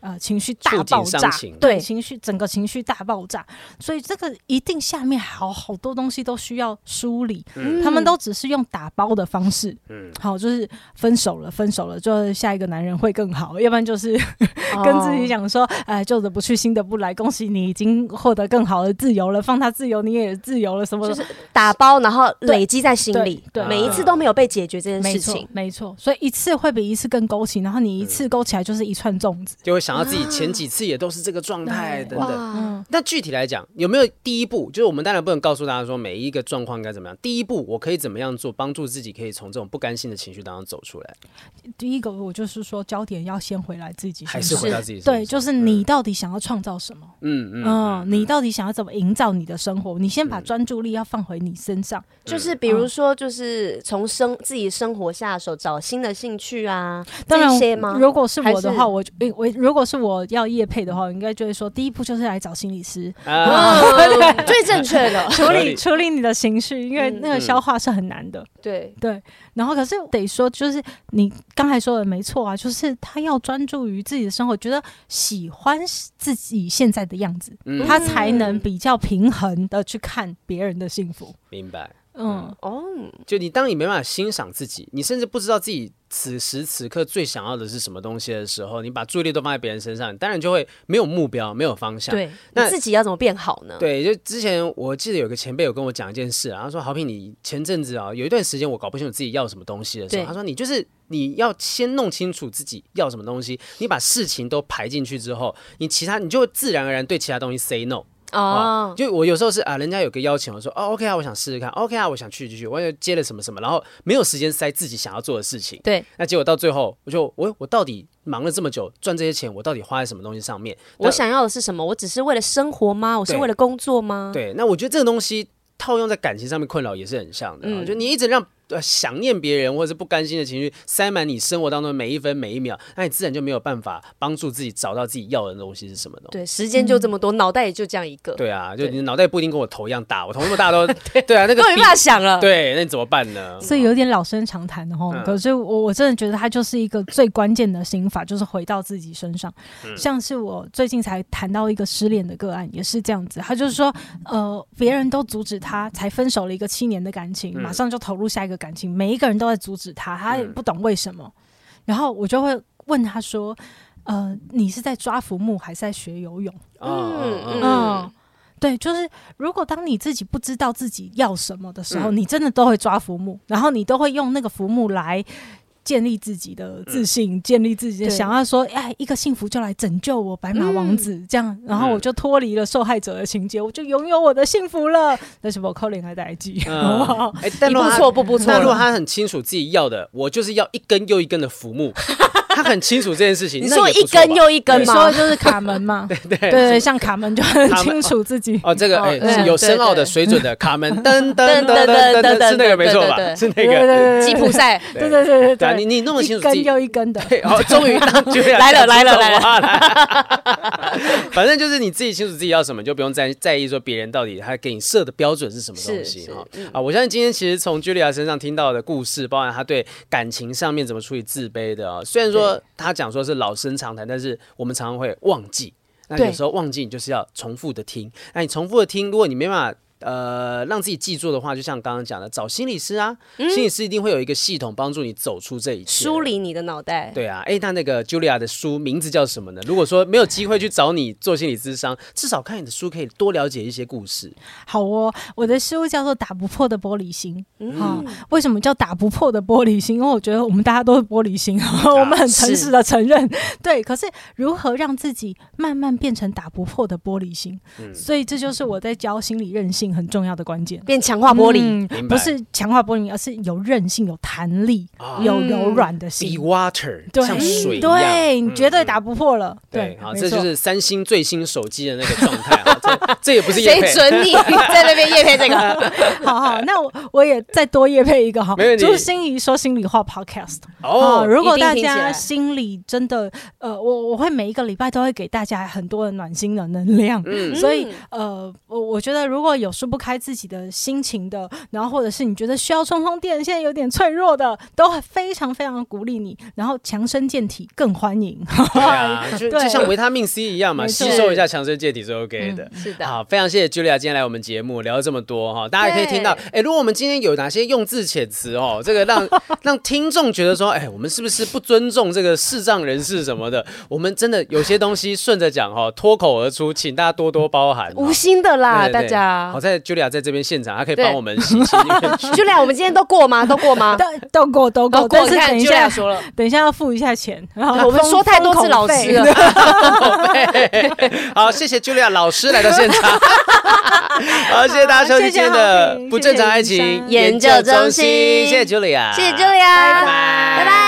[SPEAKER 2] 呃情绪大
[SPEAKER 3] 触
[SPEAKER 2] 爆
[SPEAKER 3] 景
[SPEAKER 2] 炸
[SPEAKER 3] 伤，情，
[SPEAKER 1] 对
[SPEAKER 2] 情绪整个情绪大爆炸。所以这个一定下面好好多东西都需要梳理，
[SPEAKER 1] 嗯
[SPEAKER 2] 他们都只是用打包的方式，
[SPEAKER 3] 嗯，
[SPEAKER 2] 好，就是分手了，分手了，就是下一个男人会更好，要不然就是
[SPEAKER 1] 嗯哦
[SPEAKER 2] 跟自己
[SPEAKER 1] 讲，
[SPEAKER 2] 讲说，哎，旧的不去，新的不来，恭喜你已经获得更好的自由了，放他自由，你也自由了，什么
[SPEAKER 1] 就
[SPEAKER 2] 的。
[SPEAKER 1] 是打包，然后累积在心里，
[SPEAKER 2] 对
[SPEAKER 3] 对嗯
[SPEAKER 1] 每一次都没有被解决这件
[SPEAKER 2] 没
[SPEAKER 1] 事
[SPEAKER 2] 错
[SPEAKER 1] 情，，
[SPEAKER 2] 没错，所以一次会比一次更勾起，然后你一次勾起来就是一串粽子。
[SPEAKER 3] 就会想到自己前几次也都是这个状态
[SPEAKER 2] 对
[SPEAKER 3] 等等。
[SPEAKER 1] 哇，
[SPEAKER 2] 嗯，
[SPEAKER 3] 那具体来讲，有没有第一步？就是我们当然不能告诉大家说每一个状况应该怎么样。第一步，我可以怎么样做，帮助自己可以从这种不甘心的情绪当中走出来，
[SPEAKER 2] 第一个我就是说焦点要先回来自己身上，
[SPEAKER 3] 还是回到自己身上
[SPEAKER 2] 对，就是你到底想要创造什么？
[SPEAKER 3] 嗯嗯
[SPEAKER 2] 嗯，你到底想要怎么营造你的生活？你先把专注力要放回你身上。
[SPEAKER 3] 嗯
[SPEAKER 1] 就是比如说，就是从生自己生活下手找新的兴趣啊，
[SPEAKER 2] 当然
[SPEAKER 1] 这些吗，？
[SPEAKER 2] 如果是我的
[SPEAKER 1] 还
[SPEAKER 2] 话，
[SPEAKER 1] 是
[SPEAKER 2] 我就诶我如果是我要业配的话，我应该就会说，第一步就是来找心理师
[SPEAKER 3] 啊，
[SPEAKER 1] 哦最正确 的，
[SPEAKER 2] 处
[SPEAKER 3] 合
[SPEAKER 2] 理
[SPEAKER 3] 理
[SPEAKER 2] 处理你的情绪，因为
[SPEAKER 1] 嗯
[SPEAKER 2] 那个
[SPEAKER 3] 嗯
[SPEAKER 2] 消化是很难的。
[SPEAKER 1] 对，
[SPEAKER 2] 对，然后可是得说，就是你刚才说的没错啊，就是他要专注于自己的生活，觉得喜欢自己现在的样子，
[SPEAKER 3] 嗯
[SPEAKER 2] 他才能比较平衡的去看别人的幸福。
[SPEAKER 3] 明白。
[SPEAKER 2] 嗯，
[SPEAKER 1] 哦，
[SPEAKER 3] 就你当你没办法欣赏自己，你甚至不知道自己此时此刻最想要的是什么东西的时候，你把注意力都放在别人身上，你当然就会没有目标，没有方向。
[SPEAKER 1] 对，
[SPEAKER 3] 那
[SPEAKER 1] 那自己要怎么变好呢？
[SPEAKER 3] 对，就之前我记得有个前辈有跟我讲一件事、啊，他说：“好平，你前阵子啊，有一段时间我搞不清楚自己要什么东西的时
[SPEAKER 1] 对
[SPEAKER 3] 候，他说你就是你要先弄清楚自己要什么东西，你把事情都排进去之后，你其他你就会自然而然对其他东西 say no。哦，
[SPEAKER 1] 哦，
[SPEAKER 3] 就我有时候是啊，人家有个邀请，我说哦 OK 啊，我想试试看，OK 啊，我想去去去，我就接了什么什么，然后没有时间塞自己想要做的事情。
[SPEAKER 1] 对
[SPEAKER 3] 那结果到最后，我就我我到底忙了这么久，赚这些钱，我到底花在什么东西上面？
[SPEAKER 1] 我
[SPEAKER 3] 那
[SPEAKER 1] 想要的是什么？我只是为了生活吗？我是
[SPEAKER 3] 对
[SPEAKER 1] 为了工作吗？
[SPEAKER 3] 对，那我觉得这个东西套用在感情上面困扰也是很像的、啊，
[SPEAKER 1] 嗯
[SPEAKER 3] 就你一直让。呃，想念别人或者是不甘心的情绪塞满你生活当中的每一分每一秒，那你自然就没有办法帮助自己找到自己要的东西是什么东西。
[SPEAKER 1] 对，时间就这么多，脑袋也就这样一个，
[SPEAKER 3] 嗯对啊，就
[SPEAKER 1] 对
[SPEAKER 3] 你的脑袋不一定跟我头一样大，我头那么大 都对啊，那个
[SPEAKER 1] 根本没
[SPEAKER 3] 比
[SPEAKER 1] 办法想了。
[SPEAKER 3] 对，那你怎么办呢？
[SPEAKER 2] 所以有点老生常谈的哦。
[SPEAKER 3] 嗯
[SPEAKER 2] 可是我我真的觉得它就是一个最关键的心法，就是回到自己身上。
[SPEAKER 3] 嗯
[SPEAKER 2] 像是我最近才谈到一个失恋的个案，也是这样子。他就是说，呃，别人都阻止他，才分手了一个七年的感情，
[SPEAKER 3] 嗯
[SPEAKER 2] 马上就投入下一个感情，每一个人都在阻止他，他也不懂为什
[SPEAKER 3] 嗯
[SPEAKER 2] 么。然后我就会问他说。呃，你是在抓浮木还是在学游泳？
[SPEAKER 3] 嗯
[SPEAKER 1] 嗯
[SPEAKER 3] 嗯
[SPEAKER 2] 嗯，对，就是如果当你自己不知道自己要什么的时
[SPEAKER 3] 嗯
[SPEAKER 2] 候，你真的都会抓浮木，然后你都会用那个浮木来。建立自己的
[SPEAKER 3] 嗯
[SPEAKER 2] 自信，建立自己的
[SPEAKER 1] 对
[SPEAKER 2] 想要说，哎，一个幸福就来拯救我，白马
[SPEAKER 3] 嗯
[SPEAKER 2] 王子、这样，然后我就脱离了受害者的情节，我就拥有我的幸福了。但是我扣脸还在记， 好不好
[SPEAKER 3] 嗯，哎、但
[SPEAKER 1] 一
[SPEAKER 3] 如
[SPEAKER 1] 步
[SPEAKER 3] 果他
[SPEAKER 1] 错步步错
[SPEAKER 3] 那如果
[SPEAKER 1] 了。
[SPEAKER 3] 他很清楚自己要的，我就是要一根又一根的 浮木，他很清楚这件事情。
[SPEAKER 1] 你
[SPEAKER 3] 那
[SPEAKER 1] 说
[SPEAKER 3] 也不
[SPEAKER 1] 一
[SPEAKER 3] 错
[SPEAKER 1] 根
[SPEAKER 3] 吧
[SPEAKER 1] 又一根
[SPEAKER 2] 你
[SPEAKER 1] 吗？
[SPEAKER 2] 说的就是卡门 嘛？对对对，像卡门就很
[SPEAKER 3] 卡
[SPEAKER 2] 清
[SPEAKER 3] 门
[SPEAKER 2] 楚自己
[SPEAKER 3] 哦，这个
[SPEAKER 1] 哦
[SPEAKER 3] 哎、
[SPEAKER 1] 对
[SPEAKER 3] 是有深奥的
[SPEAKER 1] 对对
[SPEAKER 3] 水准的卡门噔
[SPEAKER 1] 噔噔
[SPEAKER 3] 噔噔噔
[SPEAKER 1] 噔噔
[SPEAKER 3] 噔噔，是那
[SPEAKER 1] 噔
[SPEAKER 3] 个没错
[SPEAKER 1] 对对
[SPEAKER 3] 吧？是那
[SPEAKER 2] 对对对
[SPEAKER 3] 个。
[SPEAKER 2] 对
[SPEAKER 1] 吉普赛，
[SPEAKER 2] 对对对对
[SPEAKER 3] 对啊，你
[SPEAKER 2] 对，
[SPEAKER 3] 你弄得清
[SPEAKER 2] 一
[SPEAKER 3] 楚
[SPEAKER 2] 根
[SPEAKER 3] 自己。
[SPEAKER 2] 又一根的，
[SPEAKER 3] 对，哦，终于让 Julia
[SPEAKER 1] 来了
[SPEAKER 3] 讲出
[SPEAKER 1] 来了
[SPEAKER 3] 这种
[SPEAKER 1] 来了
[SPEAKER 3] 话来反正就是你自己清楚自己要什么，你就不用在在意说别人到底他给你设的标准是什么东
[SPEAKER 1] 是
[SPEAKER 3] 西
[SPEAKER 1] 是嗯
[SPEAKER 3] 哈。啊，我相信今天其实从 Julia 身上听到的故事，包含她对感情上面怎么处理自卑的啊、虽然说她讲说是老生常谈，但是我们常常会忘记。那
[SPEAKER 1] 对
[SPEAKER 3] 有时候忘记，你就是要重复的听。那你重复的听，如果你没办法。呃，让自己记住的话，就像刚刚讲的，找心理师啊，心理师一定会有一个系统帮助你走出这一切。
[SPEAKER 1] 嗯梳理你的脑袋。
[SPEAKER 3] 对啊，哎，那那个 Julia 的书名字叫什么呢？如果说没有机会去找你做心理咨商，至少看你的书可以多了解一些故事。
[SPEAKER 2] 好哦，我的失误叫做打不破的玻璃心。
[SPEAKER 1] 嗯
[SPEAKER 2] 啊，为什么叫打不破的玻璃心？因为我觉得我们大家都是玻璃心，
[SPEAKER 3] 啊
[SPEAKER 2] 我们很诚实的承认。对，可是如何
[SPEAKER 3] 嗯
[SPEAKER 2] 让自己慢慢变成打不破的玻璃心？所以这就是我在教心理韧性很重要的关键。
[SPEAKER 1] 变强化玻璃，
[SPEAKER 2] 嗯
[SPEAKER 3] 明
[SPEAKER 2] 不
[SPEAKER 3] 白
[SPEAKER 2] 是强化玻璃，而是有韧性、有弹力、
[SPEAKER 3] 啊
[SPEAKER 2] 有柔软的
[SPEAKER 3] Be
[SPEAKER 2] 心。
[SPEAKER 3] water，
[SPEAKER 2] 对
[SPEAKER 3] 像水一样，
[SPEAKER 2] 对，你
[SPEAKER 3] 嗯
[SPEAKER 2] 绝对打不破了。
[SPEAKER 3] 对，好，
[SPEAKER 2] 没
[SPEAKER 3] 这
[SPEAKER 2] 错
[SPEAKER 3] 就是三星最新手机的那个状态啊， 这这也不是
[SPEAKER 1] 谁
[SPEAKER 3] 叶配，
[SPEAKER 1] 准 你在那边夜配这个？
[SPEAKER 2] 好好，那我我也再多夜配一个哈
[SPEAKER 3] 没问，题
[SPEAKER 2] 朱心怡说心里话 Podcast
[SPEAKER 3] 哦
[SPEAKER 2] 啊如果
[SPEAKER 1] 一定
[SPEAKER 2] 大
[SPEAKER 1] 听起
[SPEAKER 2] 家
[SPEAKER 1] 来
[SPEAKER 2] 心里真的呃，我我会每一个礼拜都会给大家很多的暖心的能量，
[SPEAKER 3] 嗯
[SPEAKER 2] 所以呃，我我觉得如果有说不开自己的心情的，然后或者是你觉得需要充充电，现在有点脆弱的，都非常非常鼓励你，然后强身健体更欢迎。
[SPEAKER 3] 对啊，就
[SPEAKER 2] 对
[SPEAKER 3] 就像维他命 C 一样嘛，
[SPEAKER 2] 没错嗯
[SPEAKER 3] 吸收一下强身健体是 OK 的。
[SPEAKER 1] 是的，
[SPEAKER 3] 好，非常谢谢 Julia 今天来我们节目聊了这么多哈，大家也可以听到，哎、如果我们今天有哪些用字遣词哦，这个 让让听众觉得说，哎、我们是不是不尊重这个视障人士什么的？我们真的有些东西顺着讲哈，脱口而出，请大家多多包涵。
[SPEAKER 1] 无心的啦，
[SPEAKER 3] 对
[SPEAKER 1] 啊
[SPEAKER 3] 对
[SPEAKER 1] 大
[SPEAKER 3] 对
[SPEAKER 1] 家
[SPEAKER 3] 好。在 Julia 在这边现场，她可以
[SPEAKER 1] 对
[SPEAKER 3] 帮我们洗清一遍
[SPEAKER 1] j u 我们今天都过吗？都过 吗？
[SPEAKER 2] 都都够都够，但
[SPEAKER 1] 哦你
[SPEAKER 2] 是
[SPEAKER 1] 看
[SPEAKER 2] 等一
[SPEAKER 1] Julia
[SPEAKER 2] 下
[SPEAKER 1] 说了，
[SPEAKER 2] 等一下要付一下钱，然后
[SPEAKER 1] 我们
[SPEAKER 2] 封
[SPEAKER 1] 说太多
[SPEAKER 2] 封
[SPEAKER 1] 次
[SPEAKER 2] 口
[SPEAKER 1] 老
[SPEAKER 2] 费
[SPEAKER 1] 师了。
[SPEAKER 3] 口碑。 好，谢谢 Julia 老师来到现场。好，谢谢大家收听今
[SPEAKER 2] 好谢谢
[SPEAKER 3] 天
[SPEAKER 2] 浩
[SPEAKER 3] 的
[SPEAKER 2] 平
[SPEAKER 3] 不正常爱
[SPEAKER 2] 谢谢
[SPEAKER 3] 情
[SPEAKER 2] 云
[SPEAKER 1] 珊研究中心
[SPEAKER 3] 谢谢 Julia，
[SPEAKER 1] 谢谢 Julia，
[SPEAKER 3] 拜拜
[SPEAKER 1] 拜拜。